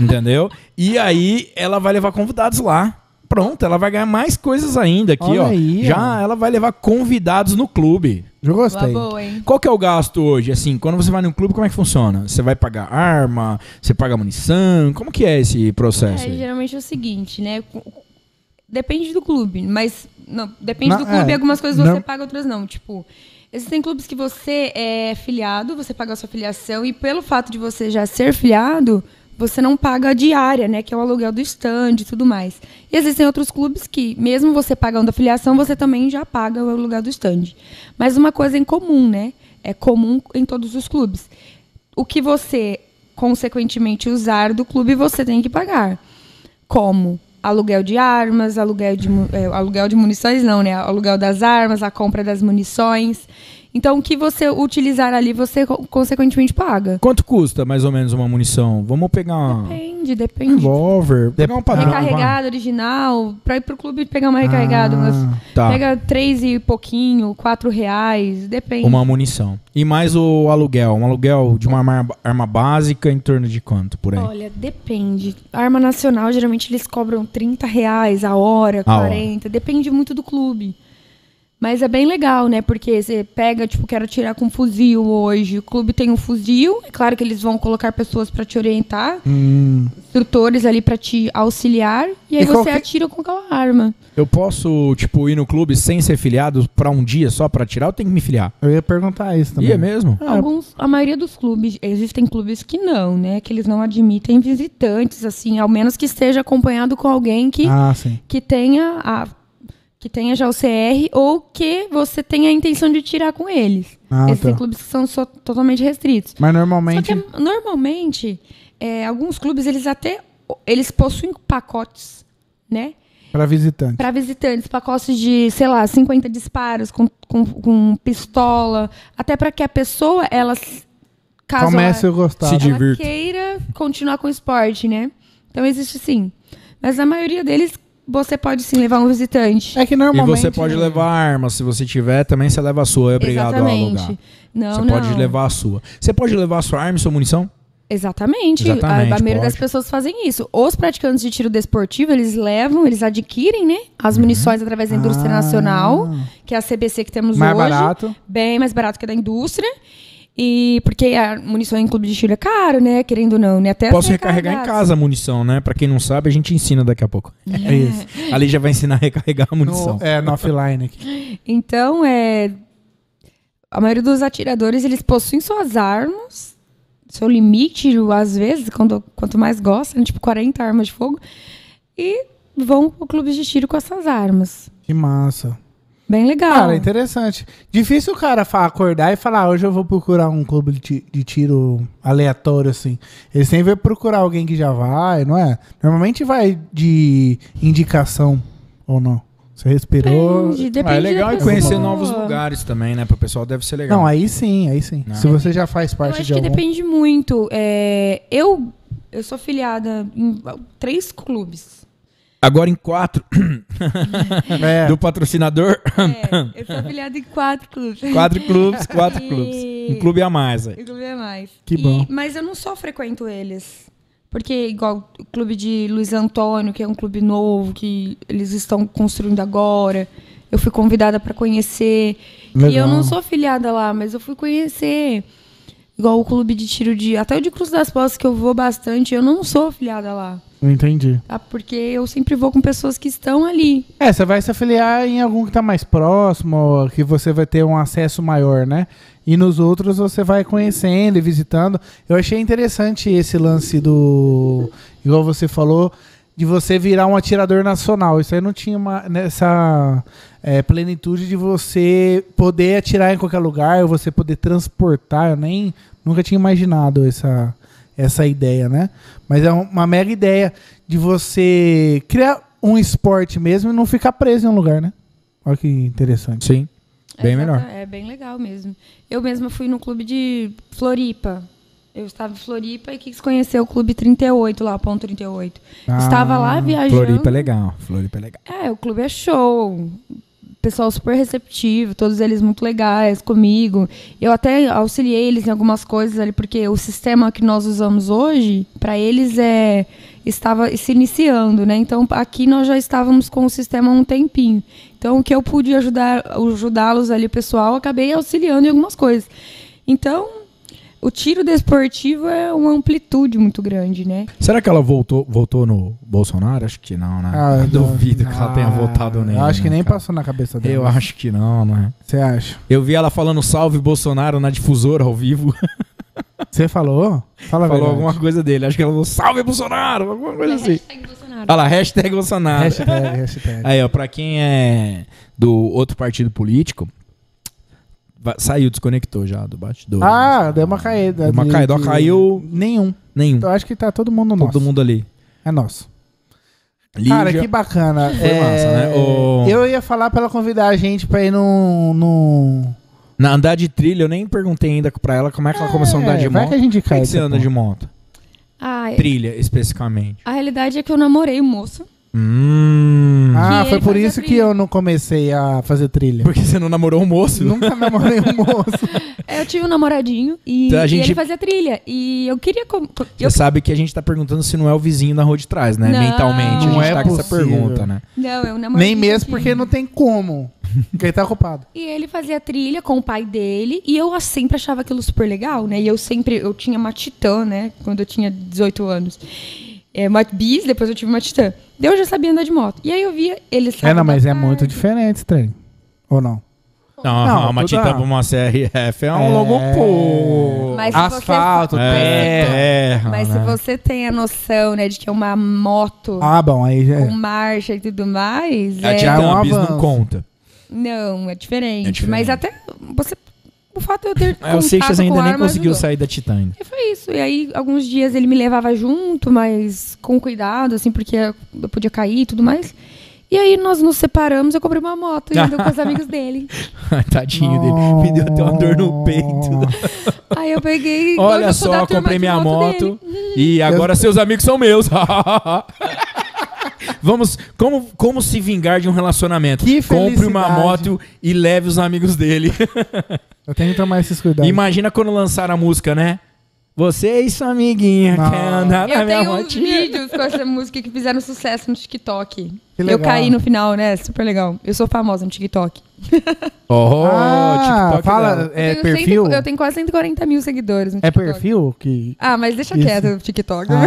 entendeu? E aí ela vai levar convidados lá. Pronto, ela vai ganhar mais coisas ainda aqui, Olha ó. aí, Já ela vai levar convidados no clube. Eu Uma gostei. boa, hein? Qual que é o gasto hoje? Assim, quando você vai num clube, como é que funciona? Você vai pagar arma? Você paga munição? Como que é esse processo? É, aí? geralmente é o seguinte, né? Depende do clube, mas. Não, depende Na- do clube, é, algumas coisas você não- paga, outras não. Tipo, existem clubes que você é filiado, você paga a sua filiação, e pelo fato de você já ser filiado, você não paga a diária, né? Que é o aluguel do stand e tudo mais. E existem outros clubes que, mesmo você pagando a filiação, você também já paga o aluguel do stand. Mas uma coisa em comum, né? É comum em todos os clubes. O que você, consequentemente, usar do clube, você tem que pagar. Como? aluguel de armas, aluguel de, mu- é, aluguel de munições, não, né? Aluguel das armas, a compra das munições. Então, o que você utilizar ali, você co- consequentemente paga. Quanto custa mais ou menos uma munição? Vamos pegar um Depende, depende. revólver, pegar um padrão. vai. Recarregada, original, pra ir pro clube pegar uma recarregada. Ah, umas- tá. Pega três e pouquinho, quatro reais, depende. Uma munição. E mais o aluguel. Um aluguel de uma arma, arma básica em torno de quanto por aí? Olha, depende. Arma nacional, geralmente eles cobram 30 reais a hora, A hora. 40. Depende muito do clube. Mas é bem legal, né? Porque você pega, tipo, quero tirar com fuzil hoje. O clube tem um fuzil. É claro que eles vão colocar pessoas pra te orientar, Hum, instrutores ali pra te auxiliar. E aí E você qualquer- atira com aquela arma. Eu posso, tipo, ir no clube sem ser filiado pra um dia só pra tirar ou tem que me filiar? eu ia perguntar isso também. E é mesmo? Ah, Alguns, a maioria dos clubes, existem clubes que não, né? Que eles não admitem visitantes, assim, ao menos que esteja acompanhado com alguém que Ah, sim. que tenha a que tenha já o CR ou que você tenha a intenção de tirar com eles. Ah, Esses tá. clubes que são só- totalmente restritos. Mas Só normalmente. que normalmente é, alguns clubes eles até eles possuem pacotes, né? Pra visitante. Para visitantes, pacotes de, sei lá, 50 disparos com, com, com pistola, até para que a pessoa ela s- caso é. ela- Comece a gostar. Se ela divirta. queira continuar com o esporte, né? Então existe sim. Mas a maioria deles, você pode sim levar um visitante. É que E normalmente. você pode levar arma, se você tiver, também você leva a sua, é obrigado Exatamente. a alugar. Não, você não. pode levar a sua. Você pode levar a sua arma e sua munição? Exatamente. Exatamente, a, a maioria das pode. pessoas fazem isso. Os praticantes de tiro desportivo, eles levam, eles adquirem, né? Uhum. As munições através da indústria Ah. nacional, que é a CBC que temos Mais hoje. barato. Bem mais barato que a da indústria. E porque a munição em clube de tiro é caro, né? Querendo ou não, né? Até Posso ser recarregar em carregado. casa a munição, né? Pra quem não sabe, a gente ensina daqui a pouco. É isso. Ali já vai ensinar a recarregar a munição. No, é, no offline aqui. Então, é. A maioria dos atiradores, eles possuem suas armas, seu limite, às vezes, quando, quanto mais gostam, tipo 40 armas de fogo, e vão pro clube de tiro com essas armas. Que massa. Bem legal. Ah. Cara, então, interessante. Difícil o cara fa- acordar e falar, "Ah, hoje eu vou procurar um clube de ti- de tiro aleatório, assim. Ele sempre vai procurar alguém que já vai, não é? Normalmente vai de indicação ou não. Você respirou. depende, depende Ah, é legal da e conhecer pessoa. novos lugares também, né? Pro pessoal deve ser legal. Não, aí sim, aí sim. Não. Se você já faz Eu parte acho de que algum. depende muito. É, eu, eu sou filiada em três clubes. Agora em quatro, É, do patrocinador, É, eu sou filiada em quatro clubes. quatro clubes, quatro E- clubes. Um clube a mais. aí. O clube é mais. Que E- bom. mas eu não só frequento eles. Porque, igual o clube de Luiz Antônio, que é um clube novo, que eles estão construindo agora. Eu fui convidada para conhecer. E eu Legal. não sou afiliada lá, mas eu fui conhecer. Igual o clube de tiro de. Até o de Cruz das Postas, que eu vou bastante, eu não sou afiliada lá. entendi. tá? Porque eu sempre vou com pessoas que estão ali. É, você vai se afiliar em algum que tá mais próximo, ou que você vai ter um acesso maior, né? E nos outros você vai conhecendo e visitando. Eu achei interessante esse lance do. Igual você falou, de você virar um atirador nacional. Isso aí não tinha uma, nessa é, plenitude de você poder atirar em qualquer lugar, ou você poder transportar. Eu nem nunca tinha imaginado essa, essa ideia, né? Mas é uma mega ideia de você criar um esporte mesmo e não ficar preso em um lugar, né? Olha que interessante. Sim, bem Exata- melhor. É bem legal mesmo. Eu mesma fui no clube de Floripa. Eu estava em Floripa e quis conhecer o clube 38 lá, ponto 38. Ah, estava lá viajando. Floripa é legal, Floripa é legal. É, o clube é show. Pessoal super receptivo, todos eles muito legais comigo. Eu até auxiliei eles em algumas coisas ali, porque o sistema que nós usamos hoje, para eles é estava se iniciando, né? Então aqui nós já estávamos com o sistema há um tempinho. Então o que eu pude ajudar, ajudá-los ali, pessoal, acabei auxiliando em algumas coisas. Então o tiro desportivo é uma amplitude muito grande, né? Será que ela voltou, voltou no Bolsonaro? Acho que não, né? Ah, eu duvido que ela tenha ah, votado nele. Eu acho que né, nem cara? passou na cabeça dela. Eu acho que não, né? Você acha? Eu vi ela falando salve Bolsonaro na difusora ao vivo. Você falou? Fala a Falou É verdade. alguma coisa dele. Acho que ela falou salve Bolsonaro, alguma É. coisa assim. Hashtag Bolsonaro. Olha lá, hashtag Bolsonaro. Hashtag, hashtag. Aí, ó, pra quem é do outro partido político, va- saiu, desconectou já do bastidor. Ah, deu uma caída. Deu uma de- caída, ó, de- Então, caiu- Nenhum. Nenhum. Eu acho que tá todo mundo nosso. Todo mundo ali. É nosso. Lídia. Cara, que bacana. É, Foi massa, né? O- Eu ia falar pra ela convidar a gente pra ir num. num... Na andar de trilha, eu nem perguntei ainda pra ela como é que ela começou a andar de É, vai moto. que a gente Como é cai. que você tá anda bom. de moto? Ai, Trilha, especificamente. Ah, é. a realidade é que eu namorei um moço. Hum. Ah, Que foi ele por fazia isso que trilha. eu não comecei a fazer trilha. Porque você não namorou o moço? Nunca namorei um moço. É, Eu tive um namoradinho e, Então a e gente- ele fazia trilha. E eu queria. com- co- Você Eu... sabe que a gente tá perguntando se não é o vizinho da rua de trás, né? Não. Mentalmente, a gente Não é tá com essa possível. pergunta, né? Não, é um eu namorei. Nem mesmo que- porque não tem como. Porque ele tá ocupado. E ele fazia trilha com o pai dele. E eu sempre achava aquilo super legal, né? E eu sempre. Eu tinha uma Titã, né? Quando eu tinha 18 anos. É, uma bis, depois eu tive uma Titã. Daí eu já sabia andar de moto. E aí eu via ele É, sábado não, à mas é tarde. muito diferente esse trem. Ou não? Não, Não, uma toda- tinta pra uma CRF é um É. logo pô. Mas se você Asfalto, terra. é, terra, Mas se né? você tem a noção, né, de que é uma moto Ah, bom, aí já. com marcha e tudo mais. A é- já é um Titan bis não avanço. conta. Não, é diferente. É diferente. Mas até você. O fato de eu ter. É, o Seixas contato com ainda nem arma conseguiu ajudou. sair da Titan ainda. E foi isso. E aí, alguns dias ele me levava junto, mas com cuidado, assim, porque eu podia cair e tudo mais. E aí nós nos separamos, eu comprei uma moto e andou com os amigos dele. Tadinho dele. Me deu até uma dor no peito. Aí eu peguei. Olha hoje eu sou da só, turma comprei de minha dele. moto e agora seus amigos são meus. Vamos, como, como se vingar de um relacionamento? Que Compre uma felicidade. moto e leve os amigos dele. Eu tenho que tomar esses cuidados. Imagina quando lançar a música, né? Você e sua amiguinha Não. quer andar na Eu Ah, minha tenho um uns motinha. vídeos com essa música que fizeram sucesso no TikTok. Que Eu legal. caí no final, né? Super legal. Eu sou famosa no TikTok. Oh, ah, TikTok fala, dela. é Eu tenho perfil? cento- eu tenho quase 140 mil seguidores no É TikTok. perfil que. Ah, mas deixa Isso. quieto o TikTok.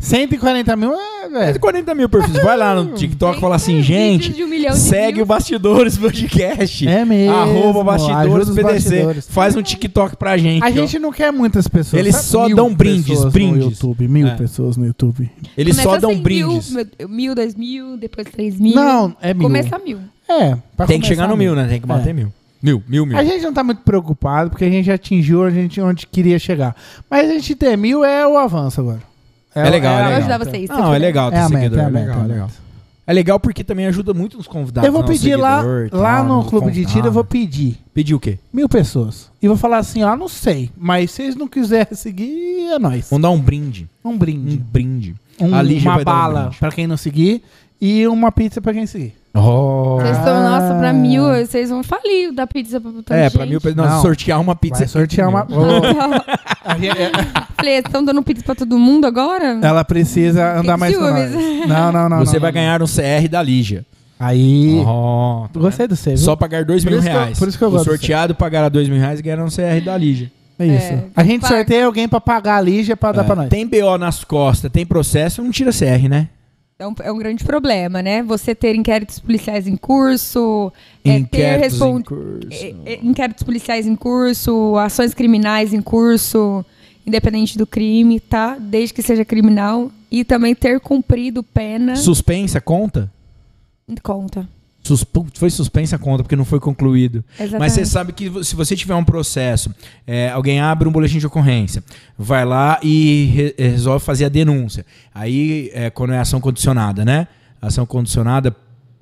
Ah, 140 mil é, velho. 140 mil perfis. Vai lá no TikTok e fala assim, gente, Vídeos Hum. de um milhão de segue views. o Bastidores Podcast. É mesmo, Arroba ajuda Bastidores os PDC. bastidores. Faz um TikTok pra gente. A ó. gente não quer muitas pessoas. Eles sabe? só Mil dão brindes, pessoas no brindes. YouTube, mil É. pessoas no YouTube. Eles Começa só um dão assim, brindes. Mil, meu- mil, dois mil, depois três mil. Não, é mil. Começa a mil. É, pra Tem começar, que É. chegar no mil, né? Tem que bater mil. Mil, mil, mil. A gente não tá muito preocupado, porque a gente já atingiu a gente onde queria chegar. Mas a gente ter mil é o avanço agora. É legal, a é Eu legal. ajudar meta. vocês. se eu Não, é puder. legal ter É a meta, seguidor. é É, a meta, legal, é a é legal. É legal porque também ajuda muito os convidados. Eu vou né? O pedir lá, seguidor e lá tal, no os Clube de Tiro, eu vou convidados. pedir pedir o quê? mil pessoas. E vou falar assim, ó, não sei, mas se vocês não quiserem seguir, é nóis. Vamos dar um brinde. Um Um brinde. brinde. Um- A Lígia uma vai dar um bala brinde. pra quem não seguir e uma pizza pra quem seguir. Oh. Vocês estão, Ah. nossa, pra mil, vocês vão falir da pizza pra tanta É, gente. pra mil pessoas. Não. Não, sortear uma pizza. Vai sortear uma... Ô, a gente- é, Falei, estão dando pizza pra todo mundo agora? É. Ela precisa andar mais com nós. ciúmes. Não, não, não. Você não, vai não. ganhar um CR da Lígia. Aí... Oh, tá Gostei do você, viu? Só pagar dois Por mil isso que eu- reais. por isso que eu o gosto do sorteado pagará dois mil reais e ganhará um CR da Lígia. É isso. É, a gente paga. sorteia alguém pra pagar a Lígia pra dar É, pra nós. Tem BO nas costas, tem processo, não tira CR, né? É um, é um grande problema, né? Você ter inquéritos policiais em curso, é, ter Inquéritos respon- em curso. é, é, inquéritos policiais em curso, ações criminais em curso, independente do crime, tá? Desde que seja criminal. E também ter cumprido É. pena. Suspensa, conta? Conta. Suspu- Foi suspensa a conta porque não foi concluído. Exatamente. Mas você sabe que vo- se você tiver um processo, é, alguém abre um boletim de ocorrência, vai lá e re- eh, resolve fazer a denúncia. Aí, é, quando é ação condicionada, né? Ação condicionada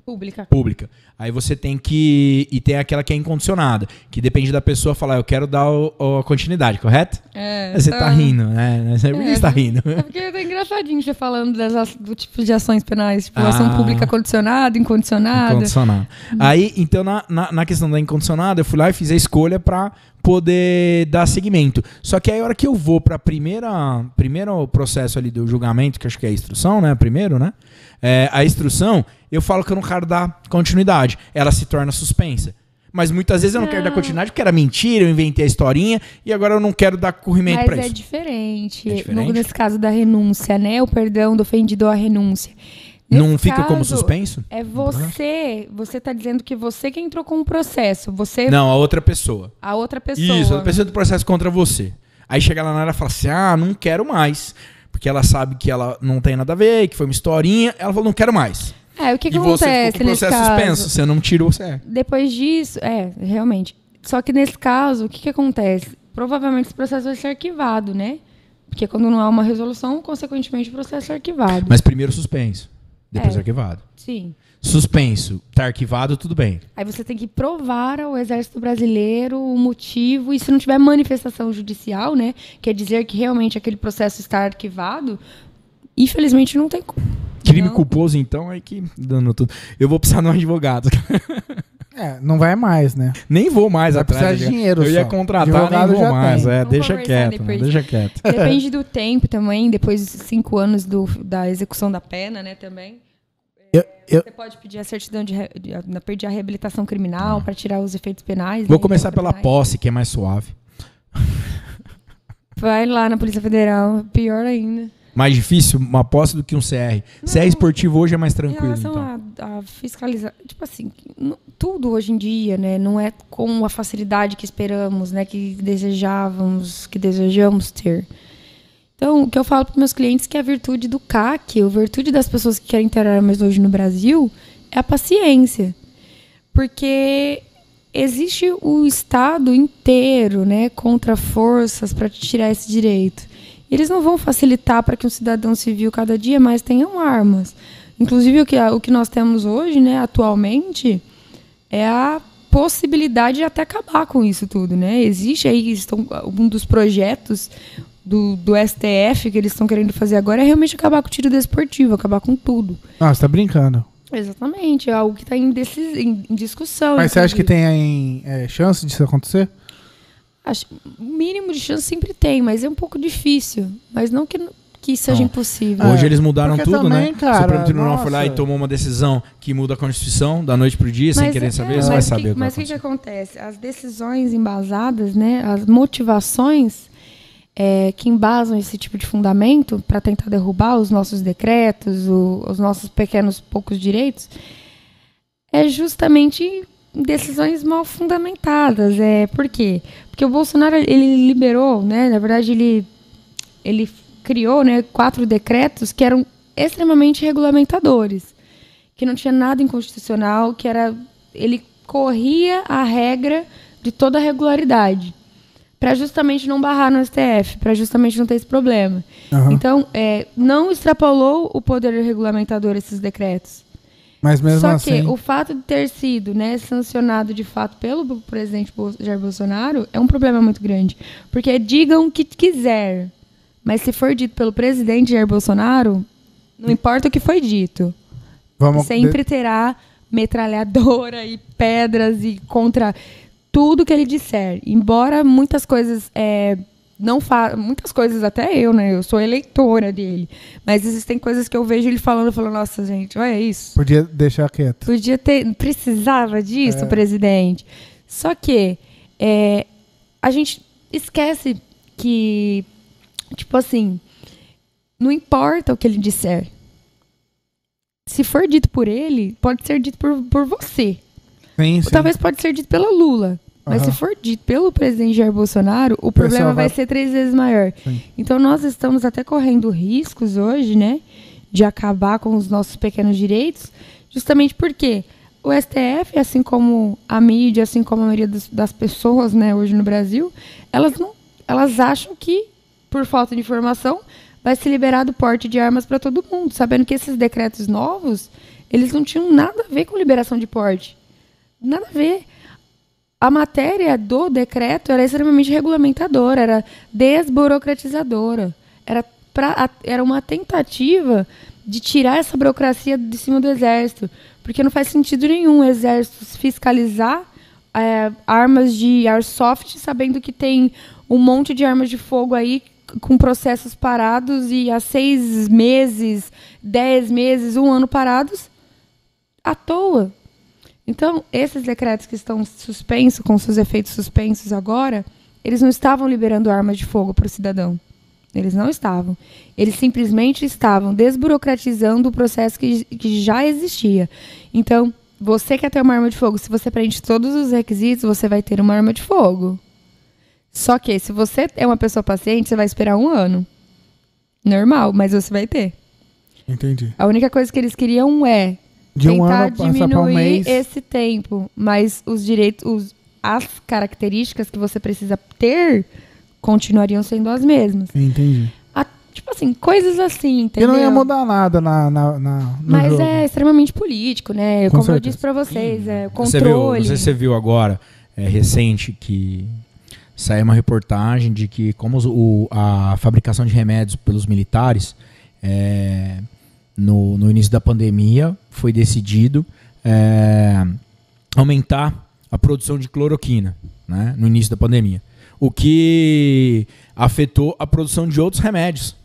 Pública. pública. Aí você tem que. E tem aquela que é incondicionada, que depende da pessoa falar, eu quero dar o- o- a continuidade, correto? É, Você tá rindo, né? Por que É, você tá rindo? É porque é engraçadinho você falando das, ac- do tipo de ações penais. Tipo, ação Ah. pública condicionada, incondicionada. Incondicionada. Uhum. Aí, então, na, na, na questão da incondicionada, eu fui lá e fiz a escolha pra poder dar seguimento. Só que aí, a hora que eu vou pra primeira, primeiro processo ali do julgamento, que acho que é a instrução, né? Primeiro, né? É, a instrução, eu falo que eu não quero dar continuidade. Ela se torna suspensa. Mas muitas vezes eu não, quero dar continuidade porque era mentira, eu inventei a historinha e agora eu não quero dar corrimento Mas pra é isso. diferente. É diferente? No, nesse caso da renúncia, né? O perdão do ofendido à renúncia. Nesse Não fica como caso, suspenso? É você. Você tá dizendo que você que entrou com o processo. Você, Não, a outra pessoa. a outra pessoa. Isso, ela precisa do processo contra você. Aí chega lá na hora e fala assim: ah, não quero mais. Porque ela sabe que ela não tem nada a ver, que foi uma historinha. Ela falou: não quero mais. É, o que, que e você acontece ficou com o nesse processo caso? suspenso. Você é. não tirou o CR. Depois disso, é, realmente. Só que nesse caso, o que, que acontece? Provavelmente esse processo vai ser arquivado, né? Porque quando não há uma resolução, consequentemente o processo é arquivado. Mas primeiro suspenso. depois É. arquivado. Sim. Suspenso, tá arquivado, tudo bem. Aí você tem que provar ao Exército Brasileiro o motivo, e se não tiver manifestação judicial, né? Quer dizer que realmente aquele processo está arquivado, infelizmente não tem como. Crime Não. culposo, então, aí que dando tudo. Eu vou precisar de um advogado. É, não vai mais, né? Nem vou mais Vai atrás. precisar de advogado. dinheiro Eu ia só. contratar, nem Advogado vou já mais. tem. É, Vamos deixa conversar quieto, mano, depois. deixa quieto. Depende do tempo também, depois dos cinco anos do, da execução da pena, né, também. É, Eu- eu- Você pode pedir a certidão de, re- de- de pedir a reabilitação criminal para tirar os efeitos penais. Vou né, começar efeitos pela penais. posse, que é mais suave. Vai lá na Polícia Federal, pior ainda. Mais difícil uma posse do que um CR. CR esportivo hoje é mais tranquilo, Em então. relação à fiscalização, tipo assim, n- tudo hoje em dia, né, não é com a facilidade que esperamos, né, que desejávamos, que desejamos ter. Então, o que eu falo para meus clientes é que a virtude do CAC, a virtude das pessoas que querem ter armas hoje no Brasil, é a paciência. Porque existe o Estado inteiro, né, contra forças para tirar esse direito. E Eles não vão facilitar para que um cidadão civil cada dia mais tenham armas. Inclusive o que, o que nós temos hoje, né, atualmente, é a possibilidade de até acabar com isso tudo, né? Existe aí estão um dos projetos do, do STF que eles estão querendo fazer agora é realmente acabar com o tiro desportivo, acabar com tudo. Ah, você tá brincando. Exatamente, é algo que está em, decis- em- em discussão. Mas você acha que inclusive. tem aí, é, chance disso acontecer? Acho- o mínimo de chance sempre tem, mas é um pouco difícil. Mas não que, que seja Não. impossível. Ah, Hoje é. eles mudaram Porque tudo, também, né? cara, o Supremo Tribunal foi lá e nossa. tomou uma decisão que muda a Constituição da noite pro dia, sem Mas querer é- saber, é, você vai mas saber. que- o que vai mas o que, que acontecer. acontece? As decisões embasadas, né, as motivações é, que embasam esse tipo de fundamento para tentar derrubar os nossos decretos, o- os nossos pequenos poucos direitos, é justamente decisões mal fundamentadas. É, por quê? Porque o Bolsonaro ele liberou, né, na verdade ele, ele criou né, quatro decretos que eram extremamente regulamentadores que não tinha nada inconstitucional, que era ele corria a regra de toda regularidade, para justamente não barrar no STF, para justamente não ter esse problema. Aham. Então, é, não extrapolou o poder regulamentador esses decretos. Mas mesmo Só assim. que o fato de ter sido né, sancionado de fato pelo presidente Bol- Jair Bolsonaro é um problema muito grande. Porque digam o que quiser, mas se for dito pelo presidente Jair Bolsonaro, não importa o que foi dito. Vamos Sempre terá metralhadora e pedras e contra tudo que ele disser. Embora muitas coisas é, não fa muitas coisas até eu, né? Eu sou eleitora dele, mas existem coisas que eu vejo ele falando, eu falo, nossa gente, olha isso. Podia deixar quieto. Podia ter. Precisava disso, É. presidente. Só que é, a gente esquece que, tipo assim, não importa o que ele disser. Se for dito por ele, pode ser dito por, por você. Sim, Ou sim. talvez pode ser dito pela Lula. Mas Aham. se for dito pelo presidente Jair Bolsonaro, o problema vai vai- ser três vezes maior. Sim. Então nós estamos até correndo riscos hoje, né? De acabar com os nossos pequenos direitos, justamente porque o STF, assim como a mídia, assim como a maioria das, das pessoas, né, hoje no Brasil, elas não, elas acham que, por falta de informação, vai se liberar do porte de armas para todo mundo, sabendo que esses decretos novos, eles não tinham nada a ver com liberação de porte. Nada a ver a matéria do decreto era extremamente regulamentadora, era desburocratizadora. Era, pra, a- era uma tentativa de tirar essa burocracia de cima do exército. Porque não faz sentido nenhum o exército fiscalizar é, armas de airsoft, sabendo que tem um monte de armas de fogo aí c- com processos parados e há seis meses, dez meses, um ano parados, à toa. Então, esses decretos que estão suspensos, com seus efeitos suspensos agora, eles não estavam liberando armas de fogo para o cidadão. Eles não estavam. Eles simplesmente estavam desburocratizando o processo que, que já existia. Então, você quer ter uma arma de fogo, se você preenche todos os requisitos, você vai ter uma arma de fogo. Só que, se você é uma pessoa paciente, você vai esperar um ano. Normal, mas você vai ter. Entendi. A única coisa que eles queriam é De um tentar ano passar pra um diminuir mês. esse tempo, mas os direitos, os- as características que você precisa ter continuariam sendo as mesmas. Entendi. A- Tipo assim, coisas assim, entendeu? Eu não ia mudar nada na, na, na- no Mas jogo. é extremamente político, né? Com Como eu certeza. disse pra vocês, é Você viu, não controle. sei se você viu agora, é, recente, que saiu uma reportagem de que como os- o- a fabricação de remédios pelos militares é, no, no início da pandemia foi decidido é, aumentar a produção de cloroquina né, no início da pandemia. O que afetou a produção de outros remédios.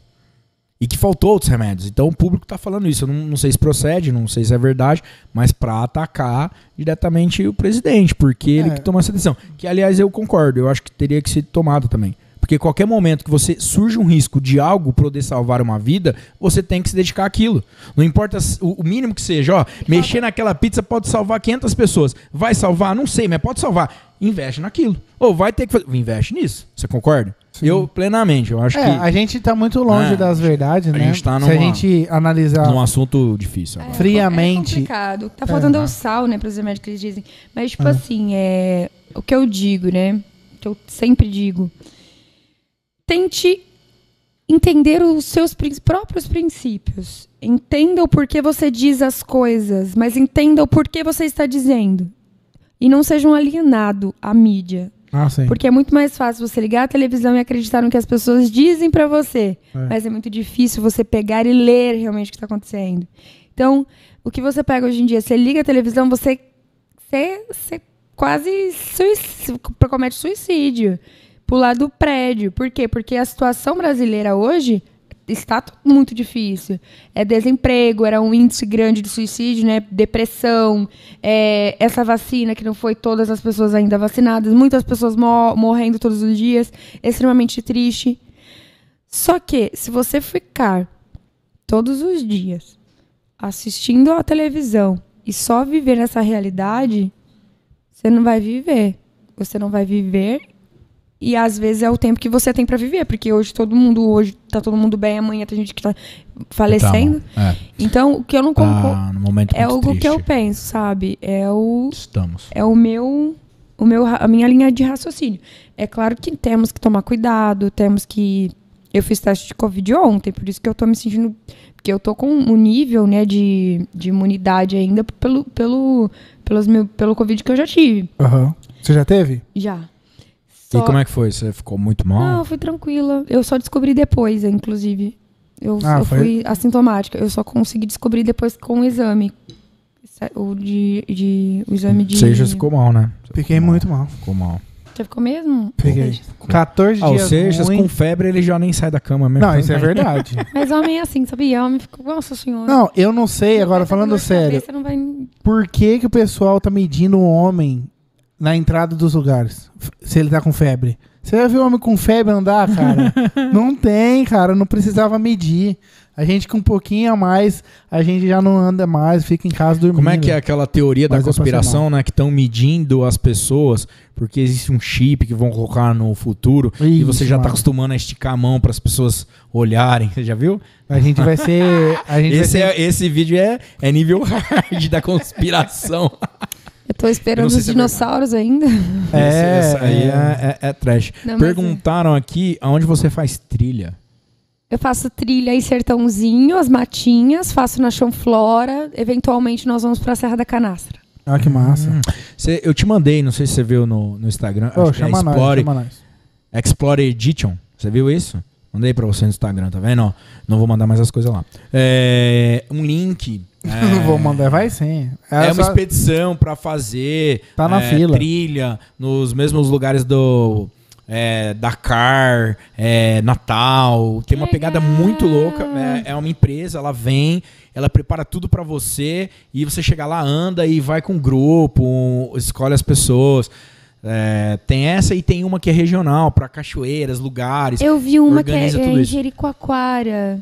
E que faltou outros remédios. Então o público está falando isso. Eu não, não sei se procede, não sei se é verdade, mas para atacar diretamente o presidente, porque ele É. que tomou essa decisão. Que, aliás, eu concordo, eu acho que teria que ser tomado também. Porque qualquer momento que você surge um risco de algo poder salvar uma vida, você tem que se dedicar àquilo. Não importa se- o o mínimo que seja, ó, mexer naquela pizza pode salvar 500 pessoas. Vai salvar? Não sei, mas pode salvar. Investe naquilo. Ou vai ter que fazer. Investe nisso. Você concorda? Eu plenamente, eu acho É, que a gente tá muito longe É, das verdades, a né? gente tá Se a numa- gente analisar num assunto difícil. agora. friamente. É complicado. Tá faltando o sal, né, pros remédios que eles dizem. Mas, tipo assim, é... o que eu digo, né? O que eu sempre digo. Tente entender os seus prin- próprios princípios. Entenda o porquê você diz as coisas, mas entenda o porquê você está dizendo. E não seja um alienado à mídia. Ah, sim. Porque é muito mais fácil você ligar a televisão e acreditar no que as pessoas dizem pra você. É. Mas é muito difícil você pegar e ler realmente o que tá acontecendo. Então, o que você pega hoje em dia? Você liga a televisão, você, você, você quase suici- comete suicídio. Pular do prédio. Por quê? Porque a situação brasileira hoje está t- muito difícil. É desemprego, era um índice grande de suicídio, né? Depressão, é, essa vacina que não foi todas as pessoas ainda vacinadas, muitas pessoas mo- morrendo todos os dias, extremamente triste. Só que se você ficar todos os dias assistindo à televisão e só viver nessa realidade, você não vai viver. Você não vai viver e às vezes é o tempo que você tem pra viver, porque hoje todo mundo hoje tá todo mundo bem, amanhã tem gente que tá falecendo. Então, é, Então, o que eu não concordo tá num momento é muito algo que triste. eu penso, sabe? É o Estamos. é o meu, o meu, ra- a minha linha de raciocínio. É claro que temos que tomar cuidado, temos que. Eu fiz teste de Covid ontem, por isso que eu tô me sentindo. Porque eu tô com um nível, né, de, de imunidade ainda pelo, pelo, pelos meu, pelo Covid que eu já tive. Aham. Você já teve? Já. E como é que foi? Você ficou muito Não, mal? eu fui tranquila. Eu só descobri depois, inclusive. Eu, Ah, eu foi- fui assintomática. Eu só consegui descobrir depois com o exame. O, de, de, o exame de. Você já ficou mal, né? Você Fiquei ficou muito mal. Ficou mal. Você ficou mesmo? Fiquei. 14 Ah, o dias Seixas ruim. com febre, ele já nem sai da cama mesmo. Não, isso é verdade. Mas homem é assim, sabia? Homem ficou. Nossa senhora. Não, eu não sei, é agora falando sério, Você não vai... por que que o pessoal tá medindo o homem na entrada dos lugares? f- Se ele tá com febre. Você já viu homem com febre andar, cara? não tem, cara, não precisava medir. A gente com um pouquinho a mais, a gente já não anda mais, fica em casa dormindo. Como é que é aquela teoria da Mas eu passei conspiração, né? Que estão medindo as pessoas porque existe um chip que vão colocar no futuro e Ixi, você já tá mano. acostumando a esticar a mão para as pessoas olharem. Você já viu? A gente vai ser, a gente vai Esse, ser é- esse vídeo é, é nível hard da conspiração. Eu tô Eu não esperando sei os se é verdade. dinossauros ainda. É, Esse- essa aí é, é. é- é trash. Não, mas- Perguntaram aqui aonde você faz trilha. Eu faço trilha em Sertãozinho, as matinhas, faço na Chanflora. Eventualmente nós vamos pra Serra da Canastra. Ah, que massa. Você- eu te mandei, não sei se você viu no, no Instagram. Ô, Hum, acho que é chama nós, Explore, chama nós. Explore Edition. Você viu isso? Mandei pra você no Instagram, tá vendo? Ó, não vou mandar mais as coisas lá. É, um link. é, Não vou mandar, vai sim. É uma só- expedição pra fazer. Tá na é, fila. Trilha nos mesmos lugares do é, Dakar, é, Natal. Tem uma pegada muito louca. É, é uma empresa, ela vem, ela prepara tudo pra você e você chega lá, anda e vai com um grupo, um- escolhe as pessoas. É, tem essa e tem uma que é regional pra cachoeiras, lugares. Eu vi uma que é, Organiza é tudo em isso. Jericoacoara.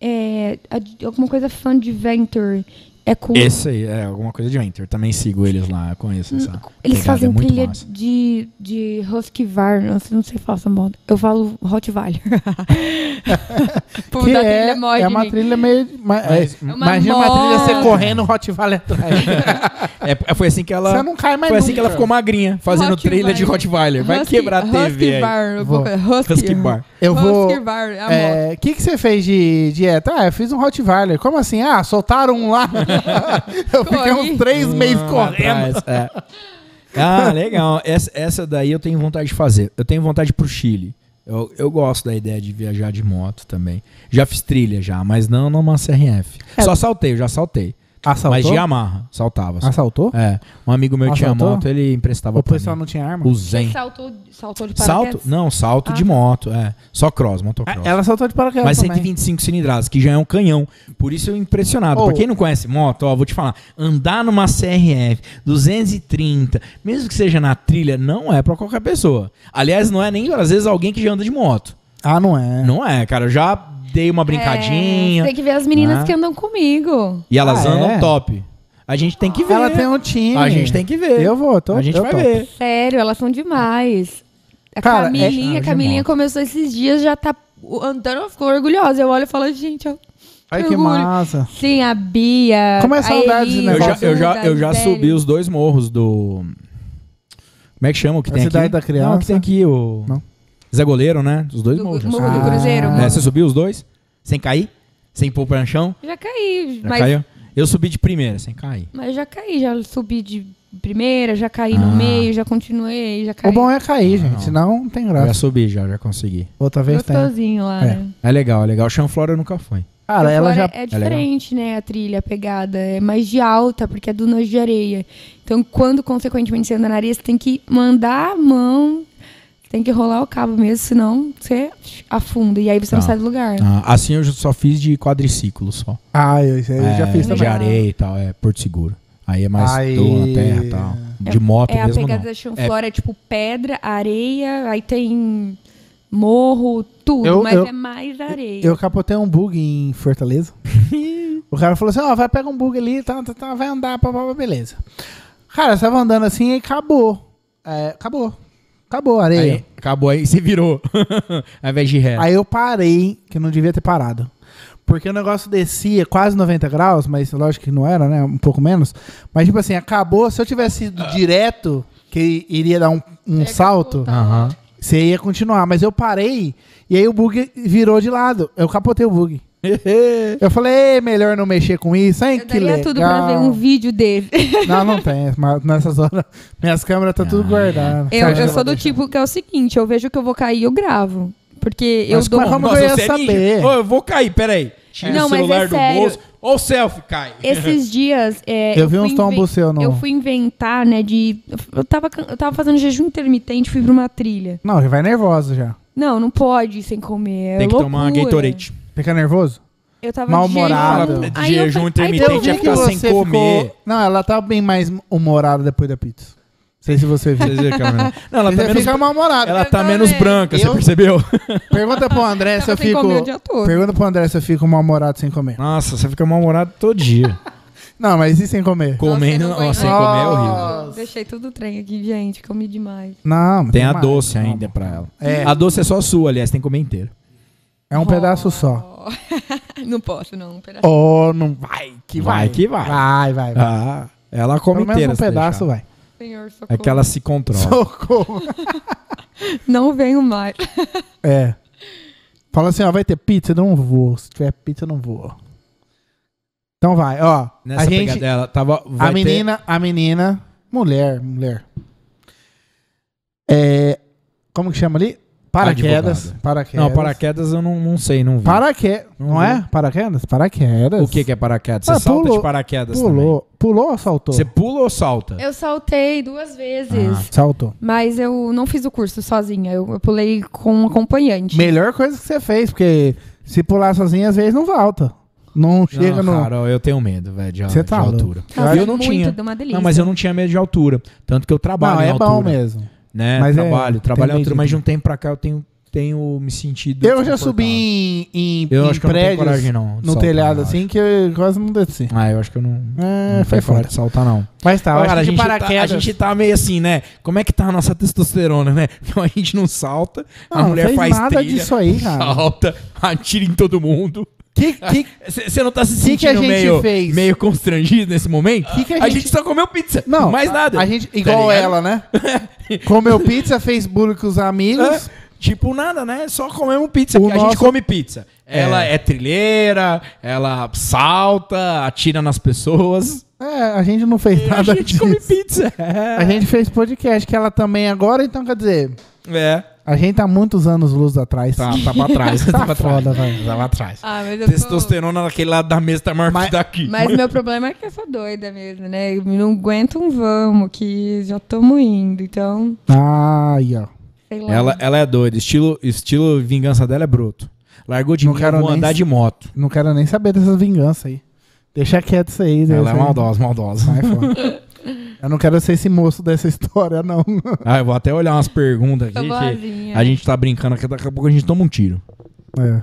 É, a- alguma coisa fã de Venture. É com. Esse aí, é alguma coisa de Enter. Também sigo eles lá, conheço essa. Eles pegada, é fazem muito trilha massa. de, de Husqvarna, eu não sei falar essa moda. Eu falo Rottweiler. O Tipo, povo Que da é, trilha morre é de uma mim. trilha meio. ma- é, Mas- imagina uma trilha você correndo, Hot Valley atrás. É, foi assim que ela. Você não cai mais Foi assim nunca. que ela ficou magrinha, fazendo Rottweiler. trilha de Rottweiler. Vai Husky- quebrar a TV aí. Huskybar, Vou. alguma coisa. Husky, Husky Bar. Eu vou. Husky Bar, é a moto. O que, que você fez de dieta? Ah, eu fiz um Rottweiler. Como assim? Ah, soltaram um lá. eu fiquei Corri. uns três meses correndo. Atrás, é. Ah, legal. Essa, essa daí eu tenho vontade de fazer. Eu tenho vontade pro Chile. Eu, eu gosto da ideia de viajar de moto também. Já fiz trilha já, mas não numa CRF. É. Só saltei, eu já saltei. Assaltou? Mas de amarra, saltava. Assaltou? É, um amigo meu tinha Assaltou? moto, ele emprestava Ah, O pra pessoal mim. não tinha arma? O Zen. Saltou, saltou de Salto? paraquedas? Não, salto de moto, é. Só cross, motocross. Ela saltou de paraquedas. Mas também. 125 cilindradas, que já é um canhão. Por isso eu impressionado. Oh. Pra quem não conhece moto, ó, vou te falar. Andar numa CRF 230, mesmo que seja na trilha, não é pra qualquer pessoa. Aliás, não é nem, às vezes, alguém que já anda de moto. Ah, não é. Não é, cara. Eu já dei uma É, brincadinha. tem que ver as meninas né? que andam comigo. E elas Ah, andam é? top. A gente tem que ver. Ela tem um time. A gente tem que ver. Eu vou, tô. a gente eu vai tô. ver. Sério, elas são demais. A Cara, é- Camilinha, Ah, a Camilinha de moto. começou esses dias, já tá andando, ela ficou orgulhosa. Eu olho e falo, gente, eu... Ai, Que que orgulho. massa. Sim, a Bia. Começa a andar desse Elisa, Eu já, negócio. eu já, eu já Sério. subi os dois morros do. Como é que chama o que A tem Cidade aqui? da Criança. Não, o que tem aqui o. Não. Zé Goleiro, né? Os dois Do morros. já Morro subi. do Ah. Cruzeiro. né? É, É, mano. você subiu os dois? Sem cair? Sem pôr o pranchão? Já caí, Já mas, caiu? Eu subi de primeira, sem cair. mas já caí. Já subi de primeira, já caí Ah. no meio, já continuei, já O caí. bom é cair, gente. não. Senão não tem Eu já graça. subi, já, já consegui. Outra vez tem. Gostosinho lá, É. né? É legal, é legal. Chanflora nunca foi. Cara, Porque ela já. fora É diferente, né? A trilha, a pegada. É mais de alta, porque é dunas de areia. Então, quando, consequentemente, você anda na areia, você tem que mandar a mão. Tem que rolar o cabo mesmo, senão você afunda. E aí você não Tá. sai do lugar. Ah, assim eu só fiz de quadriciclo só. Ah, eu, eu já É, fiz também. De areia e tal, é Porto Seguro. Aí é mais Aí- dona, terra e tal. De moto É a mesmo pegada não. da chanflora, é. tipo pedra, areia, aí tem morro, tudo, Eu- mas eu- é mais areia. Eu capotei um bug em Fortaleza. o cara falou assim: ó, vai pegar um bug ali, tá, tá, tá, vai andar, pá, pá, pá, beleza. Cara, você tava andando assim e acabou. É, acabou. Acabou a areia. Aí, é. acabou aí, se virou. Ao invés de ré. Aí eu parei, que eu não devia ter parado. Porque o negócio descia quase 90 graus, mas lógico que não era, né? Um pouco menos. Mas, tipo assim, acabou. Se eu tivesse ido direto, que iria dar um, um salto, Aham. você ia continuar. Mas eu parei e aí o bug virou de lado. Eu capotei o bug. Eu falei, "Ei, melhor não mexer com isso, hein? Eu que Ah. daria legal. tudo pra ver um vídeo dele. Não, não tem. Mas nessas horas, minhas câmeras tá Ah. tudo guardadas. Eu, eu sou do tipo que é o seguinte, eu vejo que eu vou cair, eu gravo. Porque eu Mas dou... como- Nossa, eu ia você é saber? ninja. Ô, eu vou cair, peraí. Tira Não, o mas é celular do sério. bolso. Ou o selfie cai. Esses dias... é, Eu vi fui uns tombos inven- seu no- Eu fui inventar, né, de... Eu tava, can- eu tava fazendo jejum intermitente, fui pra uma trilha. Não, já vai nervoso já. Não, não pode ir sem comer, é Tem que loucura. tomar Gatorade. Fica nervoso? Eu tava de Mal-humorado. jejum. De Aí eu jejum falei- intermitente, é aí Tem eu que vi- ficar sem você comer. ficou- Não, ela tá bem mais humorada depois da pizza. Não sei se você viu. Vocês viram que ela não- Não, ela tá Você menos, fica mal-humorada. ela tá Eu menos também. branca, você Eu- percebeu? Pergunta pro André se eu Tava sem fico. comer o dia todo. Pergunta pro André se eu fico mal-humorado sem comer. Nossa, você fica mal-humorado todo dia. Não, mas e sem comer? Comendo, Nossa, eu não ó, sem aguento. comer é horrível. Nossa. Deixei tudo trem aqui, gente. Comi demais. Não, Tem a mais. doce ainda pra ela. É. A doce é só sua, aliás, tem que comer inteira. É um pedaço só. Não posso, não. Um pedaço. Oh, não vai, que vai. Vai que vai. Vai, vai, vai. Ah, ela come É. Pelo menos inteira. um se pedaço deixar. vai. Senhor, socorro. É que ela se controla. Socorro. Não venho mais. É. Fala assim, ó, vai ter pizza? Eu não vou. Se tiver pizza, eu não vou. Então vai, ó. Nessa a pegada gente, dela, tava. vai a ter- menina, a menina, mulher, mulher. É, como que chama ali? Paraquedas, Advogada. paraquedas. Não, paraquedas eu não, não sei, não vi. Paraquedas, não, Não é? Paraquedas? Paraquedas. O que, que é paraquedas? Você Ah, salta pulou. de paraquedas também. Pulou, pulou ou saltou? Você pula ou salta? Eu saltei duas vezes. Ah. Saltou. Mas eu não fiz o curso sozinha. Eu, eu pulei com um acompanhante. Melhor coisa que você fez, porque se pular sozinha às vezes não volta. Não chega não, no Cara, eu tenho medo, velho, de, Você de tá louco. altura. Eu eu Nossa, é não muito, tinha. deu uma delícia. Não, mas eu não tinha medo de altura. Tanto que eu trabalho Não, em é altura. bom mesmo. Né? Mas é, trabalho, trabalho em tem altura, medo. mas de um tempo pra cá eu tenho tenho me sentido. Eu já desconfortável. subi em, em, Eu em acho que eu não tenho prédios coragem, não, de no saltar, telhado eu assim que eu quase não assim. desci. Ah, eu acho que eu não. É, não foi tenho coragem foda. de saltar, não. Mas tá, eu acho que Cara, a de gente, tá, a paraquedas. gente tá meio assim, né? Como é que tá a nossa testosterona, né? Então a gente não salta, a Não, mulher fez faz nada trilha, disso aí, cara. salta, atira em todo mundo. Que, que, Você não tá se Que sentindo que a gente meio, fez? meio constrangido nesse momento? Que que a a, gente- gente... só comeu pizza. não, mais a- nada. A gente, igual ligado? ela, né? Comeu pizza, fez bullying com os amigos. É, tipo nada, né? Só comemos pizza. O porque A gente nosso- come pizza. Ela é trilheira, ela salta, atira nas pessoas. É, a gente não fez A nada gente disso. come pizza. A gente fez podcast que ela também agora, então quer dizer, É. a gente tá muitos anos luz atrás. Tá, tá pra trás. Tá tá pra trás. foda, velho. Tá pra trás. Ah, mas eu tô- Testosterona daquele lado da mesa tá maior Mas- que daqui. Mas meu problema é que eu sou doida mesmo, né? Eu não aguento um vamos, que já tomo indo, então, Ai, ó. sei lá. Ela, ela é doida. Estilo, estilo vingança dela é bruto. Largou de Não mim, quero eu vou nem andar s- de moto. Não quero nem saber dessas vinganças aí. Deixa quieto isso aí. Ela deixa é aí. maldosa, né, maldosa. Sai fora. Eu não quero ser esse moço dessa história, não. Ah, eu vou até olhar umas perguntas Tô aqui. que boazinha. a gente tá brincando aqui, daqui a pouco a gente toma um tiro. É.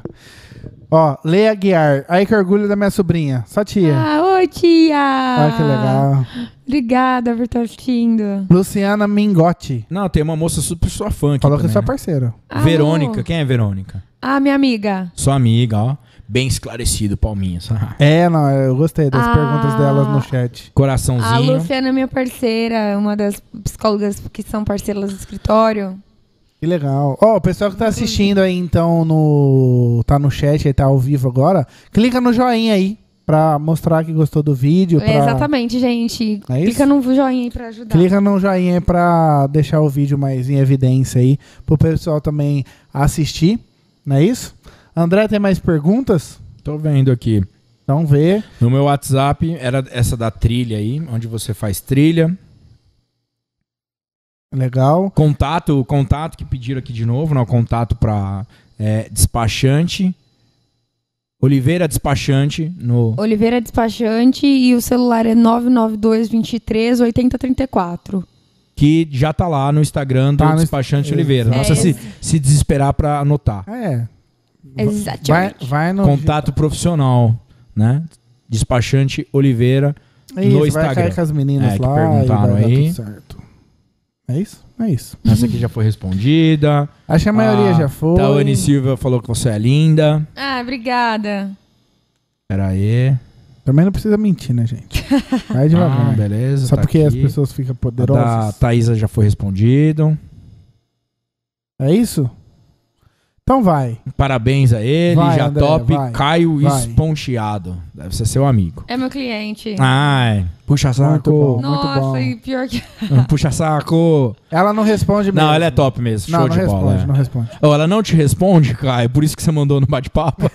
Ó, Leia Guiar. Ai, que orgulho da minha sobrinha. Só tia. Ah, oi, tia! Olha que legal. Obrigada por estar assistindo. Luciana Mingotti. Não, tem uma moça super sua fã aqui Falou que é também, sua né? parceira. Ah, Verônica, amor. quem é Verônica? Ah, minha amiga. Sua amiga, ó. Bem esclarecido, palminhas. É, não, eu gostei das Ah. perguntas delas no chat. A Coraçãozinho. Luciana é minha parceira, uma das psicólogas que são parceiras do escritório. Que legal. Ó, o pessoal que tá assistindo aí, então, no. tá no chat aí, tá ao vivo agora, clica no joinha aí pra mostrar que gostou do vídeo. É, pra- exatamente, gente. É isso? Clica no joinha aí pra ajudar. Clica no joinha aí pra deixar o vídeo mais em evidência aí, pro pessoal também assistir, não é isso? André, tem mais perguntas? Tô vendo aqui. Então vê. No meu WhatsApp era essa da trilha aí, onde você faz trilha. Legal. Contato, o contato que pediram aqui de novo, não, contato para despachante. Oliveira Despachante no Oliveira é despachante e o celular é 992 23 8034. que já tá lá no Instagram do Tá no- Despachante é, Oliveira. é Nossa, se, esse. se desesperar pra anotar. É. Vai, Exatamente. vai no. Contato profissional, né? Despachante Oliveira. É isso, no vai Instagram. cair com as meninas É, que lá. perguntaram e vai aí. Dar tudo certo. É isso? É isso. Essa aqui já foi respondida. Ah, Acho que a maioria tá já foi. Tawane Silva falou que você é linda. Ah, obrigada. Pera aí. Também não precisa mentir, né, gente? Vai Ah, devagar. beleza. Só tá porque as aqui. pessoas ficam A da poderosas. Thaisa já foi respondido. É isso? Então vai. Parabéns a ele, Vai, já André, top. vai, Caio vai. Esponcheado. Deve ser seu amigo. É meu cliente. Ah, Ai, puxa Muito bom. saco. Nossa, bom. e pior que. Puxa saco. Ela não responde mesmo. Não, ela é top mesmo. Não, Show não de bola. responde, é. não responde. Oh, ela não te responde, Caio, por isso que você mandou no bate-papo.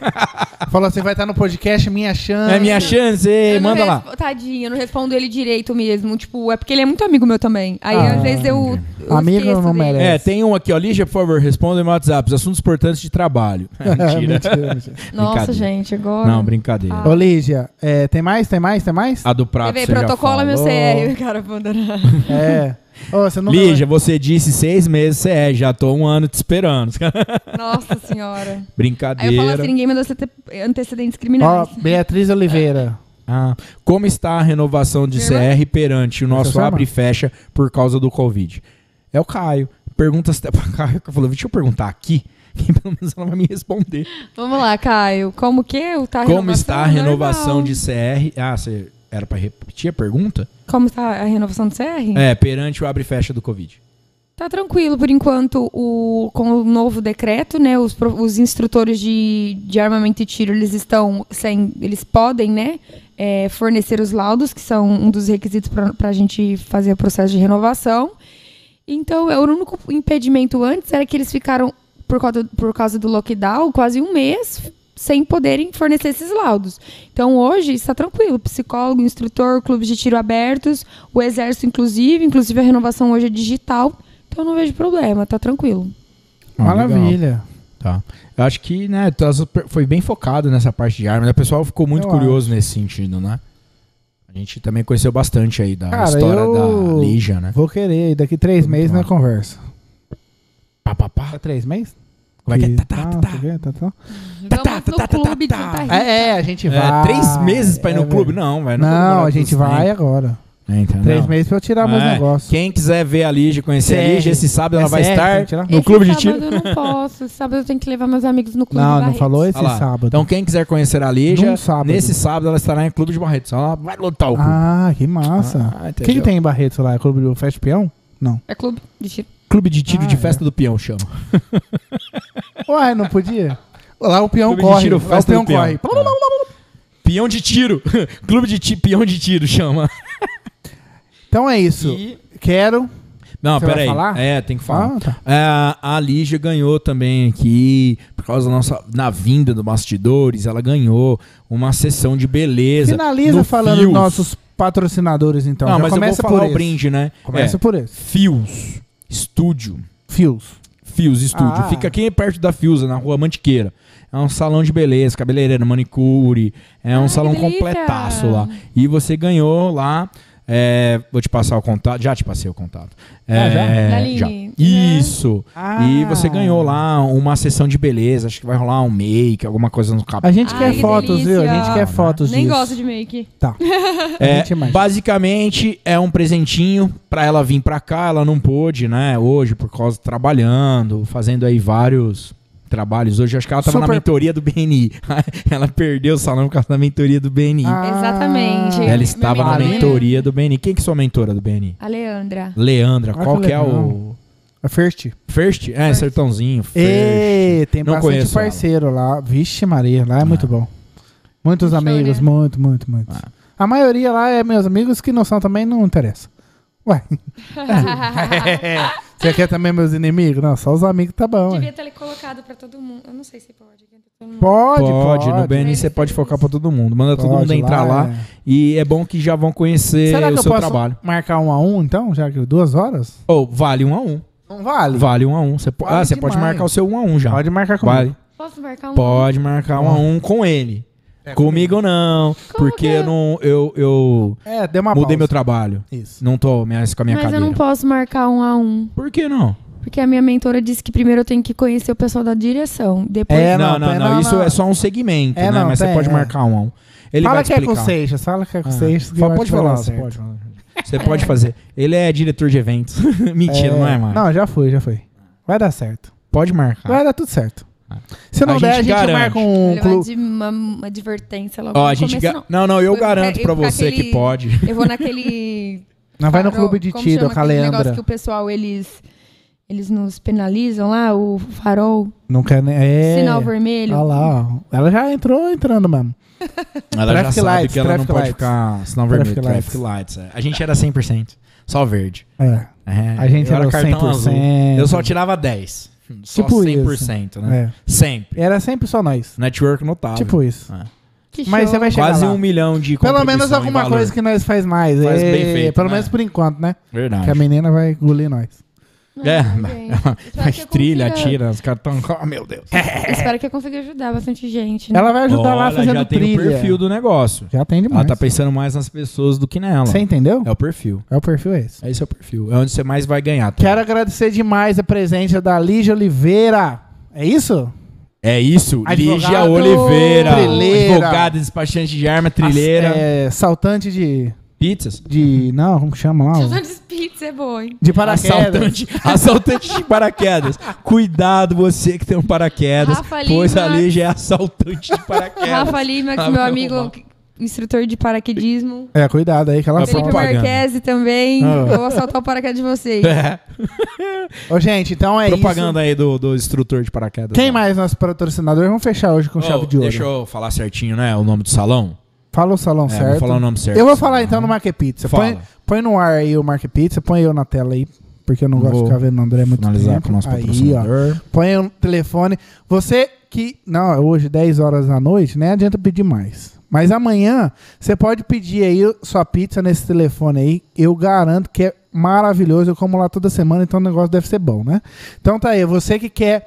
Falou assim, vai estar no podcast, minha chance. É minha chance, Eu não manda lá. respo- Tadinho, eu não respondo ele direito mesmo. Tipo, é porque ele é muito amigo meu também. Aí Ah, às vezes eu. eu Amigo esqueço não dele. merece. É, tem um aqui, ó. Lígia, por favor, responda meu WhatsApp. os Assuntos importantes de trabalho. É, mentira. mentira, mentira. Nossa, Brincadeira. gente, agora. Não, brincadeira. Ah. Ô, Lígia, é, tem mais? Tem mais? Tem mais? A do Você prato vê, você já protocola meu falou. CR, o cara abandonando. É. Ô, você não Lígia, você disse seis meses, você é, já tô um ano te esperando. Nossa senhora. Aí eu falo Brincadeira. assim: ninguém mandou ante- antecedentes Ó, criminais. Beatriz Oliveira. Ah, como está a renovação de Minha CR perante o Essa nosso sua abre irmã? e fecha por causa do Covid? É o Caio. Pergunta até pra Caio, que eu falei, deixa eu perguntar aqui, que pelo menos ela vai me responder. Vamos lá, Caio. Como que eu tá a como está a é renovação Normal. de CR? Ah, você era pra repetir a pergunta? Como está a renovação do CR? É, perante o abre e fecha do Covid. Tá tranquilo, por enquanto, o, com o novo decreto, né? Os, pro- os instrutores de, de armamento e tiro, eles estão sem. Eles podem, né? é, fornecer os laudos, que são um dos requisitos para a gente fazer o processo de renovação. Então, é, o único impedimento antes era que eles ficaram, por causa, por causa do lockdown, quase um mês sem poderem fornecer esses laudos. Então, hoje, está tranquilo. Psicólogo, instrutor, clubes de tiro abertos, o exército, inclusive. Inclusive, a renovação hoje é digital. Então, não vejo problema. Tá tranquilo. Ah, legal. Maravilha. Tá. Eu acho que, né, tá super- foi bem focado nessa parte de arma. né? O pessoal ficou muito Eu curioso nesse sentido, né? A gente também conheceu bastante aí da Cara, história eu- da Lígia, né? Vou querer, daqui três Muito meses bom. na conversa. Pá, pá, pá. É três meses? Como é que é? Tá, tá, Tá, tá, tá, tá, tá. tá. Vamos tá, tá, no tá, tá, clube de tá. Santa Rita. É, é, a gente vai. É, três meses pra ir no É, clube? velho. Não, velho. Não, a gente vai agora. Três meses pra eu tirar meus negócios. né? É, Quem quiser ver a Lígia, conhecer a CR, Lígia, esse sábado ela é vai CR, tem estar que tirar? no Esse clube de sábado tiro. eu não posso. Esse sábado eu tenho que levar meus amigos no clube de Não, não Barretos. falou esse Olha lá. sábado. Então quem quiser conhecer a Lígia, Num sábado. nesse sábado ela estará em Clube de Barretos. Ela vai lotar o clube. ah, que massa. O Ah, que, que entendeu. tem em Barretos lá? É Clube do Fest Peão? Não. É clube de tiro. Clube de tiro Ah, de é. festa do peão chama. Ué, não podia? Lá o peão Clube de corre. tiro, lá o festa peão do peão. corre. Peão de tiro. Clube de ti, peão de tiro chama. Então é isso. E- Quero. Não, Você vai peraí. falar? É, tem que falar. Ah, tá. É, a Lígia ganhou também aqui, por causa da nossa. Na vinda do bastidores, ela ganhou uma sessão de beleza. Finaliza no falando Fios. dos nossos patrocinadores, então. Não, Já mas começa eu vou falar por o esse. brinde, né? Começa por esse. Fios. Estúdio. Fios. Fios Estúdio. Ah. Fica aqui perto da Fiusa, na rua Mantiqueira. É um salão de beleza, cabeleireiro, manicure. É um que salão delícia. completaço lá. E você ganhou lá. é, vou te passar o contato. Já te passei o contato. Ah, já? É, Daline, já. né? Isso. Ah. E você ganhou lá uma sessão de beleza. Acho que vai rolar um make, alguma coisa no cabelo. A gente Ai, quer que fotos, viu? A gente delícia. quer fotos Nem disso. gosto de make. Tá. É, A gente imagina. basicamente é um presentinho pra ela vir pra cá, ela não pôde, né, hoje por causa trabalhando, fazendo aí vários trabalhos. Hoje acho que ela tava na Super- mentoria do BNI. ela perdeu o salão por causa da mentoria do BNI. Ah, é, Exatamente. ela minha estava na mentora. mentoria do BNI. Quem que é sua mentora do BNI? A Leandra. Leandra, Ah, qual que que é o legal. É. A First. First? É, Sertãozinho, First. Ê, tem Não bastante conheço parceiro lá. Vixe Maria, lá é muito bom. Muitos Show, amigos, né? muito, muito, muito. Ah. A maioria lá é meus amigos que não são também, não interessa. Ué. É. Você quer também meus inimigos? Não, só os amigos tá bom. Devia ué. um. ter colocado pra todo mundo. Eu não sei se pode. aqui pra todo mundo. Pode, Pode, pode. no BNI você pode focar pra todo mundo. Manda todo Pode, mundo entrar lá. é. E é bom que já vão conhecer Será que o eu seu posso trabalho. marcar um a um, então? Já que duas horas? Ou vale um a um. Não vale. Vale um a um. Você po- Vale ah, você pode demais. marcar o seu um a um já. Pode marcar comigo. Vale. Posso marcar um? Pode marcar um a um com ele. É, comigo não, porque que é? eu não eu, eu É, deu uma mudei pausa. meu trabalho. Isso. Não tô mais com a minha Mas eu cadeira. não posso marcar um a um. Por que não? Porque a minha mentora disse que primeiro eu tenho que conhecer o pessoal da direção. Depois. É, não, não, não, tem- não, não, Isso não. é só um segmento, É, né? não, Mas você tem, pode é. marcar um a um. Ele fala vai que te é com explicar. Seixas, fala que é com Ah, Seixas. que fala- vai pode te falar, dar você certo. pode falar. Você pode fazer. Ele é diretor de eventos. Mentira, É, não é, Mário? Não, já foi, já foi. Vai dar certo. Pode marcar. Vai dar tudo certo. Ah. Se não Tá. A der, gente a gente garante. marca um Ele vai clube. de uma, uma advertência logo Ó, no a gente começo, ga- não. Não, não, eu Eu- garanto eu- pra você que aquele- pode. Eu vou naquele. Não vai no farol- clube de como tiro chama com a aquele Leandra. negócio que o pessoal, eles. Eles nos penalizam lá, o farol, Não quer nem. É. sinal vermelho. Olha lá, ó. Ela já entrou entrando mesmo. Ela Traffic já sabe lights, que ela não traffic pode lights. ficar sinal vermelho. Traffic Traffic, lights. é. A gente era 100%. Só verde. É. É, A gente eu era 100%. azul. Eu só tirava 10. Só Tipo 100%, né? É. Sempre. Era sempre só nós. Network notável. Tipo isso. É. Que Mas show. você vai chegar Quase lá. um milhão de Pelo menos contribuição em alguma valor. coisa que nós faz mais. Faz É, bem feito, Pelo né? menos por enquanto, né? Verdade. Que a menina vai engolir nós. É, gente. Espero faz que eu trilha, consiga- atira, os caras tão... Oh, meu Deus. Espero que eu consiga ajudar bastante gente. né? É. Ela vai ajudar lá Olha, fazendo já tem trilha. o perfil do negócio. Já tem Ela demais. tá pensando mais nas pessoas do que nela. Você entendeu? É o perfil. É o perfil esse. Esse é o perfil. É onde você mais vai ganhar. tá? Quero agradecer demais a presença da Lígia Oliveira. É isso? É isso, Advogado, Lígia Oliveira, trilheira. advogada, despachante de arma, trilheira, Uhum. As- é, saltante de, pizzas, de. Não, como que chama lá? Só de pizza é boa, hein? De paraquedas. assaltante, assaltante de paraquedas. Cuidado você que tem um paraquedas, Rafa pois a Lima. Lígia é assaltante de paraquedas. Rafa Lima, que Ah, meu vai amigo, roubar. instrutor de paraquedismo. É, cuidado aí que ela Mas solta. Felipe Tá propaganda. Marquese também. Ah. Vou assaltar o paraquedas de vocês. É, Ô, gente, então é propaganda aí do, do instrutor de paraquedas. isso. Quem mais nosso patrocinador? Vamos fechar hoje com Oh, chave de ouro. Deixa eu falar certinho, né, o nome do salão. Fala o salão É, certo. vou falar o nome certo. Eu vou falar então no Market Pizza. Fala. Põe, põe no ar aí o Market Pizza, põe eu na tela aí, porque eu não gosto Vou de ficar vendo o André muito Finalizar tempo. com o nosso aí, ó. patrocinador. Põe o telefone. Você que. Não, é hoje, 10 horas da noite, nem adianta pedir mais. Mas amanhã, você pode pedir aí sua pizza nesse telefone aí. Eu garanto que é maravilhoso. Eu como lá toda semana, então o negócio deve ser bom, né? Então tá aí. Você que quer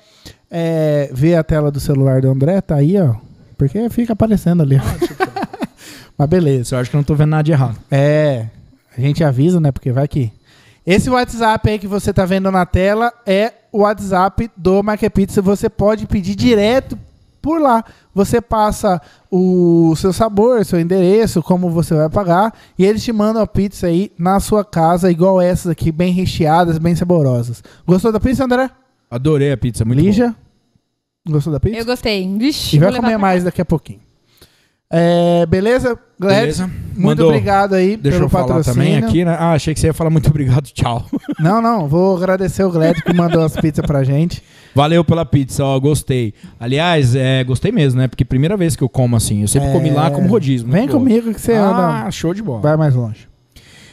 é, ver a tela do celular do André, tá aí, ó. Porque fica aparecendo ali. ó. Mas beleza. Isso eu acho que eu não tô vendo nada de errado. É, a gente avisa, né? Porque vai que. Esse WhatsApp aí que você tá vendo na tela é o WhatsApp do Marketpizza. Você pode pedir direto por lá. Você passa o seu sabor, seu endereço, como você vai pagar, e eles te mandam a pizza aí na sua casa, igual essas aqui, bem recheadas, bem saborosas. Gostou da pizza, André? Adorei a pizza, muito bom. Lígia? Gostou da pizza? Eu gostei. Vixe, E vai vou levar comer pra mais daqui a pouquinho. É, beleza, Gladys? Beleza. Muito Mandou. obrigado aí Deixa pelo eu falar patrocínio. também aqui, né? Ah, achei que você ia falar muito obrigado, tchau. Não, não, vou agradecer o Gladys que mandou as pizzas pra gente. Valeu pela pizza, ó, gostei. Aliás, é, gostei mesmo, né? Porque primeira vez que eu como assim. Eu sempre comi lá como rodízio. É. né? muito Vem boa. comigo que você Ah, anda, show de bola. vai mais longe.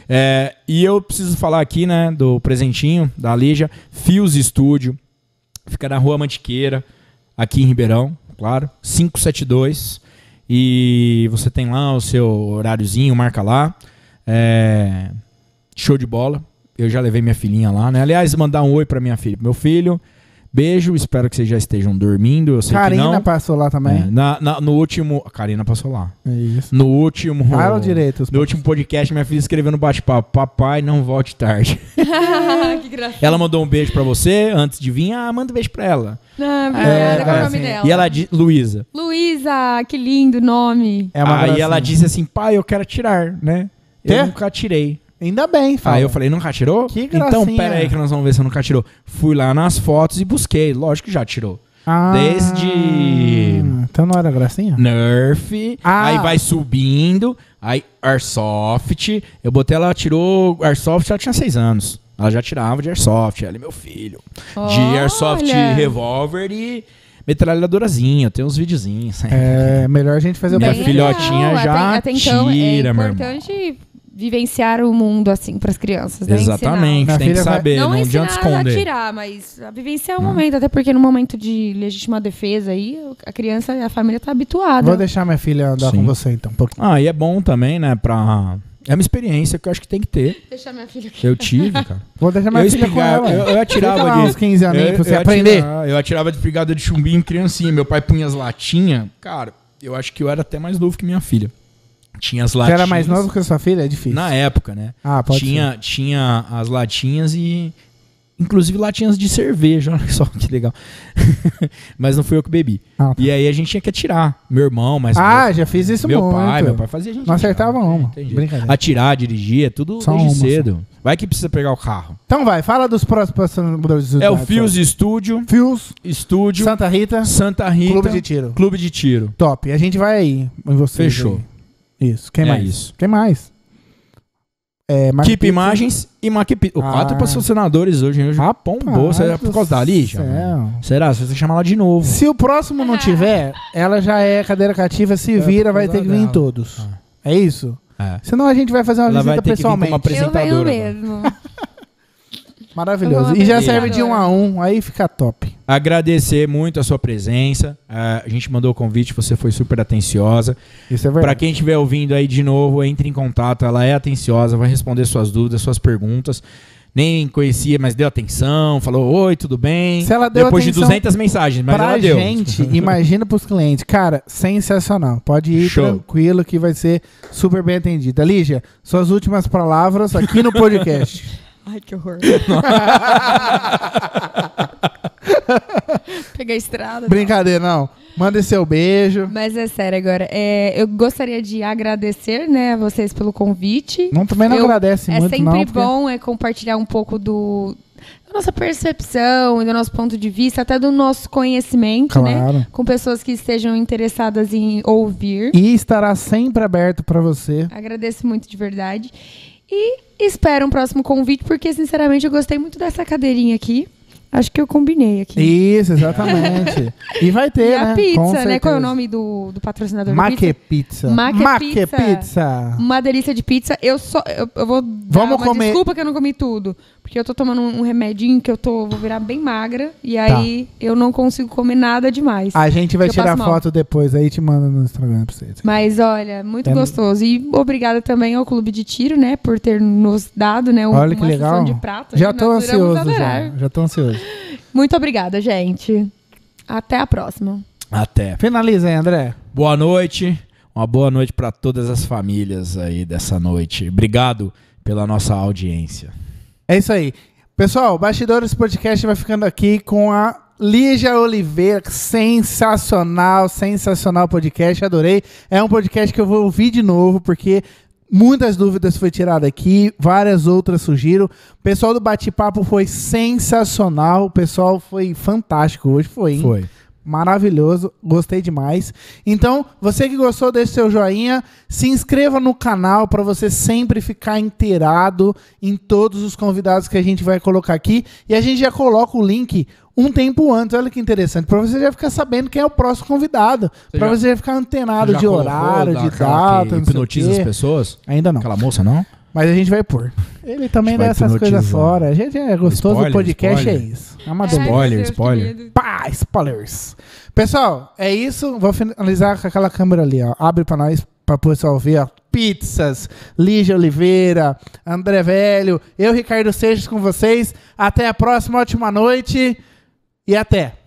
É, e eu preciso falar aqui, né, do presentinho da Lígia, Fios Estúdio, fica na Rua Mantiqueira, aqui em Ribeirão, claro, 572. E você tem lá o seu horáriozinho, marca lá. É, show de bola. Eu já levei minha filhinha lá, né? Aliás, mandar um oi pra minha filha, pro meu filho. Beijo, espero que vocês já estejam dormindo. Eu sei que Karina não. passou né? lá É, também. na, na- no último. A Karina passou lá. É isso. No último. Fala direito. os- No último podcast, minha filha escreveu no bate-papo: Papai, não volte tarde. Ah, cá. que graça. Ela mandou um beijo pra você antes de vir. Ah, manda um beijo pra ela. Ah, É, obrigada. Qual é o cara, nome assim, dela? E ela disse: Luísa. Luísa, que lindo nome. É uma Aí gracinha. ela disse assim: Pai, eu quero tirar, né? Eu Quê? nunca tirei. Ainda bem, fala. Aí eu falei: Nunca tirou? Que Então gracinha. pera aí que nós vamos ver se eu nunca tirou. Fui lá nas fotos e busquei. Lógico que já tirou. Ah, desde- Então não era gracinha? Nerf, Ah. aí vai subindo, aí Airsoft. Eu botei ela, tirou Airsoft, ela tinha seis anos. Ela já tirava de Airsoft, ela é meu filho. De Airsoft, Olha. revólver e metralhadorazinha, tem uns videozinhos. né? É, melhor a gente fazer o Minha Bem podcast. filhotinha legal. já até, até então tira, é meu irmão. importante vivenciar o mundo assim para as crianças, né? Exatamente, Minha tem que filha vai- saber, Ensinar. não, Não, ensinar adianta a esconder. Hum. tirar, mas a vivenciar o momento, até porque no momento de legítima defesa aí, a criança, a família tá habituada. Vou deixar minha filha andar Sim. com você então. um pouquinho. Ah, e é bom também, né, pra... É uma experiência que eu acho que tem que ter. deixar minha filha aqui. Eu tive, cara. Vou deixar minha Eu filha com espigava, ela. eu, eu atirava Fica lá de... uns 15 aninhos pra você eu aprender. atirava- eu atirava de brigada de chumbinho em criancinha. Meu pai punha as latinhas. Cara, eu acho que eu era até mais novo que minha filha. Tinha as Você latinhas. era mais novo que a sua filha? É difícil. Na época, né? Ah, pode tinha, tinha as latinhas e. Inclusive latinhas de cerveja, olha só que legal. Mas não fui eu que bebi. Ah, tá. E aí a gente tinha que atirar. Meu irmão, mas. Ah, já fiz isso meu muito. pai, meu pai fazia a gente. Não atirar. acertava uma. Entendi. Brincadeira. Atirar, dirigir, é tudo Só desde uma, só. cedo. Vai que precisa pegar o carro. Então vai, fala dos próximos patrocinadores. É o Fios Estúdio, Fios, Estúdio, Santa Rita, Santa Rita, Clube de Tiro. Clube de Tiro. Top. A gente vai aí em vocês. Fechou. aí. Isso. Quem É mais? isso. Quem mais? É, Mark Keep Pizza. Imagens e Maquip. Ah. Quatro patrocinadores hoje. Hoje ah, boa. Será do por causa da Lígia? né? céu. Será? Você tem que chamar ela de novo. Se o próximo não tiver, ela já é cadeira cativa, se É, vira, por vai causa ter que vir em dela. todos. Ah. É isso? É. Senão a gente vai fazer uma Ela vai visita ter que vir com uma pessoalmente. pre- Eu Apresentadora venho agora. mesmo. Maravilhoso. Vamos E já apresentar serve de um agora. a um, aí fica top. Agradecer muito a sua presença. Ah, a gente mandou o convite, você foi super atenciosa. Isso é Pra verdade. quem estiver ouvindo aí de novo, entre em contato. Ela é atenciosa, vai responder suas dúvidas, suas perguntas. Nem conhecia, mas deu atenção, falou: Oi, tudo bem? Se ela deu Depois de atenção 200 mensagens, mas pra ela deu. gente, imagina pros clientes. Cara, sensacional. Pode ir Show. tranquilo que vai ser super bem atendida. Lígia, suas últimas palavras aqui no podcast. Ai, que horror. Peguei a estrada. Brincadeira, não. Manda seu beijo. Mas é sério agora. É, eu gostaria de agradecer, né, a vocês pelo convite. Não, também não Eu- agradece é muito, sempre não. porque- bom é compartilhar um pouco do da nossa percepção, e do nosso ponto de vista, até do nosso conhecimento, né? Claro. Com pessoas que estejam interessadas em ouvir. E estará sempre aberto pra você. Agradeço muito de verdade. E espero um próximo convite, porque sinceramente eu gostei muito dessa cadeirinha aqui. Acho que eu combinei aqui. Isso, exatamente. e vai ter, E a né? pizza, Com né? certeza. Qual é o nome do, do patrocinador da Maque pizza? Pizza. Maque Maque Pizza. Hum. Pizza. Uma delícia de pizza. Eu só. Eu, eu vou dar Vamos uma comer. desculpa que eu não comi tudo. Porque eu tô tomando um, um remedinho que eu tô. Vou virar bem magra. E Tá. aí eu não consigo comer nada demais. A gente vai Eu tirar passo mal. foto depois aí e te manda no Instagram pra vocês. Mas olha, muito É- gostoso. E obrigada também ao Clube de Tiro, né? Por ter nos dado, né? um- Olha que uma legal. sessão de prato. já que tô nós iremos ansioso, já. adorar. Já tô ansioso. Muito obrigada, gente. Até a próxima. Até. Finaliza aí, André. Boa noite. Uma boa noite para todas as famílias aí dessa noite. Obrigado pela nossa audiência. É isso aí. Pessoal, Bastidores Podcast vai ficando aqui com a Lígia Oliveira, sensacional, sensacional podcast, adorei. É um podcast que eu vou ouvir de novo, porque muitas dúvidas foi tirada aqui, várias outras surgiram. O pessoal do bate-papo foi sensacional, o pessoal foi fantástico hoje, foi, hein? Foi. Maravilhoso, gostei demais. Então, você que gostou, deixe seu joinha, se inscreva no canal para você sempre ficar inteirado em todos os convidados que a gente vai colocar aqui. E a gente já coloca o link um tempo antes, olha que interessante, para você já ficar sabendo quem é o próximo convidado, Você para já- você já ficar antenado Já de colocou horário, da- de aquela data, que não sei o hipnotiza as quê. pessoas? Ainda não. Aquela moça, não? Mas a gente vai pôr. Ele também A gente dá vai essas coisas hipnotizar. fora. A gente é gostoso Spoiler, do podcast, spoiler. é isso. Ai, meu Amador. Spoiler, Deus, que spoiler. medo. Pá, spoilers. Pessoal, é isso. Vou finalizar com aquela câmera ali, ó. Abre pra nós, pra pessoal ver, ó. Pizzas, Lígia Oliveira, André Velho, eu, Ricardo Seixas, com vocês. Até a próxima, ótima noite e até.